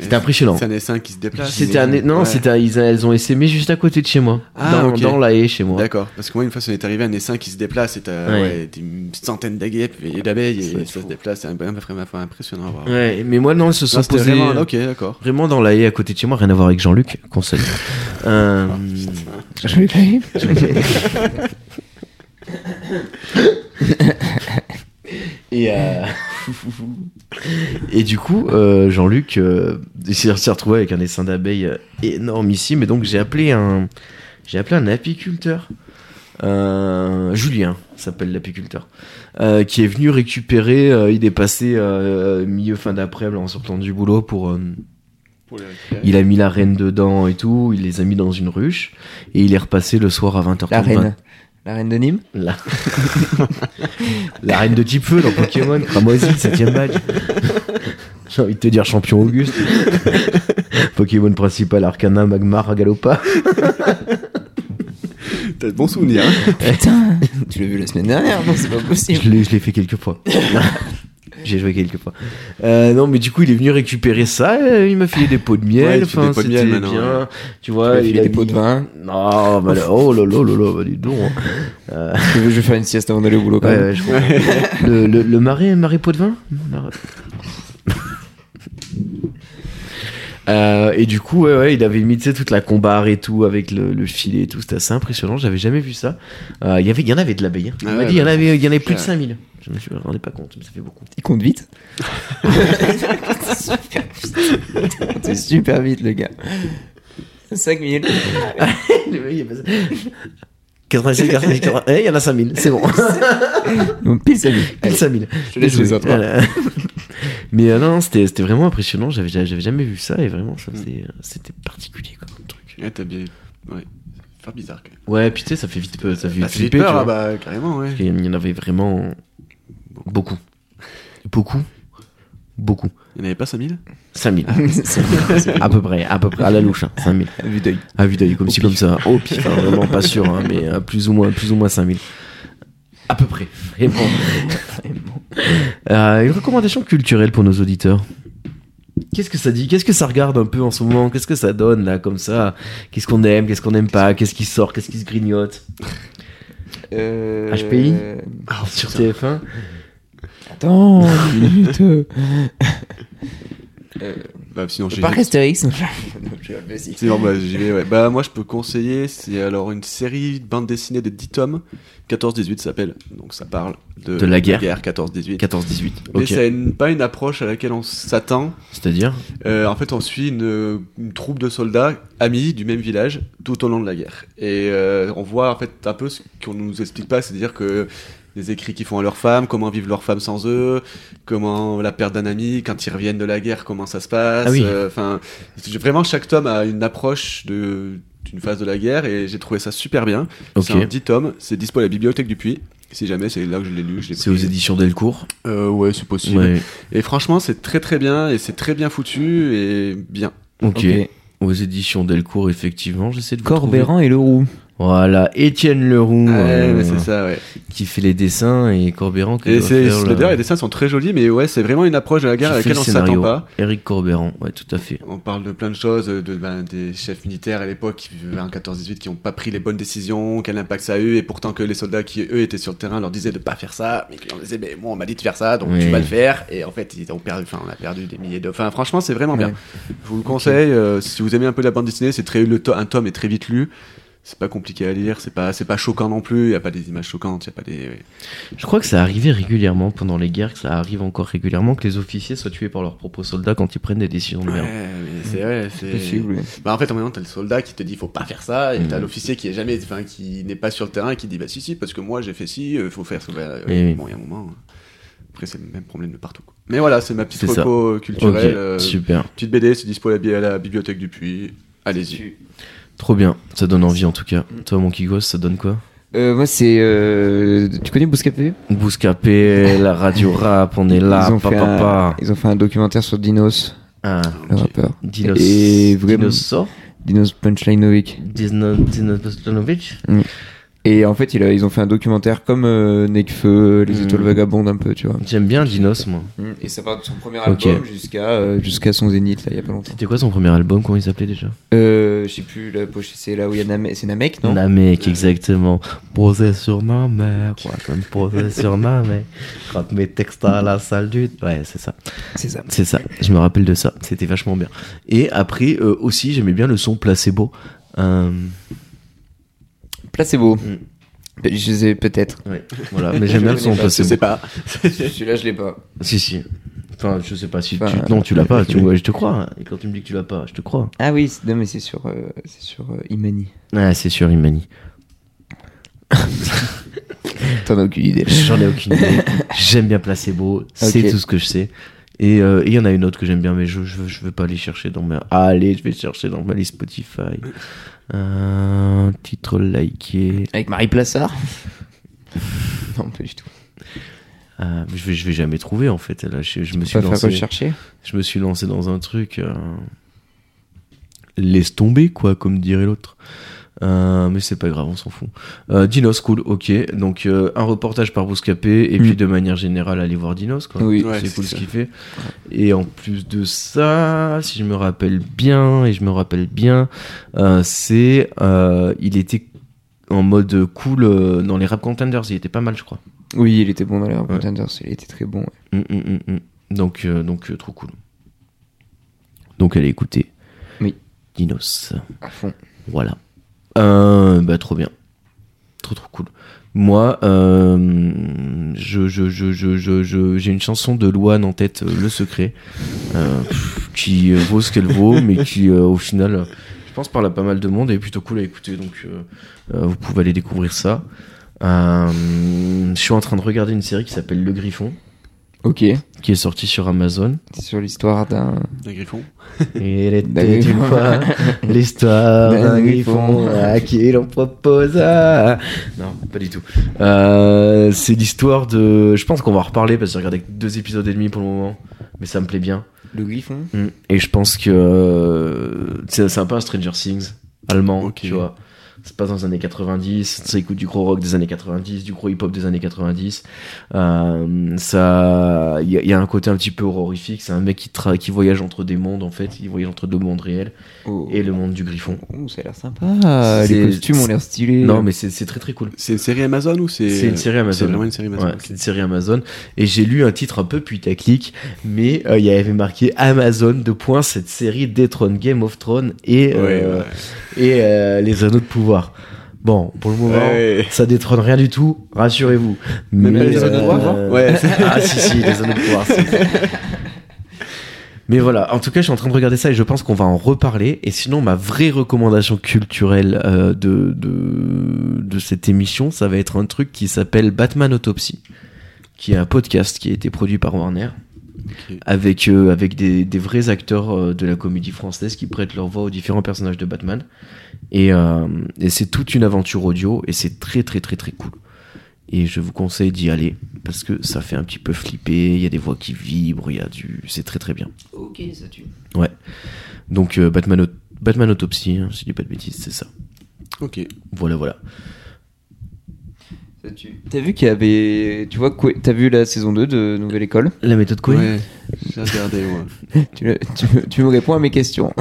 Speaker 1: C'était impressionnant.
Speaker 3: C'est un essaim qui se déplace.
Speaker 1: C'était un, non,
Speaker 3: Ouais.
Speaker 1: c'était un- ils- elles ont essaimé juste à côté de chez moi.
Speaker 3: Ah,
Speaker 1: dans,
Speaker 3: ok.
Speaker 1: dans la haie chez moi.
Speaker 3: D'accord, parce que moi une fois ça m'est arrivé un essaim qui se déplace et t'as
Speaker 1: Ouais.
Speaker 3: ouais. des- une centaine d'aguêpes et d'abeilles
Speaker 1: Ça va
Speaker 3: et
Speaker 1: être
Speaker 3: ça se
Speaker 1: fou.
Speaker 3: déplace, c'est un- vraiment, vraiment impressionnant à voir. Non,
Speaker 1: Ouais, mais moi, non, elles se sont
Speaker 3: c'était
Speaker 1: posées. euh,
Speaker 3: vraiment- Ok, d'accord.
Speaker 1: Vraiment dans la haie à côté de chez moi, rien à voir avec Jean-Luc, qu'on salue. Euh,
Speaker 2: Je vais claquer.
Speaker 1: et, euh, et du coup, euh, Jean-Luc euh, s'est s'est retrouvé avec un essaim d'abeilles euh, énormissime. Et donc, j'ai appelé un, j'ai appelé un apiculteur. Euh, Julien s'appelle l'apiculteur, euh, qui est venu récupérer. euh, il est passé euh, milieu fin d'après-midi en sortant du boulot pour euh, Il a mis la reine dedans et tout, il les a mis dans une ruche, et il est repassé le soir à 20h30.
Speaker 2: La reine. La reine de Nîmes [laughs]
Speaker 1: La, [laughs] la reine de type feu dans Pokémon, Cramoisy, 7ème badge. [laughs] J'ai envie de te dire champion Auguste. [laughs] Pokémon principal, Arcana, Magmar, Agalopa.
Speaker 3: T'as de bons souvenirs.
Speaker 1: [laughs]
Speaker 3: hein.
Speaker 2: Putain Tu l'as vu la semaine dernière Non, c'est pas possible.
Speaker 1: Je l'ai, je l'ai fait quelques [laughs] fois. J'ai joué quelques fois. Euh, non, mais du coup, il est venu récupérer ça. euh, il m'a filé des pots de
Speaker 3: Ouais,
Speaker 1: miel.
Speaker 3: il te file
Speaker 1: Enfin,
Speaker 3: des pots de
Speaker 1: c'était
Speaker 3: miel maintenant,
Speaker 1: bien.
Speaker 3: ouais.
Speaker 1: Tu vois,
Speaker 2: Il
Speaker 1: il
Speaker 2: a
Speaker 1: a
Speaker 2: des pots de
Speaker 1: mis-
Speaker 2: vin.
Speaker 1: Non, bah, là, oh là là là là, bah, dis donc. hein.
Speaker 2: Je vais faire une sieste avant d'aller au boulot quand
Speaker 1: Ouais,
Speaker 2: même.
Speaker 1: ouais, je comprends. le, le, le marais, marais pot de vin Non, la- Euh, et du coup, ouais, ouais, il avait mis tu sais, toute la combarre et tout avec le, le filet et tout. C'était assez impressionnant. J'avais jamais vu ça. Euh, Il y avait, il y en avait de l'abeille. hein. Il
Speaker 3: Ah
Speaker 1: m'a
Speaker 3: ouais,
Speaker 1: dit, il y en
Speaker 3: bah,
Speaker 1: avait, il y en avait plus de
Speaker 3: clair.
Speaker 1: 5000. Je me suis je me rendais pas compte, mais ça fait beaucoup. [laughs]
Speaker 2: Il compte vite. C'est super vite, le gars. 5000.
Speaker 1: Le mec, il [laughs] est passé- 86, 86, 86. Eh, il y en a 5000. C'est bon.
Speaker 2: Donc pile 5000.
Speaker 1: Pile 5000.
Speaker 2: te laisse les autres, hein.
Speaker 1: Voilà. [laughs] Mais euh, non, non, c'était c'était vraiment impressionnant. J'avais j'avais jamais vu ça et vraiment, ça, faisait- c'était particulier quoi, comme truc.
Speaker 3: Ouais, t'as bien. Ouais. Faire bizarre quand même.
Speaker 1: Ouais, puis tu sais, ça fait vite peur, ça fait
Speaker 3: Bah,
Speaker 1: vite
Speaker 3: c'est
Speaker 1: flipper,
Speaker 3: peur,
Speaker 1: tu
Speaker 3: ah
Speaker 1: vois.
Speaker 3: bah, carrément, ouais.
Speaker 1: Parce qu'il y en- Il y en avait vraiment beaucoup. Beaucoup Beaucoup.
Speaker 3: Il n'y en avait pas 5000
Speaker 1: 5000. à peu près, à peu près, à la louche, hein, 5000.
Speaker 2: [laughs] Vu d'œil.
Speaker 1: À vue d'œil, comme si comme ça. Oh, pif, hein, vraiment pas sûr, hein, mais euh, plus ou moins, plus ou moins 5000. À peu près, vraiment. Vraiment. Euh, une recommandation culturelle pour nos auditeurs. Qu'est-ce que ça dit Qu'est-ce que ça regarde un peu en ce moment Qu'est-ce que ça donne là, comme ça Qu'est-ce qu'on aime Qu'est-ce qu'on n'aime pas Qu'est-ce qui sort Qu'est-ce qui se grignote
Speaker 2: Euh...
Speaker 1: HPI
Speaker 3: Ah,
Speaker 1: Sur TF1
Speaker 2: Attends, une minute. euh,
Speaker 3: Bah, sinon, j'ai.
Speaker 2: Parc Astérix. [laughs]
Speaker 3: C'est bon, bah, j'y vais, ouais. Bah, moi, je peux conseiller, c'est alors une série de bande dessinée de 10 tomes, 14-18 s'appelle, donc ça parle de,
Speaker 1: De la guerre.
Speaker 3: 14-18.
Speaker 1: 14-18.
Speaker 3: Mais
Speaker 1: Ok.
Speaker 3: c'est une- pas une approche à laquelle on s'attend.
Speaker 1: C'est-à-dire
Speaker 3: Euh, en fait, on suit une, une troupe de soldats amis du même village tout au long de la guerre. Et euh, on voit en fait un peu ce qu'on nous explique pas, c'est-à-dire que les écrits qu'ils font à leurs femmes, comment vivent leurs femmes sans eux, comment la perte d'un ami, quand ils reviennent de la guerre, comment ça se passe.
Speaker 1: Ah oui.
Speaker 3: Euh, Enfin, j'ai- vraiment chaque tome a une approche de d'une phase de la guerre et j'ai trouvé ça super bien.
Speaker 1: Ok.
Speaker 3: C'est un 10 tomes, c'est dispo à la bibliothèque du Puy. Si jamais, c'est là que je l'ai lu. je l'ai
Speaker 1: C'est aux
Speaker 3: pris.
Speaker 1: éditions Delcourt.
Speaker 3: Euh, ouais, c'est possible.
Speaker 1: Ouais.
Speaker 3: Et franchement, c'est très très bien et c'est très bien foutu et bien.
Speaker 1: Ok.
Speaker 2: Ok.
Speaker 1: Aux éditions Delcourt, effectivement, j'essaie de vous trouver.
Speaker 2: Corbéran et Leroux.
Speaker 1: Voilà, Étienne Leroux
Speaker 3: Ah Ouais,
Speaker 1: euh,
Speaker 3: mais c'est ça, ouais.
Speaker 1: qui fait les dessins et Corbéran qui
Speaker 3: Et
Speaker 1: doit
Speaker 3: c'est,
Speaker 1: faire le-
Speaker 3: d'ailleurs, les dessins sont très jolis, mais ouais, c'est vraiment une approche de la guerre à
Speaker 1: qui fait
Speaker 3: laquelle
Speaker 1: le
Speaker 3: on
Speaker 1: scénario.
Speaker 3: s'attend pas.
Speaker 1: Eric Corbéran, ouais, tout à fait.
Speaker 3: On parle de plein de choses, de, ben, des chefs militaires à l'époque qui vivaient en 14-18 qui n'ont pas pris les bonnes décisions, quel impact ça a eu, et pourtant que les soldats qui eux étaient sur le terrain leur disaient de pas faire ça, mais qui leur disaient, mais moi on m'a dit de faire ça, donc
Speaker 1: Oui.
Speaker 3: tu vas le faire, et en fait ils ont perdu, enfin on a perdu des milliers de. Enfin franchement c'est vraiment bien.
Speaker 2: Ouais.
Speaker 3: Je vous le conseille, euh, si vous aimez un peu la bande dessinée, c'est très le to- un tome est très vite lu. C'est pas compliqué à lire, c'est pas c'est pas choquant non plus. Il y a pas des images choquantes, il y a pas des.
Speaker 1: Je crois que ça arrivait régulièrement pendant les guerres, que ça arrive encore régulièrement que les officiers soient tués par leurs propres soldats quand ils prennent des décisions de merde.
Speaker 3: mais c'est vrai, c'est.
Speaker 2: Possible.
Speaker 3: Bah en fait en même temps t'as le soldat qui te dit faut pas faire ça, et
Speaker 1: Mm.
Speaker 3: t'as l'officier qui est jamais, enfin qui n'est pas sur le terrain et qui dit bah si si parce que moi j'ai fait si, euh, faut faire. ça. Bah,
Speaker 1: Eh oui.
Speaker 3: Bon il y a un moment. Après c'est le même problème de partout. quoi. Mais voilà c'est ma petite
Speaker 1: C'est ça.
Speaker 3: reco
Speaker 1: Ok,
Speaker 3: culturelle. euh,
Speaker 1: super.
Speaker 3: petite BD, c'est dispo à la, bi- à la bibliothèque du Puy. Allez-y.
Speaker 1: Trop bien. Ça donne envie en tout cas. Toi, mon Kigos, ça donne quoi
Speaker 2: Euh, moi, c'est. euh, Tu connais Bouscapé
Speaker 1: Bouscapé, la radio rap, on est là,
Speaker 2: ils ont, fait un-
Speaker 1: papa.
Speaker 2: ils ont fait un documentaire sur Dinos,
Speaker 1: Ah,
Speaker 2: le
Speaker 3: Ok.
Speaker 2: rappeur.
Speaker 1: dinos...
Speaker 2: Et vraiment-
Speaker 1: dinosaure
Speaker 2: Dinos Punchlinovic.
Speaker 1: Disno- Dinoslovitch
Speaker 2: Et en fait, il a- ils ont fait un documentaire comme euh, Nekfeu, Les
Speaker 1: Mm.
Speaker 2: Étoiles Vagabondes, un peu, tu vois.
Speaker 1: J'aime bien Dinos, moi.
Speaker 2: Hmm. Et ça part de son premier
Speaker 1: Ok.
Speaker 2: album jusqu'à euh, jusqu'à son zénith, là, il y a pas longtemps.
Speaker 1: C'était quoi son premier album Comment il s'appelait déjà
Speaker 2: Euh, je sais plus, la poche, c'est là où il y a Namek, c'est Namek, non
Speaker 1: Namek, exactement. Posé sur ma mère, quoi. Comme posé sur ma mère. Quand mes textes à la salle du. Ouais, c'est ça.
Speaker 2: C'est ça.
Speaker 1: C'est ça. Je me rappelle de ça. C'était vachement bien. Et après, euh, aussi, j'aimais bien le son placebo. Euh,
Speaker 2: Placebo.
Speaker 1: Mm.
Speaker 2: Pe- Je sais [laughs] peut-être.
Speaker 1: ouais, voilà. Mais j'aime bien le son
Speaker 2: Je connais pas,
Speaker 3: [laughs] Je
Speaker 1: placebo.
Speaker 3: sais pas.
Speaker 2: Celui-là, je l'ai pas.
Speaker 1: Si, si. Enfin, je sais pas si
Speaker 2: Enfin,
Speaker 1: tu. Non, tu l'as pas. Tu... ouais, je te crois. Et quand tu me dis que tu l'as pas, je te crois.
Speaker 2: Ah oui, c'est- non, mais c'est sur, euh, c'est sur euh, Imani.
Speaker 1: Ouais, c'est sûr, Imani.
Speaker 2: T'en as aucune idée. [laughs]
Speaker 1: J'en ai aucune idée. J'aime bien placebo. C'est
Speaker 2: Ok.
Speaker 1: tout ce que je sais. Et euh, et il y en a une autre que j'aime bien, mais je ne je, je vais pas aller chercher dans ma. Allez, je vais chercher dans ma liste Spotify. Un titre liké.
Speaker 2: Avec Marie Plassard [laughs] Non, pas du tout.
Speaker 1: Ah, mais je vais, je vais jamais trouver en fait. Là, je, je me suis
Speaker 2: Pas faire
Speaker 1: lancé.
Speaker 2: rechercher.
Speaker 1: Je me suis lancé dans un truc. euh, Laisse tomber, quoi, comme dirait l'autre. Euh, mais c'est pas grave, on s'en fout. Euh, Dinos, cool, ok. Donc, euh, un reportage par Bouscapé, et
Speaker 2: Mm.
Speaker 1: puis de manière générale, aller voir Dinos, quoi.
Speaker 2: Oui.
Speaker 3: Ouais,
Speaker 1: c'est
Speaker 3: c'est
Speaker 1: cool ce
Speaker 3: ça.
Speaker 1: qu'il fait. Et en plus de ça, si je me rappelle bien, et je me rappelle bien, euh, c'est. euh, il était en mode cool euh, dans les rap contenders, il était pas mal, je crois.
Speaker 2: Oui, il était bon dans les
Speaker 1: Ouais.
Speaker 2: Contenders, il était très bon. ouais.
Speaker 1: Mm, mm, mm, mm. Donc, euh, donc euh, trop cool. Donc, allez écouter.
Speaker 2: Oui.
Speaker 1: Dinos.
Speaker 2: À fond.
Speaker 1: Voilà. Euh, bah, trop bien. Trop, trop cool. Moi, euh, je, je, je, je, je, je- j'ai une chanson de Louane en tête, euh, Le Secret, euh, pff, qui euh, vaut ce qu'elle vaut, mais qui, euh, au final, euh, je pense, parle à pas mal de monde et est plutôt cool à écouter. Donc, euh, euh, vous pouvez aller découvrir ça. Euh, je suis en train de regarder une série qui s'appelle Le Griffon
Speaker 2: Ok.
Speaker 1: qui est sorti sur Amazon.
Speaker 2: C'est sur l'histoire d'un.
Speaker 3: Un griffon.
Speaker 1: Et elle
Speaker 2: D'un
Speaker 1: était une
Speaker 2: griffon.
Speaker 1: fois l'histoire
Speaker 2: D'un
Speaker 1: d'un griffon
Speaker 2: griffon.
Speaker 1: à qui l'on proposa. Non, pas du tout. Euh, c'est l'histoire de. Je pense qu'on va en reparler parce que j'ai regardé que deux épisodes et demi pour le moment, mais ça me plaît bien.
Speaker 2: Le griffon
Speaker 1: Mm. Et je pense que euh, c'est c'est un peu un Stranger Things allemand,
Speaker 3: Ok.
Speaker 1: tu vois. C'est pas dans les années 90, ça écoute du gros rock des années 90, du gros hip-hop des années 90. Euh, ça, il y, a- il y a un côté un petit peu horrifique. C'est un mec qui, tra- qui voyage entre des mondes en fait. Il voyage entre deux mondes réels
Speaker 2: Oh.
Speaker 1: et le monde du griffon.
Speaker 2: Oh, ça a l'air sympa. Les
Speaker 1: C'est-
Speaker 2: costumes ont l'air stylés.
Speaker 1: Non, mais c'est c'est très très cool.
Speaker 3: C'est une série Amazon ou c'est.
Speaker 1: C'est une série
Speaker 3: C'est
Speaker 1: Amazon.
Speaker 3: vraiment une série Amazon.
Speaker 1: Ouais,
Speaker 3: ok.
Speaker 1: c'est une série Amazon. Et j'ai lu un titre un peu putaclic, mais euh, il y avait marqué Amazon, de points, cette série détrône Game of Thrones et, euh,
Speaker 3: Ouais,
Speaker 1: et euh, les anneaux de pouvoir. Bon, pour le
Speaker 3: ouais.
Speaker 1: moment,
Speaker 3: Ouais.
Speaker 1: ça détrône rien du tout, rassurez-vous. euh,
Speaker 3: Même
Speaker 2: pas les anneaux de pouvoir
Speaker 3: Hein Ouais.
Speaker 1: [laughs] Ah si, si, les anneaux de pouvoir. si. Mais voilà, en tout cas, je suis en train de regarder ça et je pense qu'on va en reparler. Et sinon, ma vraie recommandation culturelle euh, de, de, de cette émission, ça va être un truc qui s'appelle Batman Autopsy, qui est un podcast qui a été produit par Warner
Speaker 3: Ok.
Speaker 1: avec, euh, avec des, des vrais acteurs euh, de la comédie française qui prêtent leur voix aux différents personnages de Batman. Et, euh, et c'est toute une aventure audio et c'est très très très très cool. Et je vous conseille d'y aller parce que ça fait un petit peu flipper, il y a des voix qui vibrent, il y a du... C'est très très bien.
Speaker 2: Ok, ça tue.
Speaker 1: Donc euh, Batman, Aut- Batman Autopsy, hein, si je dis pas de bêtises, c'est ça.
Speaker 3: Ok.
Speaker 1: Voilà voilà.
Speaker 2: Ça tue. T'as vu qu'il y avait. Tu vois, Qu- t'as vu la saison 2 de Nouvelle École
Speaker 1: La méthode Cohen
Speaker 3: Ouais. J'ai regardé, moi.
Speaker 2: tu, le- tu, me- tu me réponds à mes questions.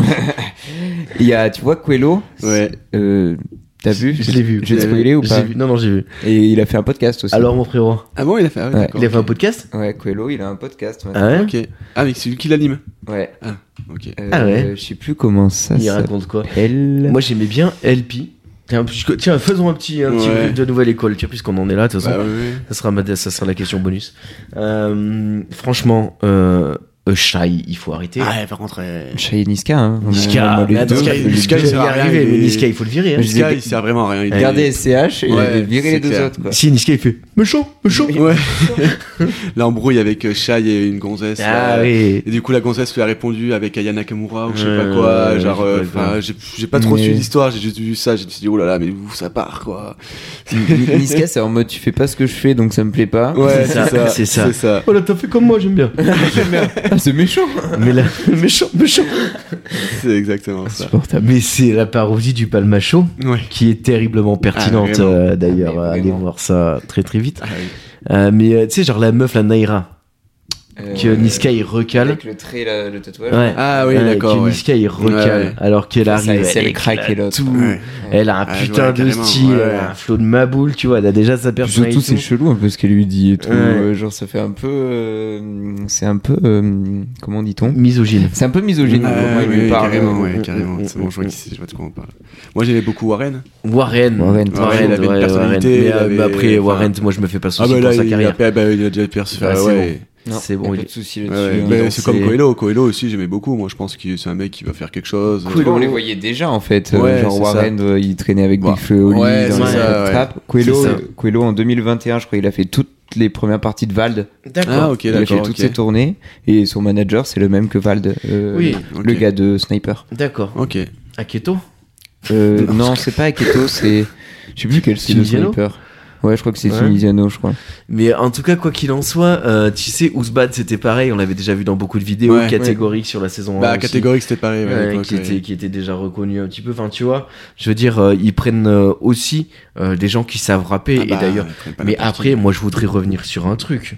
Speaker 2: [laughs] Il y a, tu vois, Coelho.
Speaker 3: Ouais.
Speaker 2: euh, T'as vu
Speaker 1: Je l'ai vu.
Speaker 2: Je l'ai
Speaker 1: Je l'ai
Speaker 2: spoilé
Speaker 1: vu.
Speaker 2: ou pas
Speaker 1: J'ai vu. Non non j'ai vu.
Speaker 2: Et il a fait un podcast aussi.
Speaker 1: Alors mon frérot,
Speaker 3: Ah bon, il a fait. Ah, ouais,
Speaker 2: Ouais.
Speaker 3: d'accord,
Speaker 1: il a fait un
Speaker 3: ok.
Speaker 1: podcast
Speaker 2: Ouais, Coelho, il a un podcast. maintenant.
Speaker 1: Ah ouais
Speaker 3: Ok. Ah, mais c'est lui qui l'anime.
Speaker 2: Ouais.
Speaker 3: Ok.
Speaker 2: Euh,
Speaker 1: Ah ouais.
Speaker 2: Je sais plus comment ça
Speaker 1: Il raconte quoi
Speaker 2: s'appelle.
Speaker 1: Moi j'aimais bien LP. Tiens, je- tiens, faisons un petit, un petit
Speaker 3: Ouais.
Speaker 1: brief de nouvelle école, tiens, puisqu'on en est là, de toute façon.
Speaker 3: Bah, ouais, ouais.
Speaker 1: Ça, sera ma- ça sera la question bonus. Euh, franchement, euh, euh, Shy, il faut arrêter.
Speaker 3: Ah, ouais, par contre. euh,
Speaker 2: Chahid Niska. Hein.
Speaker 1: Niska,
Speaker 2: On a les
Speaker 1: mais attends,
Speaker 2: deux.
Speaker 3: Niska,
Speaker 1: les
Speaker 3: Niska,
Speaker 1: deux,
Speaker 3: il
Speaker 1: il
Speaker 3: sert
Speaker 1: va
Speaker 3: à rien,
Speaker 1: arriver,
Speaker 3: il
Speaker 1: mais
Speaker 3: est-
Speaker 1: Niska, il faut le virer. hein.
Speaker 2: Je
Speaker 3: Niska,
Speaker 2: disais-
Speaker 3: il sert vraiment à
Speaker 1: Eh
Speaker 3: rien. Il-
Speaker 2: Gardez SCH et
Speaker 3: Ouais,
Speaker 2: avait viré les
Speaker 3: c'est
Speaker 2: deux
Speaker 3: clair.
Speaker 2: autres. Quoi.
Speaker 1: Si Niska, il fait méchant, méchant.
Speaker 3: [laughs] Bah. Ouais. L'embrouille avec euh, Shai et une gonzesse.
Speaker 1: Ah
Speaker 3: là.
Speaker 1: oui.
Speaker 3: Et du coup, la gonzesse lui a répondu avec Aya Nakamura ou je sais pas
Speaker 1: Euh,
Speaker 3: quoi. Genre,
Speaker 1: je sais
Speaker 3: euh,
Speaker 1: pas,
Speaker 3: enfin, j'ai j'ai pas trop
Speaker 2: Mais-
Speaker 3: su l'histoire, j'ai juste vu ça. J'ai dit, oh là là, mais où ça part quoi.
Speaker 2: Ni- Niska, c'est en mode tu fais pas ce que je fais donc ça me plaît pas.
Speaker 3: Ouais,
Speaker 1: ça, c'est
Speaker 3: c'est
Speaker 1: ça.
Speaker 3: ça. C'est ça.
Speaker 1: Oh là, t'as fait comme moi, j'aime bien.
Speaker 2: [laughs] Ah, c'est méchant.
Speaker 1: [laughs] Mais là, méchant, méchant.
Speaker 3: C'est exactement ça.
Speaker 2: Insupportable.
Speaker 1: Mais c'est la parodie du Palmacho
Speaker 3: Ouais.
Speaker 1: qui est terriblement pertinente
Speaker 3: Ah, vraiment.
Speaker 1: euh, d'ailleurs.
Speaker 2: Ah, mais
Speaker 1: Allez
Speaker 2: vraiment.
Speaker 1: voir ça très très vite.
Speaker 3: Ah oui.
Speaker 1: Euh, mais euh, tu sais, genre la meuf, la Naira,
Speaker 2: Euh,
Speaker 1: que Niska il recale.
Speaker 2: Avec le trait, là, le tatouage.
Speaker 1: Ouais.
Speaker 3: Ah oui,
Speaker 1: Ouais,
Speaker 3: d'accord.
Speaker 1: Que
Speaker 3: ouais.
Speaker 1: Niska il recale
Speaker 3: Ouais, ouais.
Speaker 1: alors qu'elle
Speaker 2: Ça,
Speaker 1: arrive.
Speaker 2: c'est
Speaker 1: elle
Speaker 2: le
Speaker 1: éclate
Speaker 2: crack et l'autre.
Speaker 1: tout.
Speaker 3: Ouais.
Speaker 1: Elle a un
Speaker 3: Ah, je
Speaker 1: putain
Speaker 3: vois,
Speaker 1: de
Speaker 3: carrément,
Speaker 1: style,
Speaker 3: ouais.
Speaker 1: elle a un flow de maboule, tu vois. Elle a déjà sa personnalité.
Speaker 2: Surtout c'est chelou un peu ce qu'elle lui dit et tout.
Speaker 1: Ouais.
Speaker 2: euh, genre ça fait un peu, euh, c'est un peu, euh, comment dit-on
Speaker 1: misogyne.
Speaker 2: C'est un peu misogyne.
Speaker 3: Ah,
Speaker 2: comment il
Speaker 3: oui,
Speaker 2: lui
Speaker 3: oui,
Speaker 2: parle.
Speaker 3: carrément,
Speaker 1: euh,
Speaker 3: ouais,
Speaker 1: euh,
Speaker 3: carrément.
Speaker 1: euh,
Speaker 3: C'est bon, je vois
Speaker 1: euh,
Speaker 3: qui c'est, je vois de quoi on parle. Moi, j'aimais beaucoup Warren.
Speaker 1: Warren. Warren,
Speaker 2: Warren,
Speaker 3: Warren, il avait une
Speaker 1: ouais,
Speaker 3: personnalité,
Speaker 1: Warren. Mais,
Speaker 3: il
Speaker 1: euh,
Speaker 3: avait-
Speaker 1: mais après,
Speaker 3: enfin-
Speaker 1: Warren, moi je me fais pas souci
Speaker 3: Ah bah
Speaker 1: pour
Speaker 3: là,
Speaker 1: sa
Speaker 3: il,
Speaker 1: carrière.
Speaker 3: a, bah, il a déjà perçu
Speaker 1: Ah,
Speaker 3: faire.
Speaker 1: c'est
Speaker 3: ouais.
Speaker 2: Non,
Speaker 1: C'est bon,
Speaker 2: y a
Speaker 1: il
Speaker 2: Pas
Speaker 1: est-
Speaker 2: de souci
Speaker 3: Ouais,
Speaker 2: là-dessus. hein.
Speaker 3: bah,
Speaker 2: Dans
Speaker 3: c'est comme
Speaker 2: ses-
Speaker 3: Coelho. Coelho aussi, j'aimais beaucoup. Moi, je pense que c'est un mec qui va faire quelque chose.
Speaker 2: Tu vois, on les voyait déjà en fait. euh,
Speaker 3: Ouais,
Speaker 2: genre
Speaker 3: c'est
Speaker 2: Warren, euh, il traînait avec
Speaker 3: Ouais.
Speaker 2: Big Flo et Oli
Speaker 3: Ouais,
Speaker 2: dans
Speaker 1: Bah, c'est
Speaker 2: les
Speaker 1: ça,
Speaker 2: Trap
Speaker 3: ouais.
Speaker 2: Trap.
Speaker 1: C'est
Speaker 2: Coelho,
Speaker 1: ça.
Speaker 2: euh, Coelho en 2021, je crois, il a fait toute toutes les premières parties de Vald.
Speaker 3: Ah, ok,
Speaker 2: il a fait
Speaker 3: d'accord.
Speaker 2: toutes
Speaker 3: ok.
Speaker 2: ses tournées et son manager c'est le même que Vald, euh,
Speaker 1: Oui.
Speaker 2: le
Speaker 3: Ok.
Speaker 2: gars de Sniper.
Speaker 1: D'accord.
Speaker 3: Ok.
Speaker 1: Aketo
Speaker 2: Euh,
Speaker 1: [laughs]
Speaker 3: Non,
Speaker 2: non, c'est pas Aketo, c'est je sais plus quel c'est le
Speaker 1: Tunisiano
Speaker 2: Sniper. Ouais, je crois que c'est
Speaker 1: Ouais.
Speaker 2: Tunisiano, je crois.
Speaker 1: Mais en tout cas, quoi qu'il en soit, euh, tu sais, Ouzbad, c'était pareil. On l'avait déjà vu dans beaucoup de vidéos
Speaker 3: Ouais.
Speaker 1: catégoriques sur la saison 1.
Speaker 3: Bah,
Speaker 1: aussi.
Speaker 3: catégorique, c'était pareil. ouais, à
Speaker 1: Ouais,
Speaker 3: l'époque,
Speaker 1: qui,
Speaker 3: ouais.
Speaker 1: était, qui était déjà reconnu un petit peu. Enfin, tu vois, je veux dire, euh, ils prennent euh, aussi euh, des gens qui savent rapper.
Speaker 3: Ah
Speaker 1: et
Speaker 3: bah,
Speaker 1: d'ailleurs,
Speaker 3: ils prennent pas
Speaker 1: mais
Speaker 3: n'importe
Speaker 1: après, moi, je voudrais revenir sur un truc.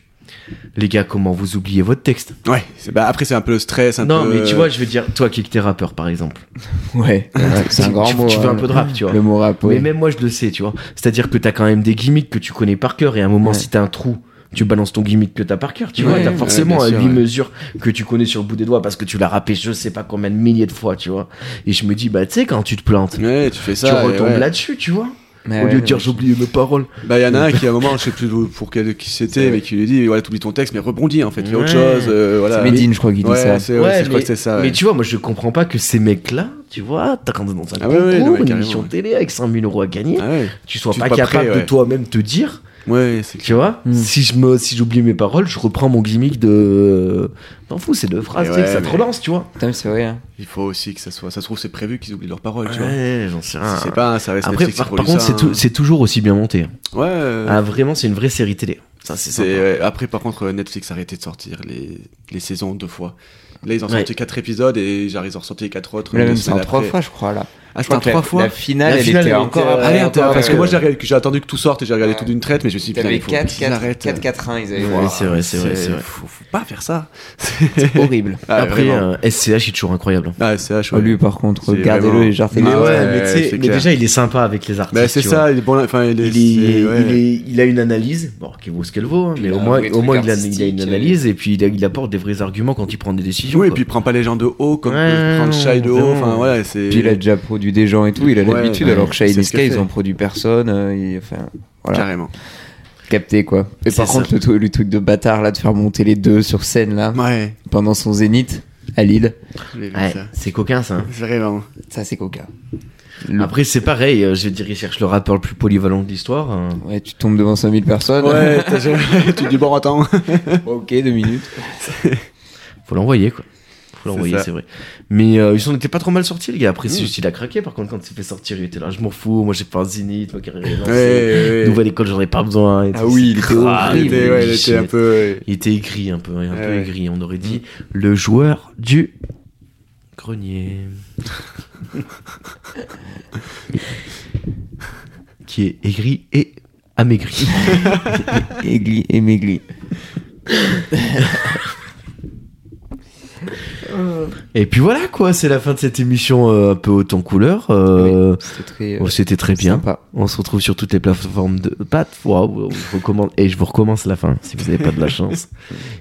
Speaker 1: Les gars, comment vous oubliez votre texte
Speaker 3: qui. Ouais, c'est- bah, après, c'est un peu le stress. Un
Speaker 1: Non,
Speaker 3: peu,
Speaker 1: mais tu
Speaker 3: euh,
Speaker 1: vois, je veux dire, toi qui es que t'es rappeur, par exemple, [laughs]
Speaker 2: Ouais, c'est un
Speaker 1: Tu-
Speaker 2: grand
Speaker 1: tu,
Speaker 2: mot.
Speaker 1: tu fais
Speaker 2: hein,
Speaker 1: un peu de rap, tu vois.
Speaker 2: Le mot rap, ouais.
Speaker 1: Mais même moi, je le sais, tu vois. C'est-à-dire que t'as quand même des gimmicks que tu connais par cœur, et à un moment,
Speaker 2: Ouais.
Speaker 1: si t'as un trou, tu balances ton gimmick que t'as par cœur, tu vois.
Speaker 2: Ouais,
Speaker 1: T'as
Speaker 2: ouais,
Speaker 1: forcément
Speaker 3: bien
Speaker 1: un
Speaker 3: sûr,
Speaker 1: huit
Speaker 3: ouais.
Speaker 1: mesures que tu connais sur le bout des doigts parce que tu l'as rappé je sais pas combien de milliers de fois, tu vois. Et je me dis, bah, tu sais, quand tu te plantes,
Speaker 3: Ouais, tu fais ça.
Speaker 1: tu
Speaker 3: et
Speaker 1: retombes
Speaker 3: ouais.
Speaker 1: là-dessus, tu vois.
Speaker 2: Mais
Speaker 1: Au
Speaker 2: ouais,
Speaker 1: lieu
Speaker 2: ouais.
Speaker 1: de dire, j'ai oublié mes paroles.
Speaker 3: Bah, y en a un qui, à un moment, je sais plus d'où- pour quel, qui c'était, mais qui lui dit voilà, t'oublies ton texte, mais rebondis en fait, fais autre
Speaker 1: Ouais.
Speaker 3: chose. euh, voilà.
Speaker 2: C'est Medine, je crois qu'il dit ça.
Speaker 3: Ouais, c'est- ouais,
Speaker 1: Ah, Ouais,
Speaker 3: c'est- je crois que c'est ça.
Speaker 1: Mais
Speaker 3: ouais.
Speaker 1: tu vois, moi, je comprends pas que ces mecs-là, tu vois, t'as quand même dans un
Speaker 3: Ah ouais,
Speaker 1: concours,
Speaker 3: ouais, non, mais
Speaker 1: une
Speaker 3: carrément,
Speaker 1: émission
Speaker 3: ouais.
Speaker 1: télé avec 100 000 euros à gagner,
Speaker 3: Ah ouais,
Speaker 1: tu sois
Speaker 3: Tu
Speaker 1: pas,
Speaker 3: sois pas
Speaker 1: capable
Speaker 3: prêt,
Speaker 1: de
Speaker 3: ouais.
Speaker 1: toi-même te dire.
Speaker 3: ouais, c'est
Speaker 1: Tu vois,
Speaker 2: Mm.
Speaker 1: si je me, si j'oublie mes paroles, je reprends mon gimmick de. T'en fous, c'est deux phrases,
Speaker 3: Mais
Speaker 1: tu sais, que
Speaker 3: ouais,
Speaker 1: ça te
Speaker 3: mais-
Speaker 1: relance, tu vois.
Speaker 2: Putain, mais c'est vrai. hein.
Speaker 3: Il faut aussi que ça soit. Ça se trouve, c'est prévu qu'ils oublient leurs paroles, tu vois.
Speaker 1: Ouais, j'en sais rien.
Speaker 3: C'est pas, hein, ça reste
Speaker 1: Après,
Speaker 3: Netflix qui
Speaker 1: par, par
Speaker 3: produit
Speaker 1: contre,
Speaker 3: ça,
Speaker 1: c'est
Speaker 3: hein.
Speaker 1: tou- c'est toujours aussi bien monté.
Speaker 3: Ouais. euh,
Speaker 1: Ah, vraiment, c'est une vraie série télé. Ça, c'est
Speaker 3: c'est-
Speaker 1: sympa.
Speaker 3: ouais. Après, par contre, euh, Netflix a arrêté de sortir les, les saisons deux fois. Là, ils ont
Speaker 1: Ouais.
Speaker 3: sorti quatre épisodes et genre, ils ont sorti quatre autres.
Speaker 2: Mais là,
Speaker 3: deux
Speaker 2: même c'est
Speaker 3: semaines
Speaker 2: en trois
Speaker 3: après.
Speaker 2: fois, je crois, là.
Speaker 3: Ah,
Speaker 2: Je crois
Speaker 3: c'était en
Speaker 2: que la-
Speaker 3: trois fois.
Speaker 2: La finale,
Speaker 1: La
Speaker 2: elle
Speaker 1: finale,
Speaker 2: était
Speaker 1: elle
Speaker 2: encore.
Speaker 1: était, euh,
Speaker 2: après,
Speaker 3: Ah, merde,
Speaker 2: encore,
Speaker 3: parce que
Speaker 2: euh,
Speaker 3: moi, j'ai regardé- j'ai attendu que tout sorte et j'ai regardé
Speaker 2: Ouais.
Speaker 3: tout d'une traite, mais je me suis dit, putain,
Speaker 2: T'avais
Speaker 3: il faut
Speaker 2: 4,
Speaker 3: qu'ils
Speaker 2: 4,
Speaker 3: arrêtent. euh.
Speaker 2: 4, 4-1, ils avaient.
Speaker 1: Ouais,
Speaker 2: Ouah,
Speaker 1: c'est vrai, c'est vrai, c'est vrai.
Speaker 3: Faut, faut pas faire ça.
Speaker 2: Horrible.
Speaker 3: Ah,
Speaker 1: Après,
Speaker 3: vraiment.
Speaker 1: euh, SCH, il est toujours incroyable.
Speaker 3: Ah, c'est H,
Speaker 2: Oh,
Speaker 3: [laughs] ouais.
Speaker 2: Lui, par contre,
Speaker 3: C'est
Speaker 2: gardez-le
Speaker 3: vraiment-
Speaker 2: et jartez
Speaker 3: Mais Ah ouais,
Speaker 1: mais tu
Speaker 3: ouais,
Speaker 1: sais,
Speaker 3: c'est
Speaker 1: mais
Speaker 3: clair.
Speaker 1: déjà, il est sympa avec les artistes.
Speaker 3: Bah, c'est
Speaker 1: tu vois.
Speaker 3: ça, il est bon, enfin, il est.
Speaker 1: Il, est-
Speaker 3: c'est- ouais.
Speaker 1: il, est- il a une analyse, bon, qui vaut ce qu'elle vaut, hein,
Speaker 2: Puis
Speaker 1: mais
Speaker 2: il a
Speaker 1: au
Speaker 2: un
Speaker 1: moins,
Speaker 2: vrai
Speaker 1: au
Speaker 2: truc
Speaker 1: moins il, a, il a une
Speaker 2: artistique,
Speaker 1: analyse et puis il, a- il apporte des vrais arguments quand il prend des décisions.
Speaker 3: Oui, et
Speaker 1: quoi.
Speaker 3: puis il prend pas les gens de haut comme
Speaker 1: Ouais,
Speaker 3: peut prendre Shai de haut.
Speaker 1: vraiment.
Speaker 3: Enfin, voilà, c'est.
Speaker 2: Puis il a déjà produit des gens et tout, il a
Speaker 3: Ouais,
Speaker 2: l'habitude,
Speaker 3: ouais,
Speaker 2: alors que Shai
Speaker 3: c'est
Speaker 2: et
Speaker 3: ce
Speaker 2: Niska,
Speaker 3: qu'il
Speaker 2: ils
Speaker 3: fait.
Speaker 2: ont produit personne. euh, il- Enfin, voilà.
Speaker 3: Carrément.
Speaker 2: Capté, quoi. Et par
Speaker 1: C'est
Speaker 2: contre, le, truc- le truc de bâtard, là, de faire monter les deux sur scène, là,
Speaker 3: Ouais.
Speaker 2: pendant son zénith à Lille,
Speaker 3: j'ai vu
Speaker 1: Ouais,
Speaker 3: ça.
Speaker 1: c'est coquin ça. hein.
Speaker 3: C'est vraiment.
Speaker 2: ça, c'est coca.
Speaker 1: Après, c'est pareil, euh, je vais dire, il cherche le rappeur le plus polyvalent de l'histoire. hein.
Speaker 2: Ouais, tu tombes devant 5000 personnes.
Speaker 3: Ouais, t'as- [laughs] tu te dis bon, attends.
Speaker 2: [laughs] ok, deux minutes.
Speaker 3: [laughs]
Speaker 1: Faut l'envoyer, quoi. Faut l'envoyer,
Speaker 3: ça.
Speaker 1: c'est vrai. Mais euh, ils s'en étaient pas trop mal sortis, les gars. Après, c'est
Speaker 3: Mm.
Speaker 1: juste, il a craqué. Par contre, quand il s'est fait sortir, il était là, je m'en fous, moi j'ai pas un zénith, ma carrière est
Speaker 3: Ouais,
Speaker 1: lancée.
Speaker 3: ouais.
Speaker 1: Nouvelle école, j'en ai pas besoin. et
Speaker 2: Ah
Speaker 1: tout.
Speaker 2: oui, il était
Speaker 1: Crade,
Speaker 3: Il était, ouais, il
Speaker 1: shit.
Speaker 3: était un peu. ouais.
Speaker 1: Il était aigri, un peu, un peu
Speaker 3: ouais. Mm.
Speaker 1: aigri. On aurait dit le joueur du
Speaker 3: [laughs]
Speaker 1: grenier. qui est aigri et amaigri.
Speaker 2: Aigli et Mégli.
Speaker 1: et puis voilà, quoi, c'est la fin de cette émission euh, un peu haute en couleur. euh,
Speaker 2: C'était très.
Speaker 1: Oh, C'était très bien.
Speaker 2: Sympa.
Speaker 1: On se retrouve sur toutes les plateformes de Pat. Waouh, je recommande. Et je vous recommence la fin si vous n'avez pas de la chance.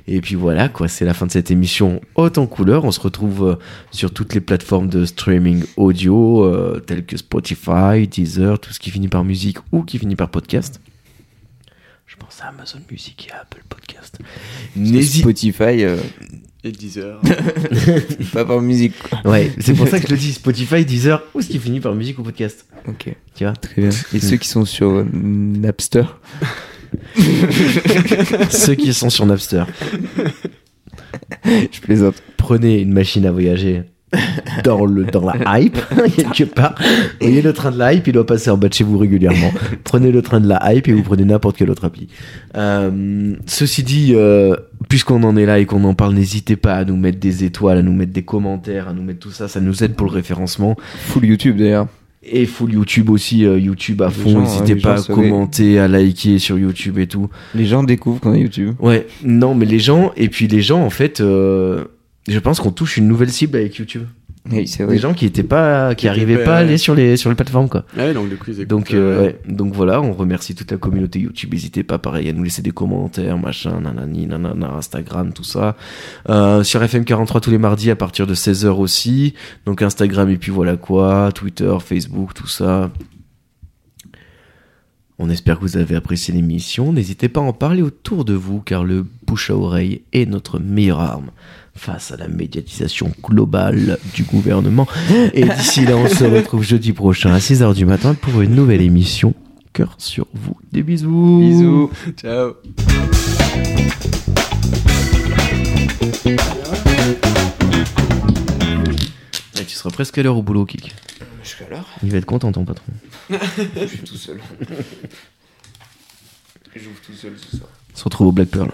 Speaker 1: Et puis voilà, quoi, c'est la fin de cette émission haute en couleur. On se retrouve euh, sur toutes les plateformes de streaming audio, euh, telles que Spotify, Deezer, tout ce qui finit par musique ou qui finit par podcast. Je pense à Amazon Music et à Apple Podcast. N'hésite
Speaker 2: Spotify, euh,
Speaker 3: Et
Speaker 1: [laughs]
Speaker 3: 10 heures.
Speaker 2: pas par musique. quoi.
Speaker 1: Ouais, c'est pour ça
Speaker 2: [laughs]
Speaker 1: que je le dis Spotify, Deezer ou ce qui finit par musique ou podcast.
Speaker 2: Ok,
Speaker 1: Tu
Speaker 2: [laughs]
Speaker 1: vois
Speaker 2: très bien. Et ceux qui sont sur euh, Napster, [laughs]
Speaker 1: Ceux qui sont sur Napster.
Speaker 2: je plaisante.
Speaker 1: prenez une machine à voyager dans, le, dans la hype, [laughs] quelque part. Voyez le train de la hype, il doit passer en bas de chez vous régulièrement. Prenez le train de la hype et vous prenez n'importe quelle autre appli. Euh, ceci dit, euh, puisqu'on en est là et qu'on en parle, n'hésitez pas à nous mettre des étoiles, à nous mettre des commentaires, à nous mettre tout ça. Ça nous aide pour le référencement.
Speaker 2: Full YouTube d'ailleurs.
Speaker 1: Et full YouTube aussi, euh, YouTube à
Speaker 2: Les
Speaker 1: fond.
Speaker 2: gens, hein,
Speaker 1: N'hésitez
Speaker 2: les
Speaker 1: pas
Speaker 2: gens
Speaker 1: à
Speaker 2: se-
Speaker 1: commenter, à liker sur YouTube et tout.
Speaker 2: Les gens découvrent qu'on a YouTube.
Speaker 1: Ouais, non, mais les gens, et puis les gens, en fait, euh, je pense qu'on touche une nouvelle cible avec YouTube
Speaker 2: Oui, c'est
Speaker 1: des
Speaker 2: vrai.
Speaker 1: gens qui étaient pas qui
Speaker 3: Qui
Speaker 1: arrivaient
Speaker 3: étaient
Speaker 1: pas à
Speaker 3: pas-
Speaker 1: aller sur les sur les plateformes quoi
Speaker 3: Ah Ouais, donc du coup, ils écoutent,
Speaker 1: donc
Speaker 3: euh,
Speaker 1: euh, ouais. donc voilà on remercie toute la communauté YouTube n'hésitez pas pareil à nous laisser des commentaires machin nanani nanana Instagram tout ça Euh, sur FM43 tous les mardis à partir de 16h aussi donc Instagram et puis voilà quoi Twitter Facebook tout ça on espère que vous avez apprécié l'émission. N'hésitez pas à en parler autour de vous, car le bouche à oreille est notre meilleure arme face à la médiatisation globale du gouvernement. Et d'ici là, on se retrouve jeudi prochain à 6h du matin pour une nouvelle émission cœur sur vous. Des bisous.
Speaker 2: Bisous.
Speaker 3: Ciao.
Speaker 1: Eh, tu seras presque à l'heure au boulot, Kik.
Speaker 2: Je suis à l'heure.
Speaker 1: Il va être content, ton
Speaker 2: [laughs]
Speaker 1: patron. [laughs]
Speaker 2: Je suis tout seul. J'ouvre tout seul ce soir.
Speaker 1: On se retrouve au Black Pearl.